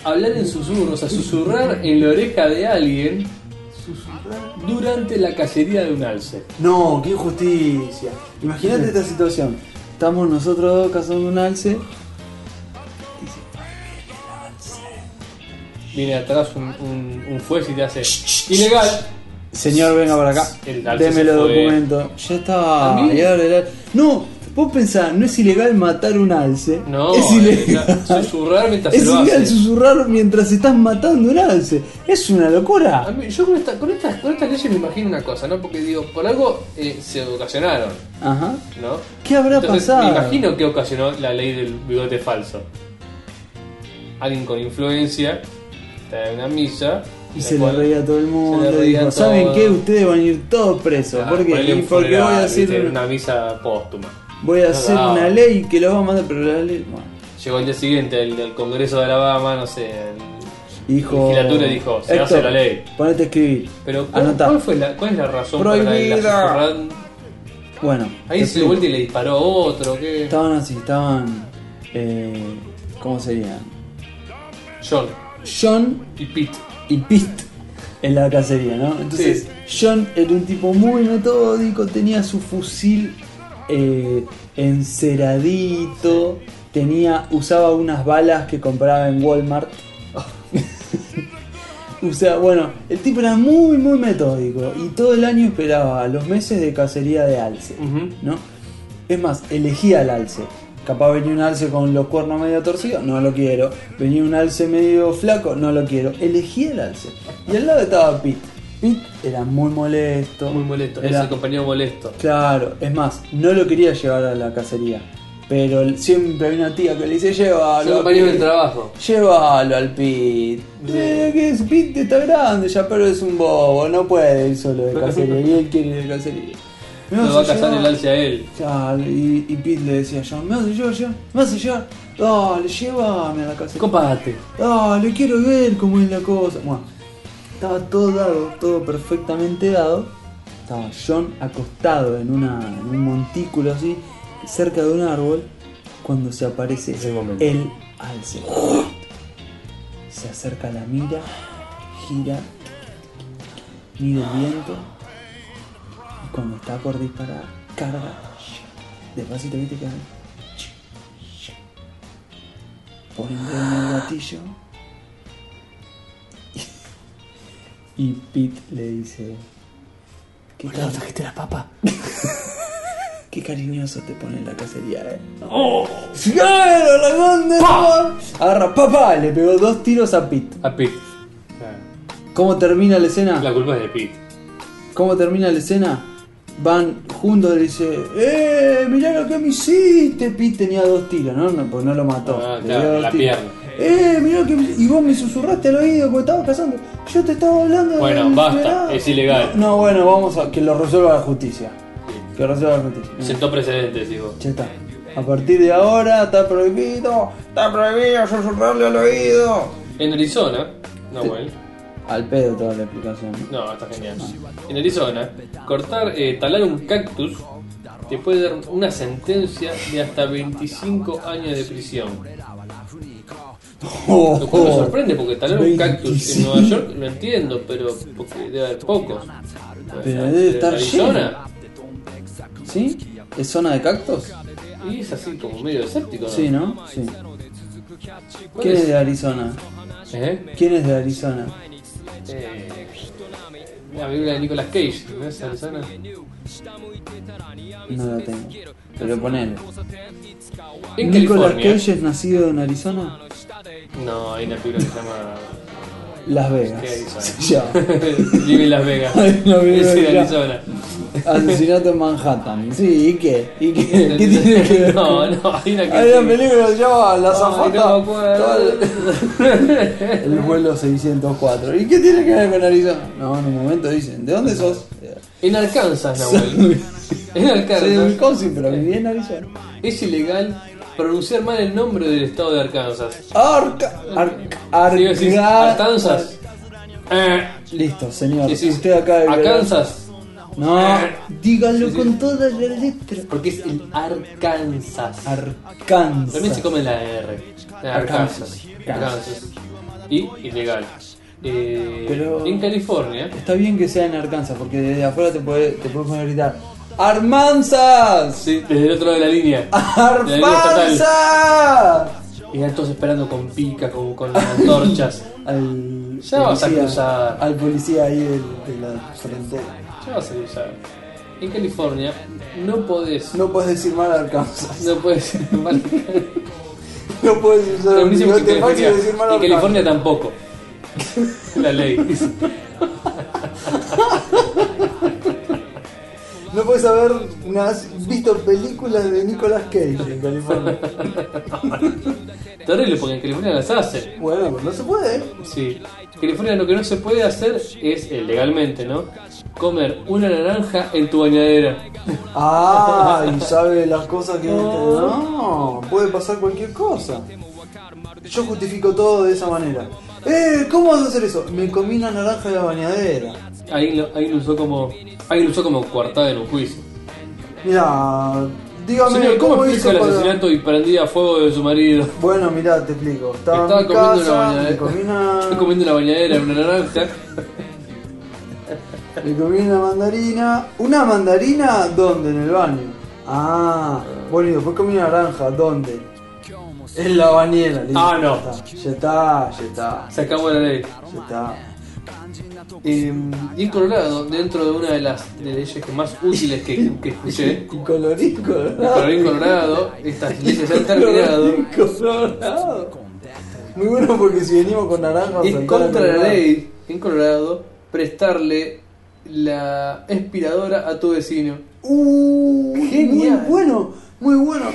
S4: hablar en susurros, o sea, susurrar en la oreja de alguien
S5: Susurrar.
S4: durante la cacería de un alce.
S5: No, qué injusticia.
S6: Imagínate esta situación. Estamos nosotros dos cazando un alce.
S4: Viene atrás un, un- un juez y te hace ilegal.
S6: Señor, venga para acá.
S4: El alce
S6: Deme
S4: se
S6: los
S4: fue.
S6: documentos. Ya está.
S4: ¿También?
S6: Y ahora el al- No, vos pensás, no es ilegal matar un alce.
S4: No,
S6: es
S4: eh, ya,
S6: ilegal.
S4: susurrar mientras
S6: Es
S4: se lo
S6: ilegal
S4: hace.
S6: susurrar mientras estás matando un alce. Es una
S4: A
S6: locura.
S4: mí- yo con esta- con estas con estas leyes me imagino una cosa, ¿no? Porque digo, por algo eh, se ocasionaron,
S6: Ajá.
S4: ¿no?
S6: ¿Qué habrá
S4: Entonces,
S6: pasado?
S4: Me imagino que ocasionó la ley del bigote falso. Alguien con influencia está en una misa
S6: Y
S4: la
S6: se le
S4: cual-
S6: reía a todo el mundo.
S4: le
S6: y
S4: reía
S6: dijo,
S4: a
S6: ¿saben
S4: todo".
S6: qué? Ustedes van a ir todos presos.
S4: Ah,
S6: ¿Por qué?
S4: ponele
S6: Y
S4: un
S6: porque voy
S4: funeral,
S6: a
S4: ¿viste?
S6: hacer,
S4: una misa póstuma.
S6: voy a hacer
S4: Ah.
S6: una ley que los va a mandar, pero la ley. bueno.
S4: Llegó el día siguiente el del Congreso de Alabama, no sé. el-
S6: Y dijo.
S4: La legislatura dijo, se
S6: Héctor,
S4: hace la ley.
S6: Ponete a escribir.
S4: Pero ¿cuál,
S6: Anotá.
S4: cuál fue la, ¿cuál es la razón para la, la
S6: Prohibida.
S4: susurran-
S6: Bueno.
S4: Ahí
S6: te
S4: se dio
S6: explico.
S4: vuelta y le disparó otro, ¿qué?
S6: Estaban así, estaban. Eh, ¿Cómo serían?
S4: John
S6: John
S4: y Pete.
S6: y Pete en la cacería, ¿no? Entonces, John era un tipo muy metódico, tenía su fusil eh, enceradito, tenía, usaba unas balas que compraba en Walmart. O sea, bueno, el tipo era muy, muy metódico y todo el año esperaba los meses de cacería de alce. ¿no? Es más, elegía el alce. Capaz venía un alce con los cuernos medio torcidos, no lo quiero. Venía un alce medio flaco, no lo quiero. Elegía el alce. Y al lado estaba Pete. Pete era muy molesto.
S4: Muy molesto, es
S6: Era-
S4: el compañero molesto.
S6: Claro, es más, no lo quería llevar a la cacería. Pero siempre hay una tía que le dice,
S4: Es
S6: llévalo.
S4: el
S6: a
S4: compañero
S6: Pete,
S4: del trabajo.
S6: Llévalo al Pete. Eh, ¿qué es? Pete está grande, ya pero es un bobo, no puede ir solo de cacería. y él quiere ir de cacería. Me
S4: Lo
S6: vas
S4: va a
S6: a
S4: cazar
S6: llevar.
S4: el alce a él.
S6: Claro, y, y Pete le decía a John, me vas a llevar, John? me vas a llevar, dale, llévame a la casa.
S4: Compárate.
S6: Dale, Ah, quiero ver cómo es la cosa. Bueno, estaba todo dado, todo perfectamente dado. Estaba John acostado en, una, en un montículo así, cerca de un árbol, cuando se aparece
S4: Ese momento.
S6: el alce. Se acerca la mira, gira, mide el viento y cuando está por disparar, carga. Despacito, viste que Pone el dedo en el gatillo. Y Pete le dice: Qué caro trajiste la papa. Qué cariñoso te pone en la cacería, eh.
S5: ¡Oh!
S6: ¡Claro, dragón de
S5: ¡Pa!
S6: Agarra papá, le pegó dos tiros a Pete.
S4: A Pete.
S6: ¿Cómo termina la escena?
S4: La culpa es de Pete.
S6: ¿Cómo termina la escena? Van juntos y le dice, ¡eh! Mirá lo que me hiciste. Pete tenía dos tiros, ¿no? no porque no lo mató.
S4: Ah,
S6: Le
S4: claro,
S6: dio dos
S4: la
S6: tiros.
S4: pierna.
S6: ¡Eh! Mirá lo que me... Y vos me susurraste al oído cuando estabas casando. Yo te estaba hablando de
S4: Bueno,
S6: del
S4: basta,
S6: liberado".
S4: es ilegal.
S6: No, no, bueno, vamos a... Que lo resuelva la justicia. Que lo resuelva la justicia.
S4: Sentó precedentes, digo.
S6: Ya está. A partir de ahora está prohibido. Está prohibido susurrarle al oído.
S4: En Arizona, no,
S6: Sí.
S4: bueno.
S6: Al pedo toda la explicación.
S4: No, está genial. En Arizona, cortar, eh, talar un cactus te puede dar una sentencia de hasta 25 años de prisión. Lo cual me sorprende porque talar un cactus en Nueva
S6: 25.
S4: York lo entiendo, pero porque debe haber pocos. Pero
S6: debe estar
S4: en Arizona
S6: ¿Sí? ¿Es zona de cactus?
S4: y es así como medio escéptico, ¿no?
S6: Sí, ¿no? Sí.
S4: ¿Cuál
S6: ¿Quién es
S4: es?
S6: de Arizona?
S4: ¿Eh?
S6: ¿Quién es de Arizona?
S4: Eh, la película de Nicolas Cage, ¿no es Arizona?
S6: No la tengo. Pero ponele.
S4: En
S6: ¿Nicolas
S4: California.
S6: Cage es nacido en Arizona?
S4: No, hay una película que se llama
S6: Las Vegas.
S4: ¿Qué
S6: Se llama.
S4: Arizona? Live in Las Vegas.
S6: Ay, no, mira,
S4: es en
S6: mira.
S4: Arizona.
S6: Asesinato en Manhattan. Sí, ¿y qué? ¿Y qué? ¿Qué tiene que ver?
S4: No, no, hay una que
S6: Hay
S4: sí.
S6: una película que se llama La Zafata.
S4: no me acuerdo.
S6: el vuelo 604. ¿Y qué tiene que ver con Arizona? No, en un momento dicen, ¿de dónde sos?
S4: En Arkansas, Nahuel. En
S6: Soy de
S4: Arkansas.
S6: Wisconsin, pero viví en Arizona.
S4: Es ilegal pronunciar mal el nombre del estado de Arkansas.
S6: Arca. Arca.
S4: Si vos decís
S6: Arca-
S4: Arkansas. Eh,
S6: Listo, señor.
S4: decís
S6: Usted acá de-
S4: Arkansas.
S6: No,
S4: Eh.
S6: dígalo
S4: Sí, sí.
S6: con todas las letras.
S4: Porque es el Arkansas.
S6: Arkansas.
S4: También se come la R. Arkansas.
S6: Arkansas.
S4: Arkansas. Y ilegal. Eh,
S6: Pero-
S4: En California.
S6: Está bien que sea en Arkansas, porque desde afuera te puedes te puede poner a gritar. ¡Armanzas!
S4: Sí, desde el otro lado de la línea. De la línea estatal.
S6: ¡Armanzas!
S4: Y están todos esperando con pica, con, con las antorchas.
S6: Al
S4: Ya vas a cruzar.
S6: Al policía ahí del- de la frontera.
S4: Ya vas a usar. En California no podés.
S6: No puedes decir mal Arkansas.
S4: No puedes.
S6: No puedes usar
S4: Lo
S6: un
S4: mismo que en
S6: bigote fácil
S4: California.
S6: y decir mal
S4: En
S6: Arkansas.
S4: California tampoco. La ley.
S6: No puedes haber nas- visto películas de Nicolas Cage en California.
S4: Está horrible porque en California las hacen.
S6: bueno, pues no se puede.
S4: Sí. California lo que no se puede hacer es, eh, legalmente, ¿no? Comer una naranja en tu bañadera.
S6: Ah, y sabe las cosas que. No, puede pasar cualquier cosa. Yo justifico todo de esa manera. ¡Eh! ¿Cómo vas a hacer eso? Me comí una naranja de la bañadera.
S4: Ahí lo, ahí lo usó como. Ahí lo usó como coartada en un juicio.
S6: Mirá, dígame,
S4: Señor, ¿cómo,
S6: hizo
S4: explica el
S6: para-
S4: asesinato y prendida a fuego de su marido?
S6: Bueno, mirá, te explico.
S4: Estaba
S6: Estaba, en mi
S4: comiendo
S6: casa,
S4: una bañadera.
S6: me comí una-
S4: Estoy comiendo una bañadera en una naranja.
S6: Le comí una mandarina. ¿Una mandarina dónde? En el baño. Ah, bueno, y después comí una naranja. ¿Dónde? En la bañera. listo,
S4: Ah, no.
S6: Ya está, ya está,
S4: Se acabó la ley.
S6: ya está.
S4: Eh, y en Colorado, dentro de una de las de leyes que más útiles que, que escuché,
S6: Y colorín colorado.
S4: Colorín Colorado, estas leyes han terminado.
S6: Colorín colorado. Muy bueno porque si venimos con naranja...
S4: Es contra la ley en Colorado prestarle la aspiradora a tu vecino.
S6: Uh,
S4: Genial.
S6: Muy bueno, muy bueno.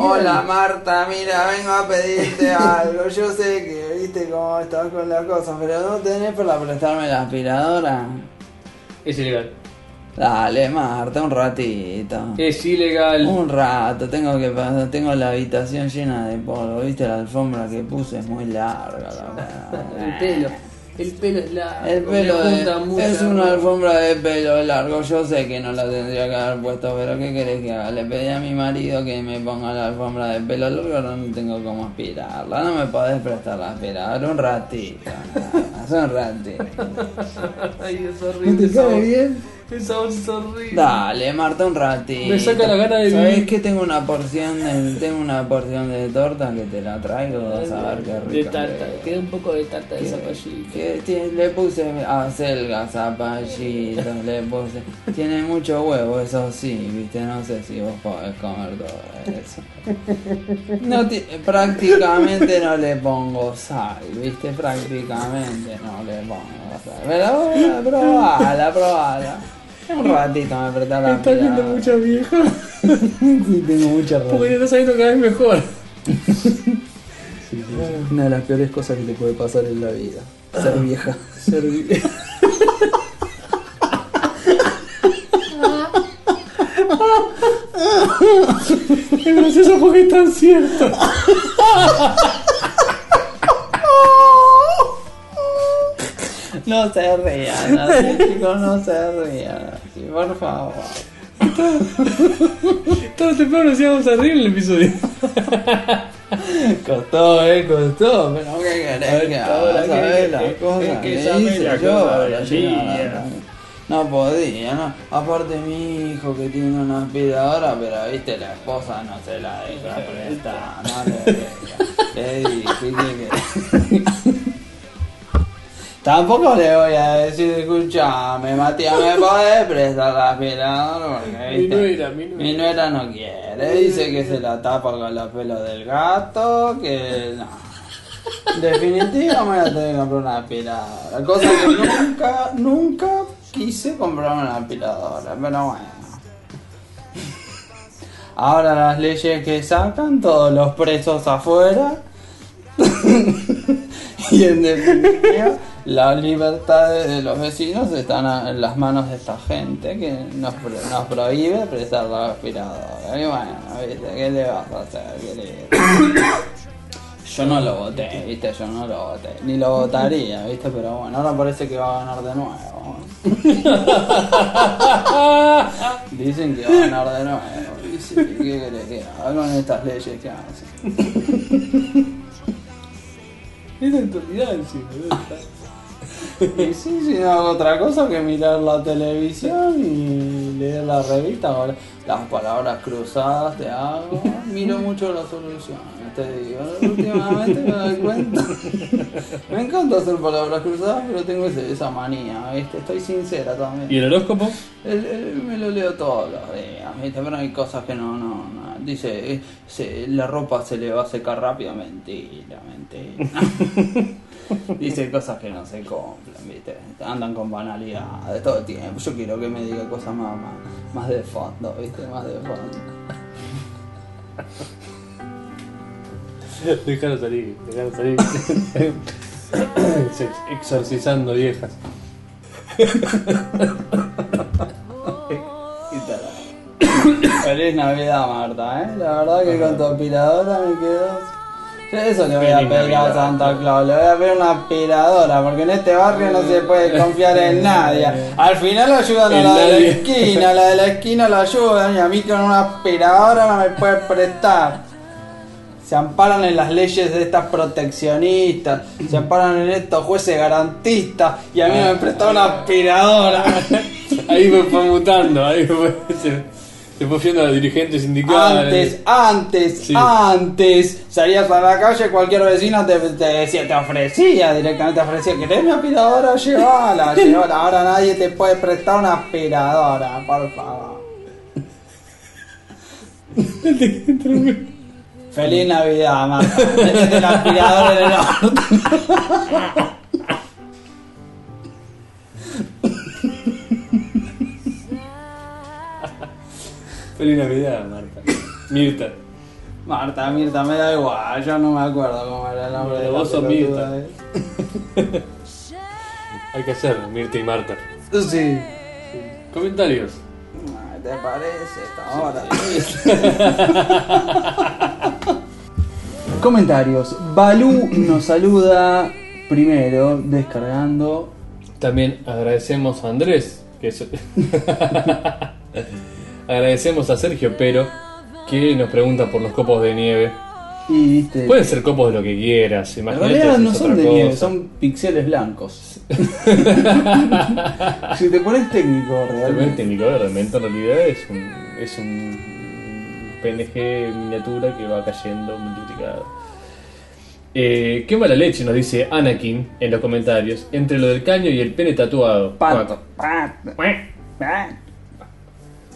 S6: Hola Marta, mira, vengo a pedirte algo. Yo sé que viste cómo estás con las cosas, pero no tenés para prestarme la aspiradora.
S4: Es ilegal.
S6: Dale Marta, un ratito.
S4: Es ilegal.
S6: Un rato, tengo que pasar, tengo la habitación llena de polvo, viste la alfombra que puse es muy larga.
S4: El
S6: La
S4: pelo. El pelo es la.
S6: El pelo
S4: me
S6: de-
S4: junta mucho.
S6: es una alfombra de pelo largo. Yo sé que no la tendría que haber puesto, pero ¿qué querés que haga? Le pedí a mi marido que me ponga la alfombra de pelo largo, ahora no tengo cómo aspirarla. No me podés prestar la aspiradora un ratito. nada más, un ratito.
S4: Ay, es horrible. esa voz.
S6: bien?
S4: Esa voz es horrible.
S6: Dale, Marta, un ratito.
S4: Me saca la gana de
S6: ¿Sabés
S4: vivir.
S6: que tengo una porción de, tengo una porción de torta que te la traigo? Vas a ver qué
S4: De
S6: rico.
S4: tarta, queda un poco de tarta de zapallito.
S6: Que tiene- le puse acelga, zapallitos, le puse... Tiene mucho huevo, eso sí, viste, no sé si vos podés comer todo eso. No ti- prácticamente no le pongo sal, viste, prácticamente no le pongo sal. Pero probala, probala. Un ratito me apretá la
S4: Estás viendo
S6: mirada.
S4: mucha vieja.
S9: Sí, tengo mucha
S4: Porque te
S9: rabia.
S4: está saliendo cada vez mejor.
S9: Sí, sí, sí. Una de las peores cosas que te puede pasar en la vida. Ser vieja. Ser vieja.
S4: Es gracioso porque es tan cierto.
S6: No se rían, así, chicos, no se rían, así, por favor.
S4: Todos temprano nos íbamos a reír en el episodio.
S6: Costó, eh, costó, pero ¿qué querés que
S4: ahora
S6: haga? ¿Sabés
S4: que-
S6: la
S4: es que
S6: cosa que
S4: ya me la
S6: hice yo
S4: cosa
S6: para
S4: de
S6: llegar
S4: día.
S6: acá? No podía, no. Aparte mi hijo que tiene una aspiradora, pero viste, la esposa no se la deja prestar, no le deja. Le dije que- Tampoco le voy a decir, escuchame, Matías, ¿me podés prestar la aspiradora? Porque,
S4: Mi
S6: viste,
S4: nuera, mi nuera.
S6: mi nuera no quiere, dice que se la tapa con los pelos del gato, que no. En Definitiva me voy a tener que comprar una aspiradora. Cosa que nunca, nunca quise comprar una aspiradora, pero bueno. Ahora las leyes que sacan, todos los presos afuera. y en definitiva, las libertades de los vecinos están a- en las manos de esta gente que nos, pro- nos prohíbe prestar la aspiradora. Y bueno, ¿viste? ¿qué le vas a hacer, querido? Yo no lo voté, ¿viste? Yo no lo voté. Ni lo votaría, ¿viste? Pero bueno, ahora parece que va a ganar de nuevo. Dicen que va a ganar de nuevo. Y sí, ¿Qué querés que haga? Con estas leyes que hacen.
S4: Es la eternidad encima, ¿no? Está-
S6: Y sí, si no hago otra cosa que mirar la televisión y leer la revista. o Las palabras cruzadas te hago. Miro mucho la solución, te digo. Últimamente me doy cuenta. Me encanta hacer palabras cruzadas, pero tengo ese- esa manía, ¿viste? Estoy sincera también.
S4: ¿Y el horóscopo?
S6: El- el- me lo leo todos los días, ¿viste? pero hay cosas que no, no, no. Dice, eh, se- la ropa se le va a secar rápido, mentira, mentira. Dice cosas que no se cumplen, ¿viste? Andan con banalidades todo el tiempo. Yo quiero que me diga cosas más, más, más de fondo, ¿viste? Más de fondo.
S4: Déjalo salir, déjalo salir. Se- Exorcizando viejas.
S6: Y tal. Feliz Navidad, Marta, ¿eh? La verdad que con tu aspiradora me quedas. Yo eso le voy a
S4: Feliz
S6: pedir a
S4: Navidad.
S6: Santa Claus, le voy a pedir una aspiradora, porque en este barrio no se puede confiar en nadie. Al final lo ayudan a
S4: En
S6: la de la
S4: nadie.
S6: esquina, la de la esquina la ayudan y a mí con una aspiradora no me puede prestar. Se amparan en las leyes de estas proteccionistas, se amparan en estos jueces garantistas y a mí me prestaron una aspiradora.
S4: Ahí me fue mutando, ahí me fue, se, se fue fiando a dirigentes sindicales.
S6: Antes, antes,
S4: Sí.
S6: antes salías a la calle, cualquier vecino te, te decía, te ofrecía directamente, te ofrecía, ¿querés una aspiradora? Llévala, llévala. Ahora nadie te puede prestar una aspiradora, por favor. Feliz Navidad, Marta. Métete la aspiradora en el orto.
S4: Feliz Navidad, Marta. Mirta.
S6: Marta, Mirta, me da igual, yo no me acuerdo cómo era el nombre de
S4: Bueno,
S6: la
S4: vos sos
S6: pelotuda,
S4: Mirta.
S6: eh.
S4: Hay que hacerlo, Mirta y Marta.
S6: Sí.
S4: Comentarios.
S6: Ay, ¿Te parece esta hora?
S9: Comentarios. Balú nos saluda primero descargando.
S4: También agradecemos a Andrés, que es... agradecemos a Sergio Pero, que nos pregunta por los copos de nieve.
S6: Y viste.
S4: Pueden ser copos de lo que quieras,
S6: en
S4: Pues, imagínate.
S6: realidad
S4: si
S6: no
S4: es
S6: son
S4: otra
S6: de nieve,
S4: cosa.
S6: son pixeles blancos. si te pones técnico,
S4: Realmente
S6: realmente.
S4: técnico de realmente en realidad es un, es un PNG miniatura que va cayendo multiplicado. Eh, qué mala leche nos dice Anakin en los comentarios entre lo del caño y el pene tatuado.
S6: Pato, pato,
S4: Cuac.
S6: pato.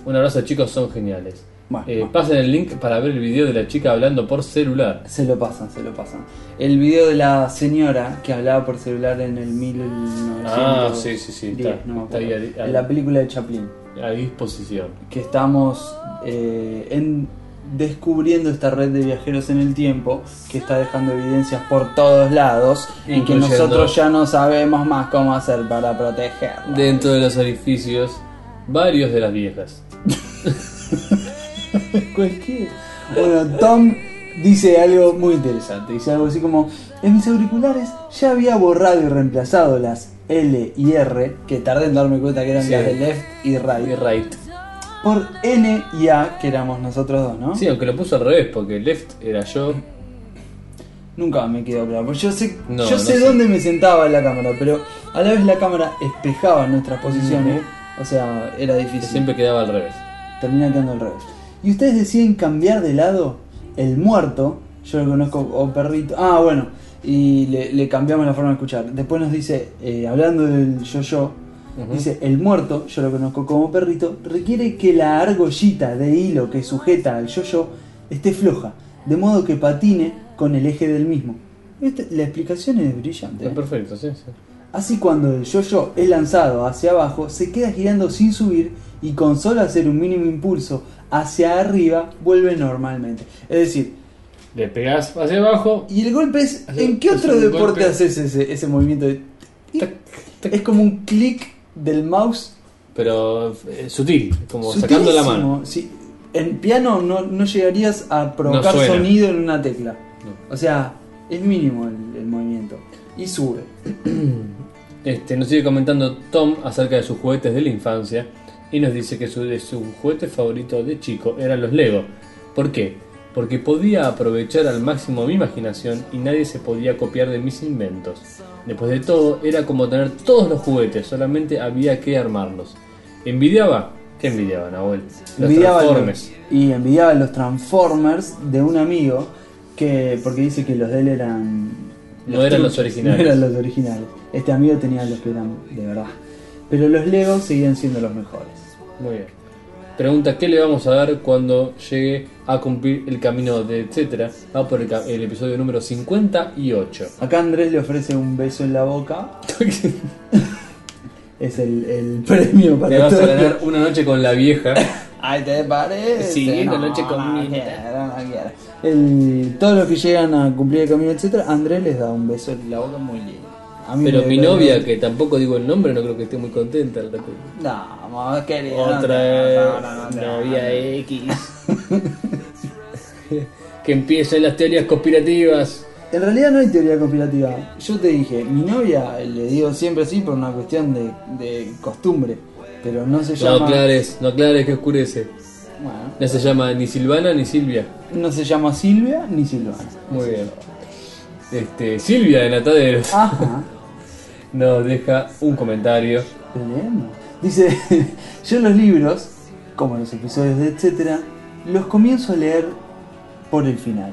S4: Un abrazo chicos, son geniales.
S6: Bueno,
S4: Eh,
S6: bueno.
S4: Pasen el link para ver el video de la chica hablando por celular.
S6: Se lo pasan, se lo pasan. El video de la señora que hablaba por celular en el 1910.
S4: Ah, sí, sí, sí, está.
S6: no me
S4: Está
S6: acuerdo.
S4: ahí, ahí.
S6: En la película de Chaplin.
S4: A disposición.
S6: que estamos eh, en- descubriendo esta red de viajeros en el tiempo que está dejando evidencias por todos lados y que
S4: Incluyendo-
S6: nosotros ya no sabemos más cómo hacer para proteger.
S4: Dentro de los orificios, varios de las viejas.
S6: Bueno, Tom dice algo muy interesante. Dice algo así como, en mis auriculares ya había borrado y reemplazado las L y R, que tardé en darme cuenta que eran
S4: Sí.
S6: las de left y right,
S4: Right.
S6: por N y A, que éramos nosotros dos, ¿no?
S4: Sí, aunque lo puso al revés, porque left era yo,
S6: Nunca me quedó claro, porque yo sé,
S4: No,
S6: yo
S4: no sé.
S6: sé dónde me sentaba en la cámara, pero a la vez la cámara espejaba nuestras posiciones, o sea, era
S4: que
S6: difícil.
S4: siempre quedaba al revés.
S6: Termina quedando al revés. Y ustedes deciden cambiar de lado el muerto, yo lo conozco o perrito, ah, bueno, y le, le cambiamos la forma de escuchar. Después nos dice, eh, hablando del yo-yo, dice, el muerto, yo lo conozco como perrito, requiere que la argollita de hilo que sujeta al yo-yo esté floja, de modo que patine con el eje del mismo. Este- la explicación es brillante.
S4: Está
S6: ¿eh?
S4: perfecto, sí, sí.
S6: Así cuando el yo-yo es lanzado hacia abajo, se queda girando sin subir y con solo hacer un mínimo impulso hacia arriba vuelve normalmente. Es decir,
S4: Le pegás hacia abajo.
S6: y el golpe es...
S4: Hace-
S6: ¿En qué
S4: hace
S6: otro
S4: un
S6: deporte
S4: golpe.
S6: haces ese, ese movimiento? de tic,
S4: tac, tac,
S6: Es como un clic del mouse.
S4: Pero eh, sutil, como sacando la mano.
S6: sutilísimo. Sí, en piano no, no llegarías a provocar
S4: suena.
S6: sonido en una tecla.
S4: No.
S6: O sea, es mínimo el- el movimiento. Y sube.
S4: Este, nos sigue comentando Tom acerca de sus juguetes de la infancia y nos dice que su, de su juguete favorito de chico eran los Lego. ¿Por qué? Porque podía aprovechar al máximo mi imaginación y nadie se podía copiar de mis inventos. Después de todo, era como tener todos los juguetes, solamente había que armarlos. ¿Envidiaba? ¿Qué envidiaba, Nahuel? Los
S6: Envidiaba los-
S4: transformes.
S6: y envidiaba los Transformers de un amigo que porque dice que los de él eran
S4: No eran los
S6: truchos,
S4: originales.
S6: no eran los originales. Este amigo tenía los que eran de verdad. Pero los Legos seguían siendo los mejores.
S4: Muy bien. Pregunta, ¿qué le vamos a dar cuando llegue a cumplir el camino de etcétera? Va por el, ca- el episodio número 58.
S6: Acá Andrés le ofrece un beso en la boca. Es el, el premio
S4: Te
S6: para
S4: vas a
S6: todo.
S4: ganar una noche con la vieja.
S6: Ay, te parece.
S5: Sí, una noche
S6: no
S5: conmigo.
S6: quiero, no quiero. El- todos los que llegan a cumplir el camino, etcétera, Andrés les da un beso en la boca muy lindo. A mí
S4: Pero
S6: me-
S4: mi
S6: me-
S4: novia, que tampoco digo el nombre, no creo que esté muy contenta al respecto.
S6: No, más querida. no, no,
S5: Otra
S6: no, no, no.
S5: novia X.
S4: Que empiecen las teorías conspirativas.
S6: En realidad no hay teoría conspirativa. Yo te dije, mi novia eh, le digo siempre así por una cuestión de, de costumbre. Pero no se llama.
S4: No aclares, no aclares que oscurece.
S6: Bueno,
S4: No se llama ni Silvana ni Silvia.
S6: no se llama Silvia ni Silvana.
S4: Muy bien. Este, Silvia de Nataderos
S6: Ajá,
S4: nos deja un comentario.
S6: lo leemos. Dice: Yo los libros, como los episodios de etcétera, los comienzo a leer por el final.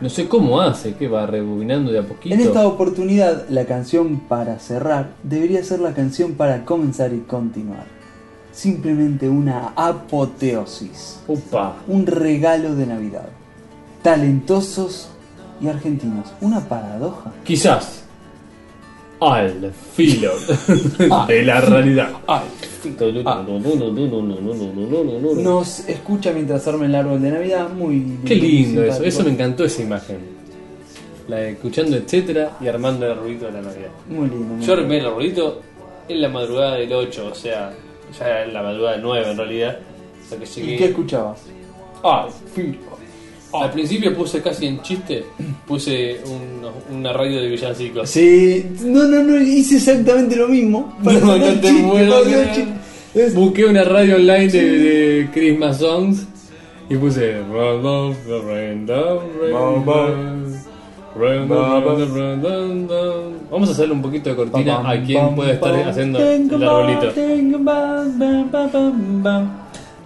S4: No sé cómo hace, que va rebobinando de a poquito.
S6: En esta oportunidad, la canción para cerrar debería ser la canción para comenzar y continuar. Simplemente una apoteosis,
S4: Upa.
S6: un regalo de Navidad. Talentosos y argentinos, una paradoja.
S4: Quizás al filo de la realidad. Ah.
S6: Nos escucha mientras arma el árbol de Navidad, muy lindo.
S4: Qué lindo eso,
S6: muy simpático.
S4: eso me encantó esa imagen. La de escuchando etcétera y armando el ruidito de la Navidad.
S6: Muy lindo. muy
S4: Yo
S6: lindo.
S4: armé el ruidito en la madrugada del 8, o sea, ya era en la madrugada del 9 en realidad. O sea que
S6: ¿Y qué
S4: llegué.
S6: escuchabas?
S4: Al filo. Al principio puse casi en chiste, puse un- una radio de villancicos.
S6: Sí, no, no, no, hice exactamente lo mismo. Para
S4: No,
S6: hacer
S4: no
S6: un
S4: te
S6: chiste,
S4: puedo
S6: para hacer un
S4: creer.
S6: chiste. Es-
S4: Busqué una radio online de, de Christmas Songs Y puse Roll off the rain down, rain
S5: Baba.
S4: down. Rain down,
S5: Baba.
S4: rain down, rain down, down. Vamos a hacerle un poquito de cortina
S5: Bam,
S4: a quien
S5: bam,
S4: puede estar
S5: bam.
S4: haciendo el arbolito.
S5: Bam,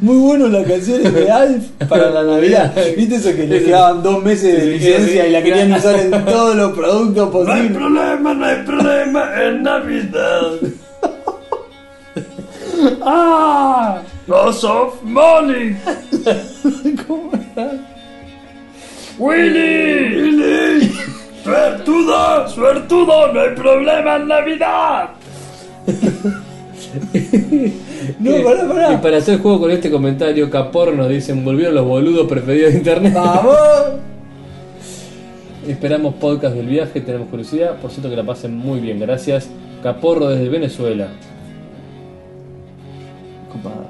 S6: Muy bueno la canción es de Alf para la Navidad. Ah, ¿Viste eso que le quedaban dos meses de
S4: Sí, sí,
S6: licencia
S4: sí.
S6: y la querían usar en todos los productos
S5: No hay
S6: posibles?
S5: problema, no hay problema en Navidad. ¡Ah! Lots of money.
S6: ¿Cómo era?
S5: ¡Willy! ¡Willy! ¡Suertudo! ¡Suertudo! ¡No hay problema en Navidad!
S6: No, pará,
S4: Y
S6: pará.
S4: para hacer juego con este comentario, Capor nos dicen, volvieron los boludos preferidos de internet.
S6: Ah. ¡Vamos!
S4: Esperamos podcast del viaje, tenemos curiosidad. Por cierto, que la pasen muy bien. Gracias. Caporro desde Venezuela.
S6: Copado.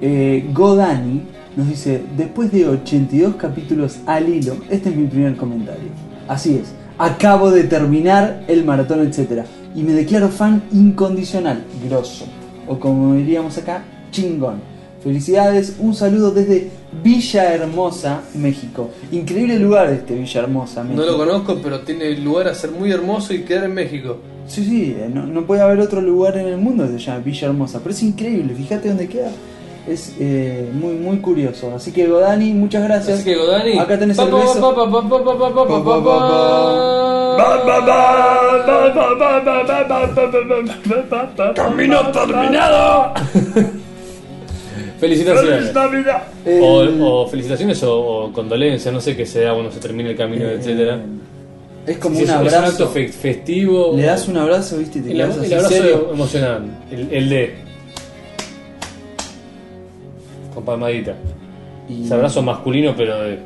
S6: Eh, Godani nos dice, después de 82 capítulos al hilo, este es mi primer comentario. Así es, acabo de terminar el maratón, etcétera Y me declaro fan incondicional, grosso. O como diríamos acá, chingón. Felicidades, un saludo desde Villa Hermosa, México. Increíble lugar este Villa Hermosa, México.
S4: conozco, pero tiene lugar a ser muy hermoso y quedar en México.
S6: Sí, sí, eh, no, no puede haber otro lugar en el mundo que se llame Villa Hermosa, pero es increíble, fíjate dónde queda. Es eh, muy, muy curioso. Así que Godani, muchas gracias.
S4: Así que, Godani.
S6: Acá tenés el
S4: Pa, pa,
S6: beso.
S4: pa, pa, pa, pa, pa, pa, pa,
S6: Pa, pa,
S4: pa,
S6: pa,
S4: pa.
S5: Ba, ba, ba, ba, ba, ba, ba, ba, ba, ba, ba, ba, ba, ba, ba, ¡Camino terminado! ¡Feliz
S4: Felicitaciones.
S5: Navidad!
S6: Eh,
S4: O, o felicitaciones o, o condolencias, no sé qué se da cuando se termina el camino,
S6: eh,
S4: etcétera.
S6: Es como
S4: Si
S6: un
S4: es, es un acto
S6: abrazo.
S4: fe- festivo.
S6: Le das un abrazo, viste, y te
S4: el,
S6: quedas
S4: ab-
S6: así
S4: el abrazo
S6: serio.
S4: emocionante. El, el de. Con palmadita.
S6: Y
S4: Ese abrazo masculino, pero de.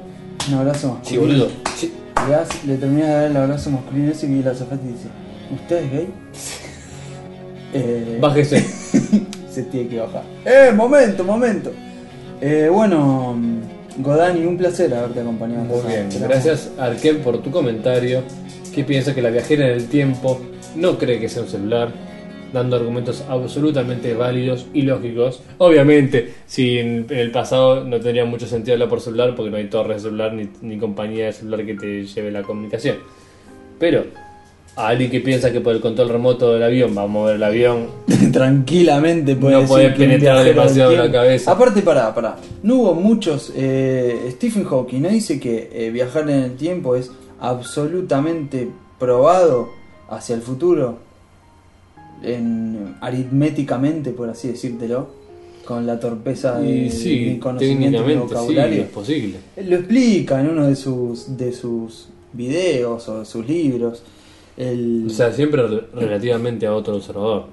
S6: Un abrazo
S4: Sí,
S6: masculino.
S4: boludo.
S6: Le, das- le terminas de dar el abrazo masculino ese y la azafata y dice, ¿usted es gay? Eh,
S4: Bájese.
S6: se tiene que bajar. ¡Eh, momento, momento! Eh, bueno, Godani, un placer haberte acompañado.
S4: Muy bien,
S6: Te la-
S4: gracias Arkel por tu comentario. Que piensa que la viajera del tiempo no cree que sea un celular, dando argumentos absolutamente válidos y lógicos. Obviamente, si en en el pasado no tendría mucho sentido hablar por celular, porque no hay torres de celular ni, ni compañía de celular que te lleve la comunicación. Pero a alguien que piensa que por el control remoto del avión va a mover el avión,
S6: Tranquilamente puede
S4: No
S6: decir
S4: puede
S6: que un
S4: penetrar
S6: viajero
S4: demasiado
S6: del
S4: la
S6: tiempo-
S4: cabeza.
S6: Aparte, pará, pará. No hubo muchos. eh, Stephen Hawking no dice que eh, viajar en el tiempo es absolutamente probado hacia el futuro. En, aritméticamente, por así decírtelo. Con la torpeza
S4: y
S6: del-
S4: sí,
S6: del conocimiento del
S4: técnicamente sí,
S6: vocabulario.
S4: es posible.
S6: Lo explica en uno de sus de sus videos o de sus libros. El...
S4: O sea, siempre re- relativamente a otro observador.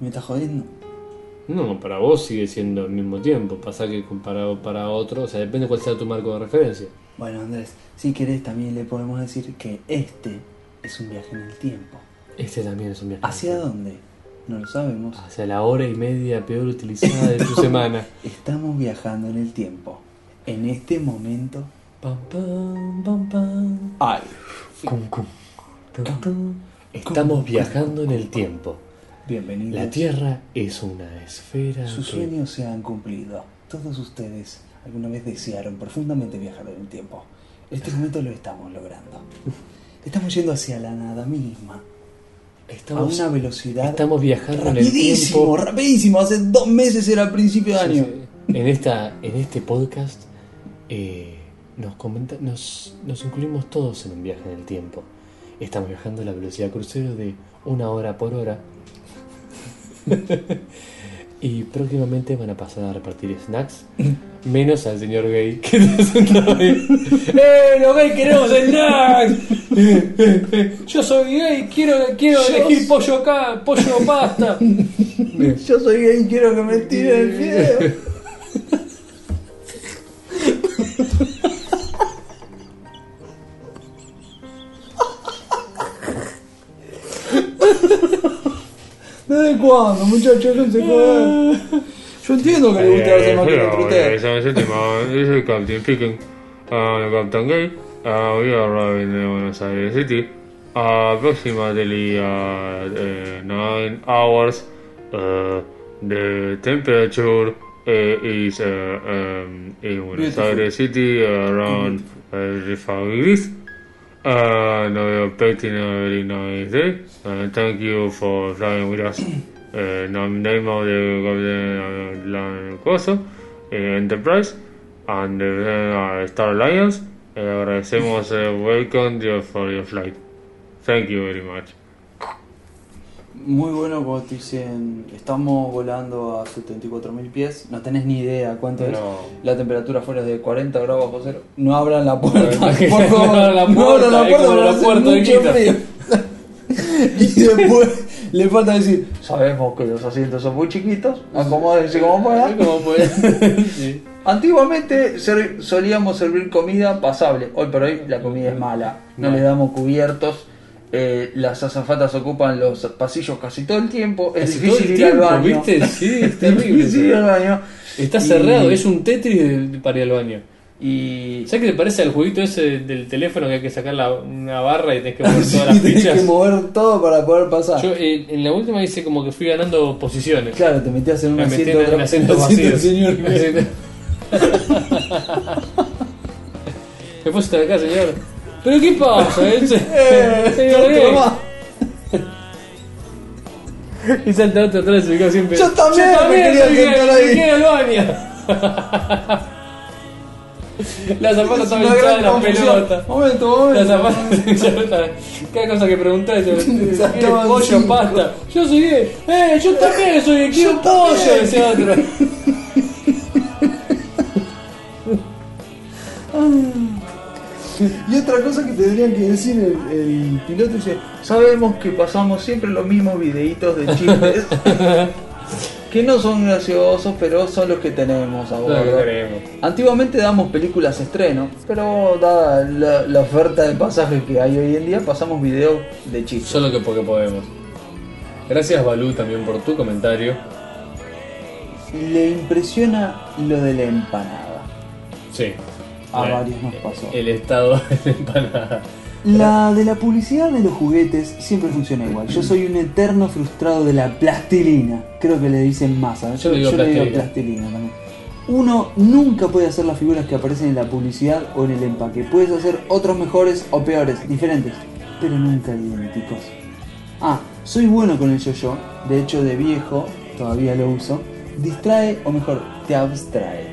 S6: ¿Me está jodiendo?
S4: No, para vos sigue siendo al mismo tiempo. Pasa que comparado para otro, o sea, depende cuál sea tu marco de referencia.
S6: Bueno, Andrés, si querés también le podemos decir que este es un viaje en el tiempo.
S4: Este también es un viaje.
S6: ¿Hacia dónde? No lo sabemos.
S4: Hacia la hora y media peor utilizada Ah, de tu semana.
S6: Estamos viajando en el tiempo. En este momento...
S4: Pam, pam, pam, pam.
S6: ¡Ay!
S4: Cum, cum, tum, tum. Estamos viajando en el tiempo.
S6: Bienvenidos.
S4: La Tierra es una esfera.
S6: Sus
S4: que-
S6: sueños se han cumplido. Todos ustedes alguna vez desearon profundamente viajar en el tiempo. En este momento lo estamos logrando. Estamos yendo hacia la nada misma. a
S4: Estamos,
S6: una velocidad...
S4: estamos viajando en el
S6: Rapidísimo,
S4: tiempo.
S6: rapidísimo. Hace dos meses era principio de
S4: Sí,
S6: año.
S4: sí. En, esta, en este podcast eh, nos, comenta- nos, nos incluimos todos en un viaje en el tiempo. Estamos viajando a la velocidad crucero de una hora por hora. y próximamente van a pasar a repartir snacks. Menos al señor gay que está sentado ahí. ¡Eh, los gays queremos snacks! Yo soy gay, quiero, quiero elegir pollo acá, pollo pasta.
S6: Yo soy gay, quiero que me tiren el video. ¿Desde cuándo, muchachos? No sé cuándo. Yo entiendo que le guste darse más que los
S4: eh,
S6: fruteros.
S5: Ese tema, ese el Captain Chicken, ah, el Captain Gay, ah, voy a Robin de Buenos Aires City, ah, approximately ah, eh, 9 hours, eh, the temperature eh, is eh, um, in Buenos
S6: Beautiful.
S5: Aires City around 35 degrees. Uh, no, we're expecting a very nice day. Uh, thank you for flying with us. Uh, now, name of the Golden Land Coso, uh, Enterprise, and the uh, Star Alliance. Eh, agradecemos eh, welcome you for your flight. Thank you very much.
S6: Muy bueno cuando te dicen, estamos volando a 74.000 pies, no tenés ni idea cuánto es.
S4: No.
S6: La temperatura fuera es de 40 grados bajo cero. No abran la puerta, por
S4: No
S6: favor.
S4: abran la
S6: No abran la
S4: puerta, es
S6: puerta
S4: como el
S6: porque hace
S4: aeropuerto de
S6: mucho
S4: Quito.
S6: frío. y después le falta decir, sabemos que los asientos son muy chiquitos, acomódense como puedan.
S4: ¿Cómo puede? Sí.
S6: Antiguamente ser- solíamos servir comida pasable, hoy por hoy la comida es mala, no le damos cubiertos, eh, las azafatas ocupan los pasillos casi todo el tiempo, es
S4: Casi todo
S6: difícil
S4: el
S6: ir al
S4: tiempo,
S6: baño.
S4: ¿viste? Sí, es terrible.
S6: difícil ir al baño.
S4: Está
S6: Y-
S4: cerrado, es un Tetris de- para ir al baño.
S6: Y
S4: ¿Sabes qué te parece el jueguito ese del teléfono que hay que sacar la- una barra y tenés que mover
S6: Sí,
S4: todas las
S6: tenés que
S4: fichas?
S6: mover todo para poder pasar.
S4: Yo eh, en la última hice como que fui ganando posiciones.
S6: Claro, te metías en un
S4: Me metí
S6: asiento, Eh,
S4: en
S6: otro-
S4: un asiento
S6: un
S4: vacío.
S6: señor.
S4: Me puse hasta acá, señor. ¿Pero qué pasa? eh? Se-
S6: Eh,
S4: señor
S6: otro
S4: gay.
S6: más.
S4: Y salta otro atrás y se queda siempre.
S6: Yo también me quería
S4: soy gay,
S6: sentar ahí".
S4: me quedé al baño. La zapata
S6: Es
S4: está
S6: una
S4: hinchada de
S6: gran
S4: la
S6: confusión.
S4: pelota.
S6: Momento,
S4: La
S6: momento.
S4: zapata Cada cosa que preguntás, yo, ¿quieres
S6: Saltaban
S4: eh, pollo,
S6: cinco.
S4: pasta? Yo soy gay. ¡Eh, yo también soy gay! ¡Quiero pollo! Decía otro.
S6: Y otra cosa que tendrían que decir el, el piloto dice, sabemos que pasamos siempre los mismos videitos de chistes que no son graciosos, pero son los que tenemos ahora. Antiguamente damos películas estreno, pero dada la, la oferta de pasajes que hay hoy en día, pasamos videos de chistes.
S4: Solo que porque podemos. Gracias, Balú, también por tu comentario.
S6: Le impresiona lo de la empanada.
S4: Sí.
S6: A
S4: Eh,
S6: varios nos pasó.
S4: El estado de la empanada.
S6: La de la publicidad de los juguetes siempre funciona igual. Yo soy un eterno frustrado de la plastilina. Creo que le dicen masa. ¿eh?
S4: Yo le digo
S6: le digo
S4: plastilina.
S6: plastilina también. Uno nunca puede hacer las figuras que aparecen en la publicidad o en el empaque. Puedes hacer otros mejores o peores, diferentes, pero nunca idénticos. Ah, soy bueno con el yo-yo. De hecho, de viejo, todavía lo uso. Distrae, o mejor, te abstrae.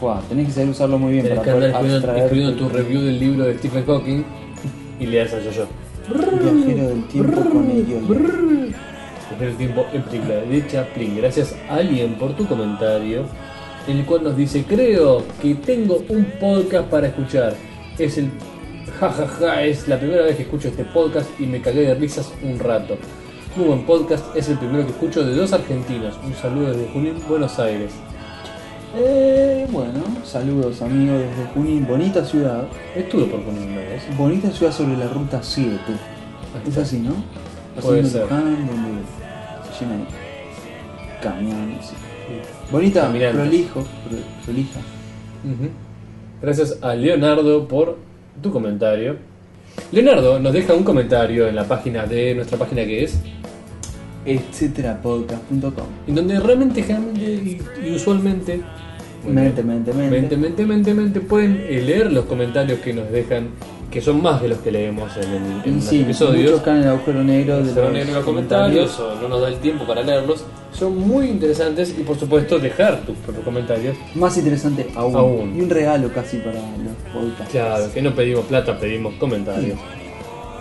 S6: Fua, tenés que saber usarlo muy bien
S4: Tenés que
S6: para poder
S4: andar escribiendo,
S6: abstraer
S4: escribiendo tu review del libro de Stephen Hawking y le das a yo-yo.
S6: Viajero del tiempo con el yo-yo.
S4: Coger el tiempo en película de Chaplin. Gracias, Alien, por tu comentario. En el cual nos dice: Creo que tengo un podcast para escuchar. Es el. Jajaja, es la primera vez que escucho este podcast y me cagué de risas un rato. Muy buen podcast, es el primero que escucho de dos argentinos. Un saludo desde Junín, Buenos Aires.
S6: Eh, bueno, saludos amigos desde Junín, bonita ciudad,
S4: Estuve por Junín una vez.
S6: bonita ciudad sobre la ruta 7. Es así, ¿no?
S4: Puede
S6: Pasando
S4: ser.
S6: Luján, donde se llena de camiones. Bonita,
S4: Caminantes.
S6: prolijo, pro- prolija.
S4: Ujú. Gracias a Leonardo por tu comentario. Leonardo nos deja un comentario en la página de nuestra página que es,
S6: etcéterapodcast.com.
S4: en donde realmente generalmente, y, y usualmente,
S6: Mente,
S4: mente,
S6: mente, mente.
S4: mente, mente, mente, pueden eh, leer los comentarios que nos dejan, que son más de los que leemos en, el, en
S6: Y
S4: los
S6: sí, muchos
S4: episodios.
S6: caen en el agujero negro de
S4: Dejaron en los comentarios o no nos da el tiempo para leerlos. Son muy interesantes y por supuesto dejar tus propios comentarios.
S6: Más interesante aún.
S4: Aún.
S6: Y un regalo casi para los podcasts.
S4: Claro, que no pedimos plata, pedimos comentarios.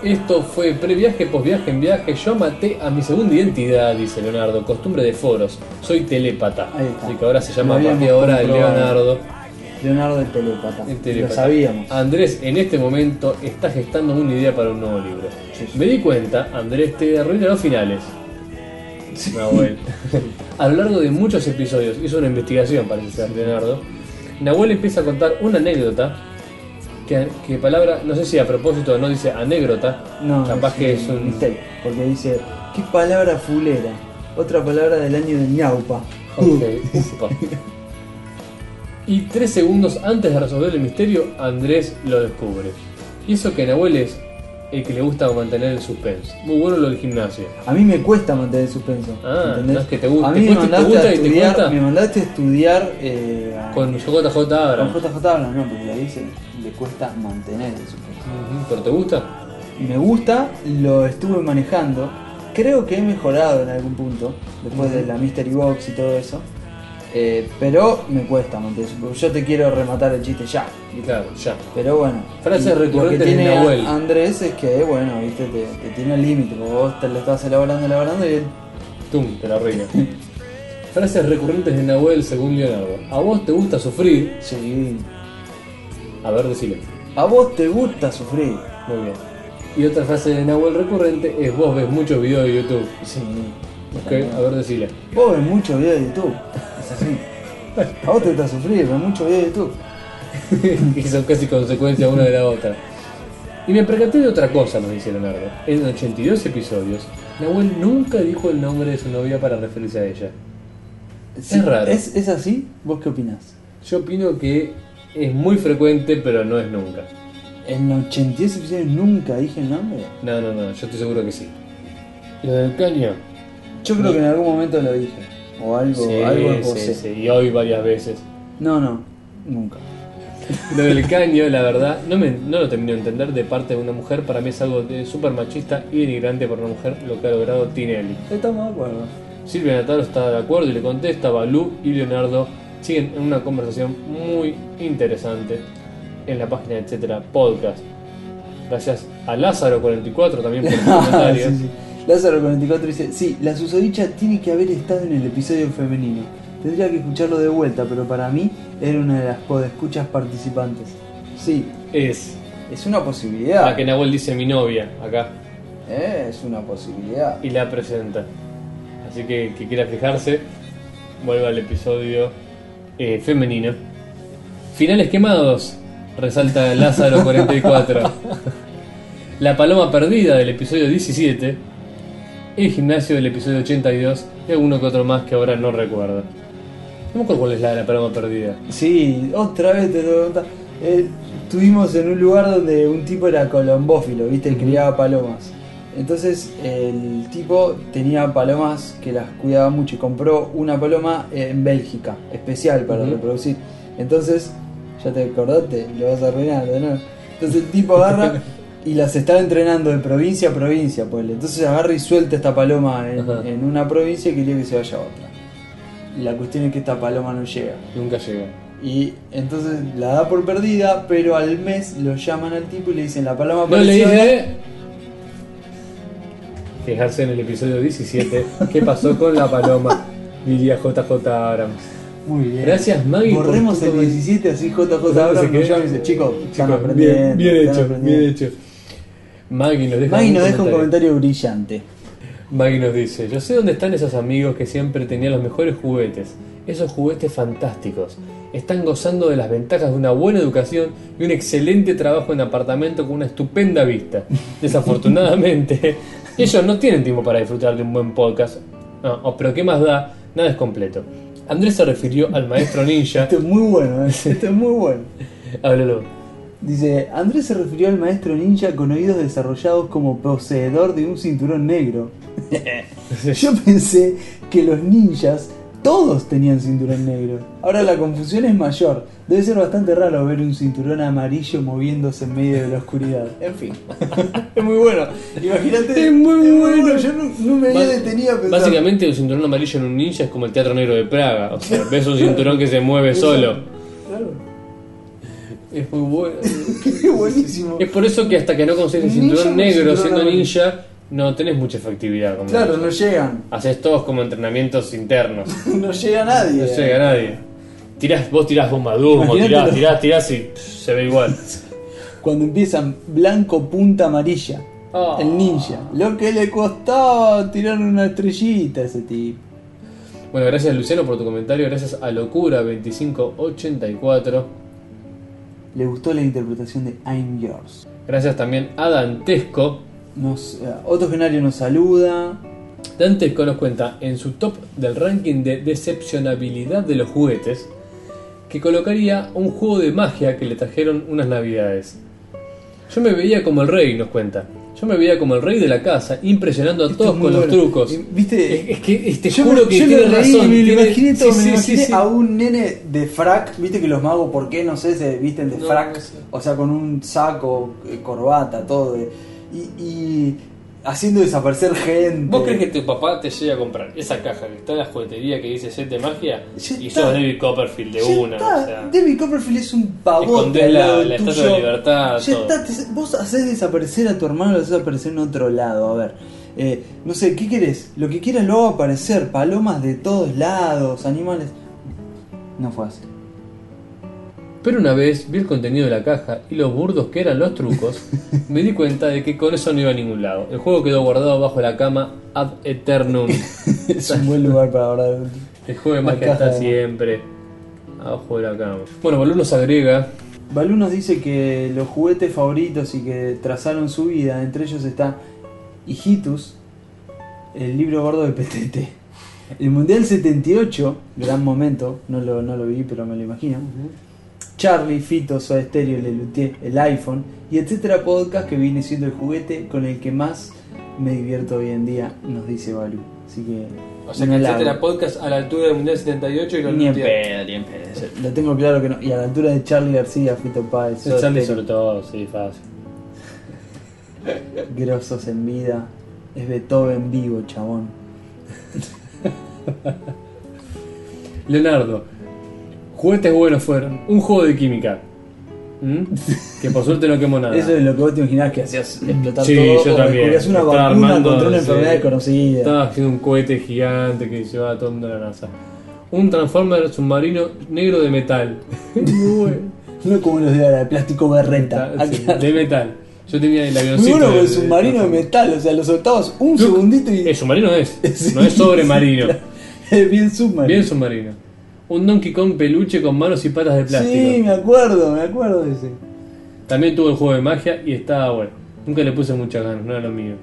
S4: Esto fue previaje, posviaje, en viaje. Yo maté a mi segunda identidad, dice Leonardo. Costumbre de foros. Soy telépata.
S6: Ahí está.
S4: Así que ahora se llama a
S6: Lo
S4: partir de
S6: habíamos
S4: ahora
S6: comprobado.
S4: Leonardo.
S6: Leonardo el telépata.
S4: el
S6: Lo
S4: telépata.
S6: sabíamos.
S4: Andrés, en este momento está gestando una idea para un nuevo libro.
S6: Sí, sí.
S4: Me di cuenta, Andrés, te arruina los finales. Nahuel. a lo largo de muchos episodios, hizo una investigación, parece ser Leonardo. Nahuel empieza a contar una anécdota Que, que palabra, no sé si a propósito no dice anécdota.
S6: No,
S4: capaz que es
S6: un
S4: un.
S6: mistake, porque dice, qué palabra fulera, otra palabra del año de ñaupa.
S4: Ok, upa. Y tres segundos antes de resolver el misterio, Andrés lo descubre. Y eso que Nahuel es el que le gusta mantener el suspense. Muy bueno lo del gimnasio.
S6: A mí me cuesta mantener el suspenso.
S4: Ah,
S6: ¿entendés?
S4: no es que te gusta-
S6: A
S4: te
S6: mí me
S4: cuesta y te
S6: mandaste
S4: gusta
S6: a
S4: y te
S6: estudiar,
S4: cuesta.
S6: me mandaste a estudiar eh, a-
S4: Con JJ ahora.
S6: con JJ Hablan, no, porque ahí dice.
S10: Le cuesta mantener el suspenso.
S4: Ujú, ¿Pero te gusta?
S6: Me gusta, lo estuve manejando. Creo que he mejorado en algún punto, después de la Mystery Box y todo eso. Eh, pero me cuesta mantener el suspenso. Yo te quiero rematar el chiste ya.
S4: Y claro, ya.
S6: Pero bueno.
S4: Frases
S6: y Lo que
S4: recurrentes de
S6: tiene
S4: Nahuel.
S6: a- Andrés es que, bueno, viste, te, te tiene el límite. porque Vos te lo estás elaborando, elaborando y él.
S4: Tum, te la reina. Frases recurrentes de Nahuel según Leonardo. ¿A vos te gusta sufrir?
S6: Sí.
S4: A ver, decile.
S6: A vos te gusta sufrir.
S4: Muy bien. Y otra frase de Nahuel recurrente es vos ves muchos videos de YouTube.
S6: Sí.
S4: Ok, a ver, decile.
S6: Vos ves mucho video de YouTube. Es así. A vos te gusta sufrir, ves mucho video de YouTube.
S4: que son casi consecuencia una de la otra. Y me percaté de otra cosa, nos dice Leonardo. En 82 episodios, Nahuel nunca dijo el nombre de su novia para referirse a ella.
S6: Sí,
S4: raro.
S6: ¿Es, es así? ¿Vos qué opinás?
S4: Yo opino que es muy frecuente, pero no es nunca.
S6: En 82 episodios nunca dije el nombre.
S4: No, no, no, yo estoy seguro que sí. Lo del caño.
S6: Yo creo que en algún momento lo dije. O algo,
S4: Sí,
S6: algo
S4: sí,
S6: esbocé.
S4: sí, y hoy varias veces.
S6: No, no, nunca.
S4: Lo del caño, la verdad, no, me, no lo termino de entender de parte de una mujer. Para mí es algo de súper machista y denigrante para una mujer lo que ha logrado Tinelli.
S6: Estamos de acuerdo.
S4: Silvia Nataro está de acuerdo y le contesta. Balú y Leonardo siguen en una conversación muy interesante en la página etcétera podcast. Gracias a Lázaro44 también por el
S6: Ah,
S4: comentario.
S6: sí, sí. Lázaro 44 dice, sí, la susodicha tiene que haber estado en el episodio femenino. Tendría que escucharlo de vuelta, pero para mí era una de las podescuchas participantes. Sí,
S4: Es
S6: es una posibilidad.
S4: la que Nahuel dice mi novia acá
S6: Eh, es una posibilidad.
S4: y la presenta. Así que que quiera fijarse, vuelva al episodio eh, femenino. Finales quemados, resalta Lázaro44. La paloma perdida del episodio 17. El gimnasio del episodio 82. Y alguno que otro más que ahora no recuerdo. No me acuerdo cuál es la de la paloma perdida.
S6: Sí, otra vez te lo preguntaba. Eh, estuvimos en un lugar donde un tipo era colombófilo, ¿viste? Y criaba palomas. Entonces el tipo tenía palomas que las cuidaba mucho y compró una paloma eh, en Bélgica, especial para
S4: Ujú.
S6: reproducir. Entonces, ya te acordaste, lo vas a arruinar, ¿no? Entonces el tipo agarra y las estaba entrenando de provincia a provincia, pues. Entonces agarra y suelta esta paloma en,
S4: Ajá.
S6: en una provincia y quería que se vaya a otra. La cuestión es que esta paloma no llega.
S4: Nunca llegó.
S6: Y entonces la da por perdida, pero al mes lo llaman al tipo y le dicen la paloma
S4: No le
S6: apareció".
S4: dije. Fijarse en el episodio 17. ¿Qué pasó con la paloma? Diría JJ Abrams.
S6: Muy bien.
S4: Gracias, Maggie. por
S6: Borremos
S4: tu
S6: el
S4: comentario.
S6: 17 así JJ
S4: Borremos
S6: ahora
S4: el que-
S6: nos llama y dice, chicos, están
S4: Chicos,
S6: aprendiendo.
S4: bien, bien
S6: están
S4: hecho,
S6: aprendiendo".
S4: bien hecho. Maggie nos deja,
S6: Maggie nos deja un comentario brillante.
S4: Maggie nos dice: Yo sé dónde están esos amigos que siempre tenían los mejores juguetes. Esos juguetes fantásticos. Están gozando de las ventajas de una buena educación y un excelente trabajo en apartamento con una estupenda vista. Desafortunadamente, ellos no tienen tiempo para disfrutar de un buen podcast. No, oh, pero ¿qué más da? Nada es completo. Andrés se refirió al maestro ninja.
S6: Esto es muy bueno, ¿eh? esto es muy bueno.
S4: Háblalo.
S6: Dice, Andrés se refirió al maestro ninja con oídos desarrollados como poseedor de un cinturón negro. Yo pensé que los ninjas todos tenían cinturón negro. Ahora la confusión es mayor. Debe ser bastante raro ver un cinturón amarillo moviéndose en medio de la oscuridad. En fin. es muy bueno. Imagínate.
S4: Es muy bueno.
S6: Yo no, no me había detenido a pensar.
S4: Básicamente un cinturón amarillo en un ninja es como el Teatro Negro de Praga. O sea, ves un cinturón que se mueve solo.
S6: Claro.
S4: Es muy bueno.
S6: Qué buenísimo.
S4: Es por eso que hasta que no consigues el
S6: Un ninja
S4: cinturón
S6: con
S4: negro
S6: cinturón
S4: siendo
S6: amarillo.
S4: ninja, no tenés mucha efectividad. Como
S6: Claro,
S4: ninja.
S6: no llegan.
S4: Haces todos como entrenamientos internos.
S6: No llega nadie.
S4: No llega nadie. Tirás, vos tirás bomba de humo,
S6: Imagínate
S4: tirás,
S6: los-
S4: tirás, tirás y pff, se ve igual.
S6: cuando empiezan blanco, punta, amarilla.
S4: Ah.
S6: El ninja. Lo que le costaba tirar una estrellita a ese tipo.
S4: Bueno, gracias Luciano por tu comentario, gracias a Locura2584.
S6: le gustó la interpretación de I'm Yours.
S4: Gracias también a Dantesco.
S6: Nos, eh, Otto Genario nos saluda.
S4: Dantesco nos cuenta en su top del ranking de decepcionabilidad de los juguetes que colocaría un juego de magia que le trajeron unas navidades. Yo me veía como el rey, nos cuenta. Yo me veía como el rey de la casa, impresionando a
S6: Esto
S4: todos
S6: es muy
S4: con los
S6: bueno.
S4: trucos.
S6: Eh, ¿Viste?
S4: Es, es que es- te
S6: Yo
S4: juro
S6: me-
S4: que
S6: yo
S4: tiene
S6: lo leí
S4: razón.
S6: y me lo
S4: tiene-
S6: imaginé todo,
S4: sí,
S6: me
S4: sí,
S6: lo imaginé
S4: sí, sí.
S6: a un nene de frac, viste que los magos, ¿por qué? No sé, se visten de
S4: No,
S6: frac,
S4: no sé.
S6: o sea, con un saco, eh, corbata, todo, de- y, y haciendo desaparecer gente.
S4: ¿Vos crees que tu papá te llega a comprar esa caja que está en la juguetería que dice set de magia?
S6: Ya
S4: y
S6: está.
S4: sos David Copperfield de
S6: Ya
S4: una.
S6: está,
S4: o sea.
S6: David Copperfield es un pavote
S4: Escondés
S6: al
S4: la-
S6: lado
S4: la
S6: tuyo.
S4: Estatua de Libertad,
S6: Ya
S4: todo.
S6: está, te- vos haces desaparecer a tu hermano, lo haces aparecer en otro lado. A ver, eh, no sé, ¿qué querés? Lo que quieras lo hago aparecer. Palomas de todos lados, animales. No fue así.
S4: Pero una vez vi el contenido de la caja y los burdos que eran los trucos, me di cuenta de que con eso no iba a ningún lado. El juego quedó guardado bajo la cama ad eternum.
S6: es un buen lugar para hablar.
S4: El juego de
S6: La
S4: magia
S6: caja
S4: está
S6: de-
S4: siempre abajo de la cama. Bueno, Balú nos agrega
S6: Balú nos dice que los juguetes favoritos y que trazaron su vida, entre ellos está Hijitus, el libro gordo de Petete. El Mundial 78, gran momento, no lo, no lo vi, pero me lo imagino. Charlie, Fito, Soda Stereo, Lelutier, el iPhone y etcétera podcast que viene siendo el juguete con el que más me divierto hoy en día, nos dice Balú. Así que.
S4: O sea
S6: un
S4: que
S6: halago.
S4: hacete la podcast a la altura del Mundial 78 y lo
S6: Ni en
S4: lutea.
S6: pedo, ni en pedo. Lo tengo claro que no. Y a la altura de Charlie García, Fito Páez, Soda
S4: El Charlie
S6: Stereo.
S4: sobre todo, sí, fácil.
S6: Grosos en vida. Es Beethoven vivo, chabón.
S4: Leonardo, juguetes buenos fueron. Un juego de química. ¿Mm? Que por suerte no quemó nada.
S6: Eso es lo que vos te imaginás que hacías explotar
S4: Sí,
S6: todo.
S4: yo
S6: o
S4: también.
S6: descubrías una
S4: Estaba
S6: vacuna
S4: armando,
S6: contra una
S4: sí.
S6: enfermedad desconocida.
S4: Estaba haciendo un cohete gigante que llevaba todo el mundo a la NASA. Un Transformer submarino negro de metal.
S6: No como los de ahora, de plástico berreta.
S4: Sí, de metal. Yo tenía el
S6: Muy
S4: avioncito.
S6: bueno
S4: de-
S6: con el submarino de metal, o sea, lo soltabas un segundito y.
S4: El submarino es, no es sobremarino.
S6: Es bien submarino.
S4: Bien submarino. Un Donkey Kong peluche con manos y patas de plástico.
S6: Sí, me acuerdo, me acuerdo de ese.
S4: También tuve el juego de magia y estaba bueno. Nunca le puse muchas ganas, no era lo mío.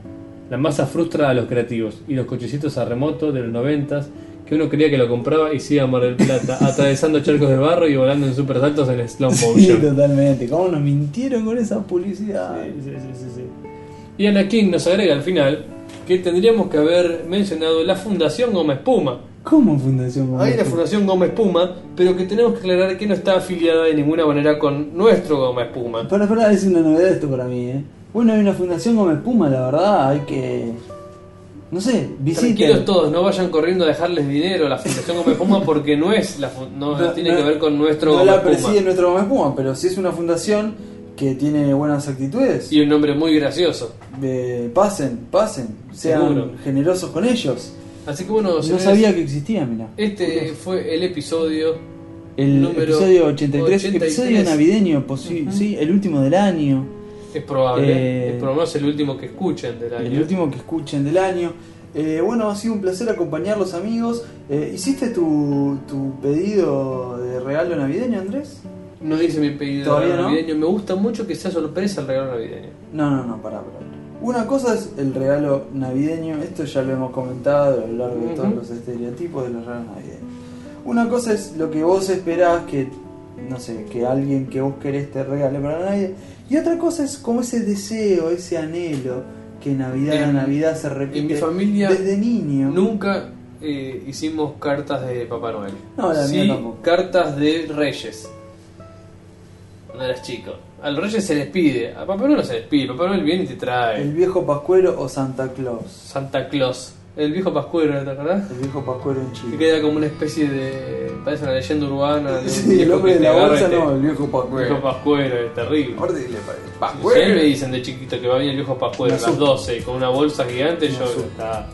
S4: La masa frustra a los creativos y los cochecitos a remoto de los noventas que uno creía que lo compraba y se iba a Mar del Plata, atravesando charcos de barro y volando en super saltos en slow
S6: Sí,
S4: motion.
S6: totalmente. ¿Cómo nos mintieron con esa publicidad?
S4: Y Anakin nos agrega al final que tendríamos que haber mencionado la Fundación Goma Espuma.
S6: ¿Cómo Fundación Goma
S4: Hay la
S6: Espuma?
S4: Fundación Goma Espuma, pero que tenemos que aclarar que no está afiliada de ninguna manera con nuestro Goma Espuma.
S6: Para, para, es una novedad esto para mí, ¿eh? Bueno, hay una fundación como Espuma, la verdad, hay que... No sé,
S4: Tranquilos
S6: visiten.
S4: todos, no vayan corriendo a dejarles dinero a la Fundación Goma Espuma porque no es la fu- no, no tiene que ver con nuestro
S6: No
S4: Goma
S6: la
S4: Espuma.
S6: preside nuestro Goma Espuma, pero sí es una fundación que tiene buenas actitudes.
S4: Y un nombre muy gracioso.
S6: Eh, pasen, pasen, sean
S4: Seguro.
S6: generosos con ellos.
S4: Así que bueno,
S6: No
S4: señores,
S6: sabía que existía, mira.
S4: este fue el episodio.
S6: El
S4: número
S6: episodio 83,
S4: 83.
S6: episodio navideño, posi- sí, el último del año.
S4: Es probable, es
S6: Eh,
S4: por lo menos el último que escuchen del año.
S6: El último que escuchen del año. Eh, bueno, ha sido un placer acompañarlos amigos. Eh, ¿Hiciste tu, tu pedido de regalo navideño, Andrés?
S4: No hice mi pedido de
S6: Todavía
S4: regalo
S6: no.
S4: navideño. Me gusta mucho que sea sorpresa el regalo navideño.
S6: No, no, no, pará, pará. Una cosa es el regalo navideño, esto ya lo hemos comentado a lo largo de todos
S4: Ujú.
S6: los estereotipos de los regalos navideños. Una cosa es lo que vos esperás que, no sé, que alguien que vos querés te regale para nadie. Y otra cosa es como ese deseo, ese anhelo que Navidad a
S4: En-
S6: Navidad se repite
S4: en mi familia
S6: desde niño.
S4: Nunca eh, hicimos cartas de Papá Noel.
S6: No, la
S4: sí,
S6: mía tampoco.
S4: cartas de Reyes. Cuando eras chico. A los Reyes se les pide, a Papá Noel no se les pide, Papá Noel viene y te trae.
S6: El viejo Pascuero o Santa Claus.
S4: Santa Claus, el viejo Pascuero, ¿te acordás?
S6: El viejo Pascuero en
S4: Que
S6: Chile.
S4: queda como una especie de. parece una leyenda urbana. De un
S6: Sí, el
S4: viejo
S6: hombre
S4: que
S6: de
S4: te
S6: la
S4: agarra y
S6: bolsa
S4: te-
S6: no,
S4: El
S6: el viejo
S4: viejo
S6: Pascuero.
S4: Pascuero, es terrible.
S6: Ahora dile, pa-
S4: Si a mí me
S6: Pascuero.
S4: dicen de chiquito que va a venir el viejo Pascuero
S6: Me
S4: a las
S6: asusta.
S4: 12 con una bolsa gigante,
S6: Me
S4: yo
S6: asusta.
S4: está,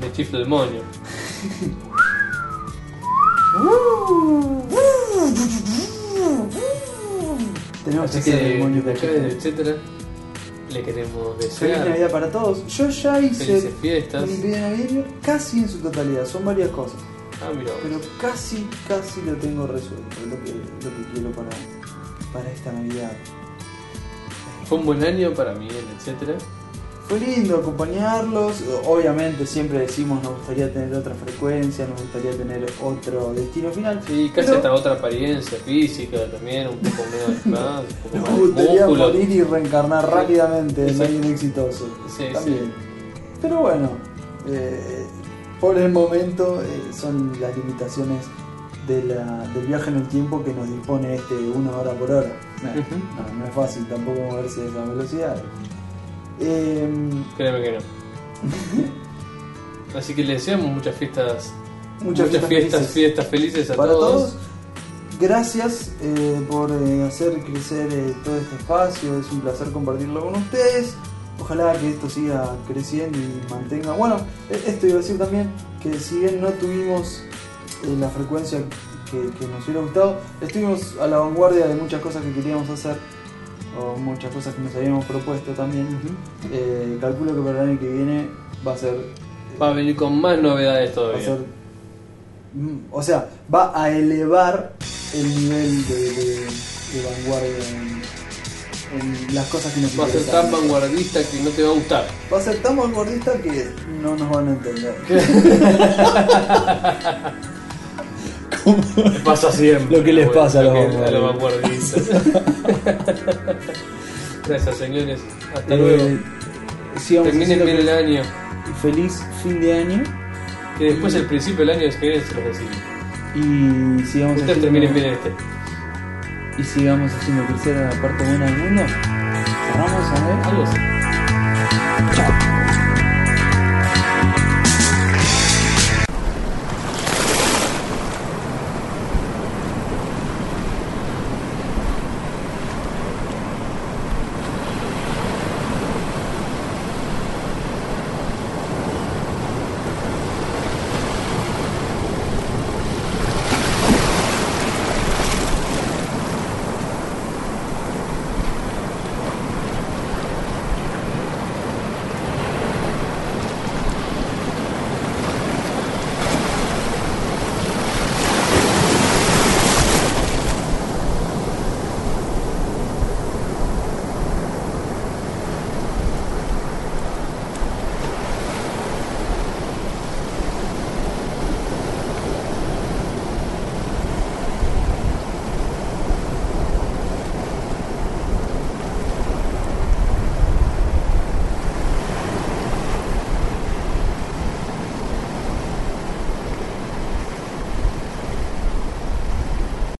S4: me chiflo el moño.
S6: Uh, uh. Tenemos que
S4: Así
S6: hacer
S4: que,
S6: el moño de
S4: muchachos,
S6: Pascuero.
S4: etcétera, le queremos
S6: Feliz
S4: desear
S6: Navidad para todos. Yo ya hice
S4: felices fiestas.
S6: mi pedido navideño casi en su totalidad, son varias cosas,
S4: Ah, mira,
S6: pero casi, casi lo tengo resuelto, lo que, lo que quiero para, para esta Navidad?
S4: Fue un buen año para Miguel, etcétera.
S6: Fue lindo acompañarlos. Obviamente siempre decimos nos gustaría tener otra frecuencia, nos gustaría tener otro destino final.
S4: Sí, casi
S6: Pero
S4: hasta otra apariencia física también, un poco menos de más, un poco
S6: Nos
S4: más de
S6: gustaría
S4: músculo.
S6: morir y reencarnar rápidamente en
S4: Sí.
S6: alguien exitoso.
S4: Sí,
S6: También. Pero bueno, eh, por el momento eh, son las limitaciones de la- del viaje en el tiempo que nos dispone este una hora por hora. No, no, no es fácil tampoco moverse a esa velocidad. Eh,
S4: Créeme que no. Así que le deseamos muchas fiestas,
S6: muchas,
S4: fiestas,
S6: felices.
S4: fiestas felices a
S6: para
S4: todos.
S6: todos. Gracias eh, por eh, hacer crecer eh, todo este espacio. Es un placer compartirlo con ustedes. Ojalá que esto siga creciendo y mantenga. Bueno, eh, esto iba a decir también que si bien no tuvimos eh, la frecuencia que, que nos hubiera gustado, estuvimos a la vanguardia de muchas cosas que queríamos hacer o muchas cosas que nos habíamos propuesto también. Eh, calculo que para el año que viene va a ser
S4: Va a venir con más novedades
S6: va a
S4: todavía.
S6: ser- mm, o sea, va a elevar el nivel de, de- de vanguardia en, en las cosas que nos
S4: Va a ser
S6: interesan.
S4: tan vanguardista que no te va a gustar.
S6: Va a ser tan vanguardista que no nos van a entender.
S4: Les pasa siempre.
S6: Lo que les pasa a
S4: lo
S6: los
S4: que- a los
S6: vanguardistas.
S4: vanguardistas. Gracias, señores. Hasta
S6: Eh,
S4: luego.
S6: sigamos
S4: Terminen
S6: haciendo
S4: bien el año.
S6: que- Feliz fin de año
S4: Que después, el principio del año, es que se los decimos.
S6: y sigamos,
S4: Ustedes
S6: haciendo,
S4: terminen bien este.
S6: y sigamos haciendo crecer a la parte buena del mundo. Cerramos, a ver.
S4: Algo así.
S6: Chao.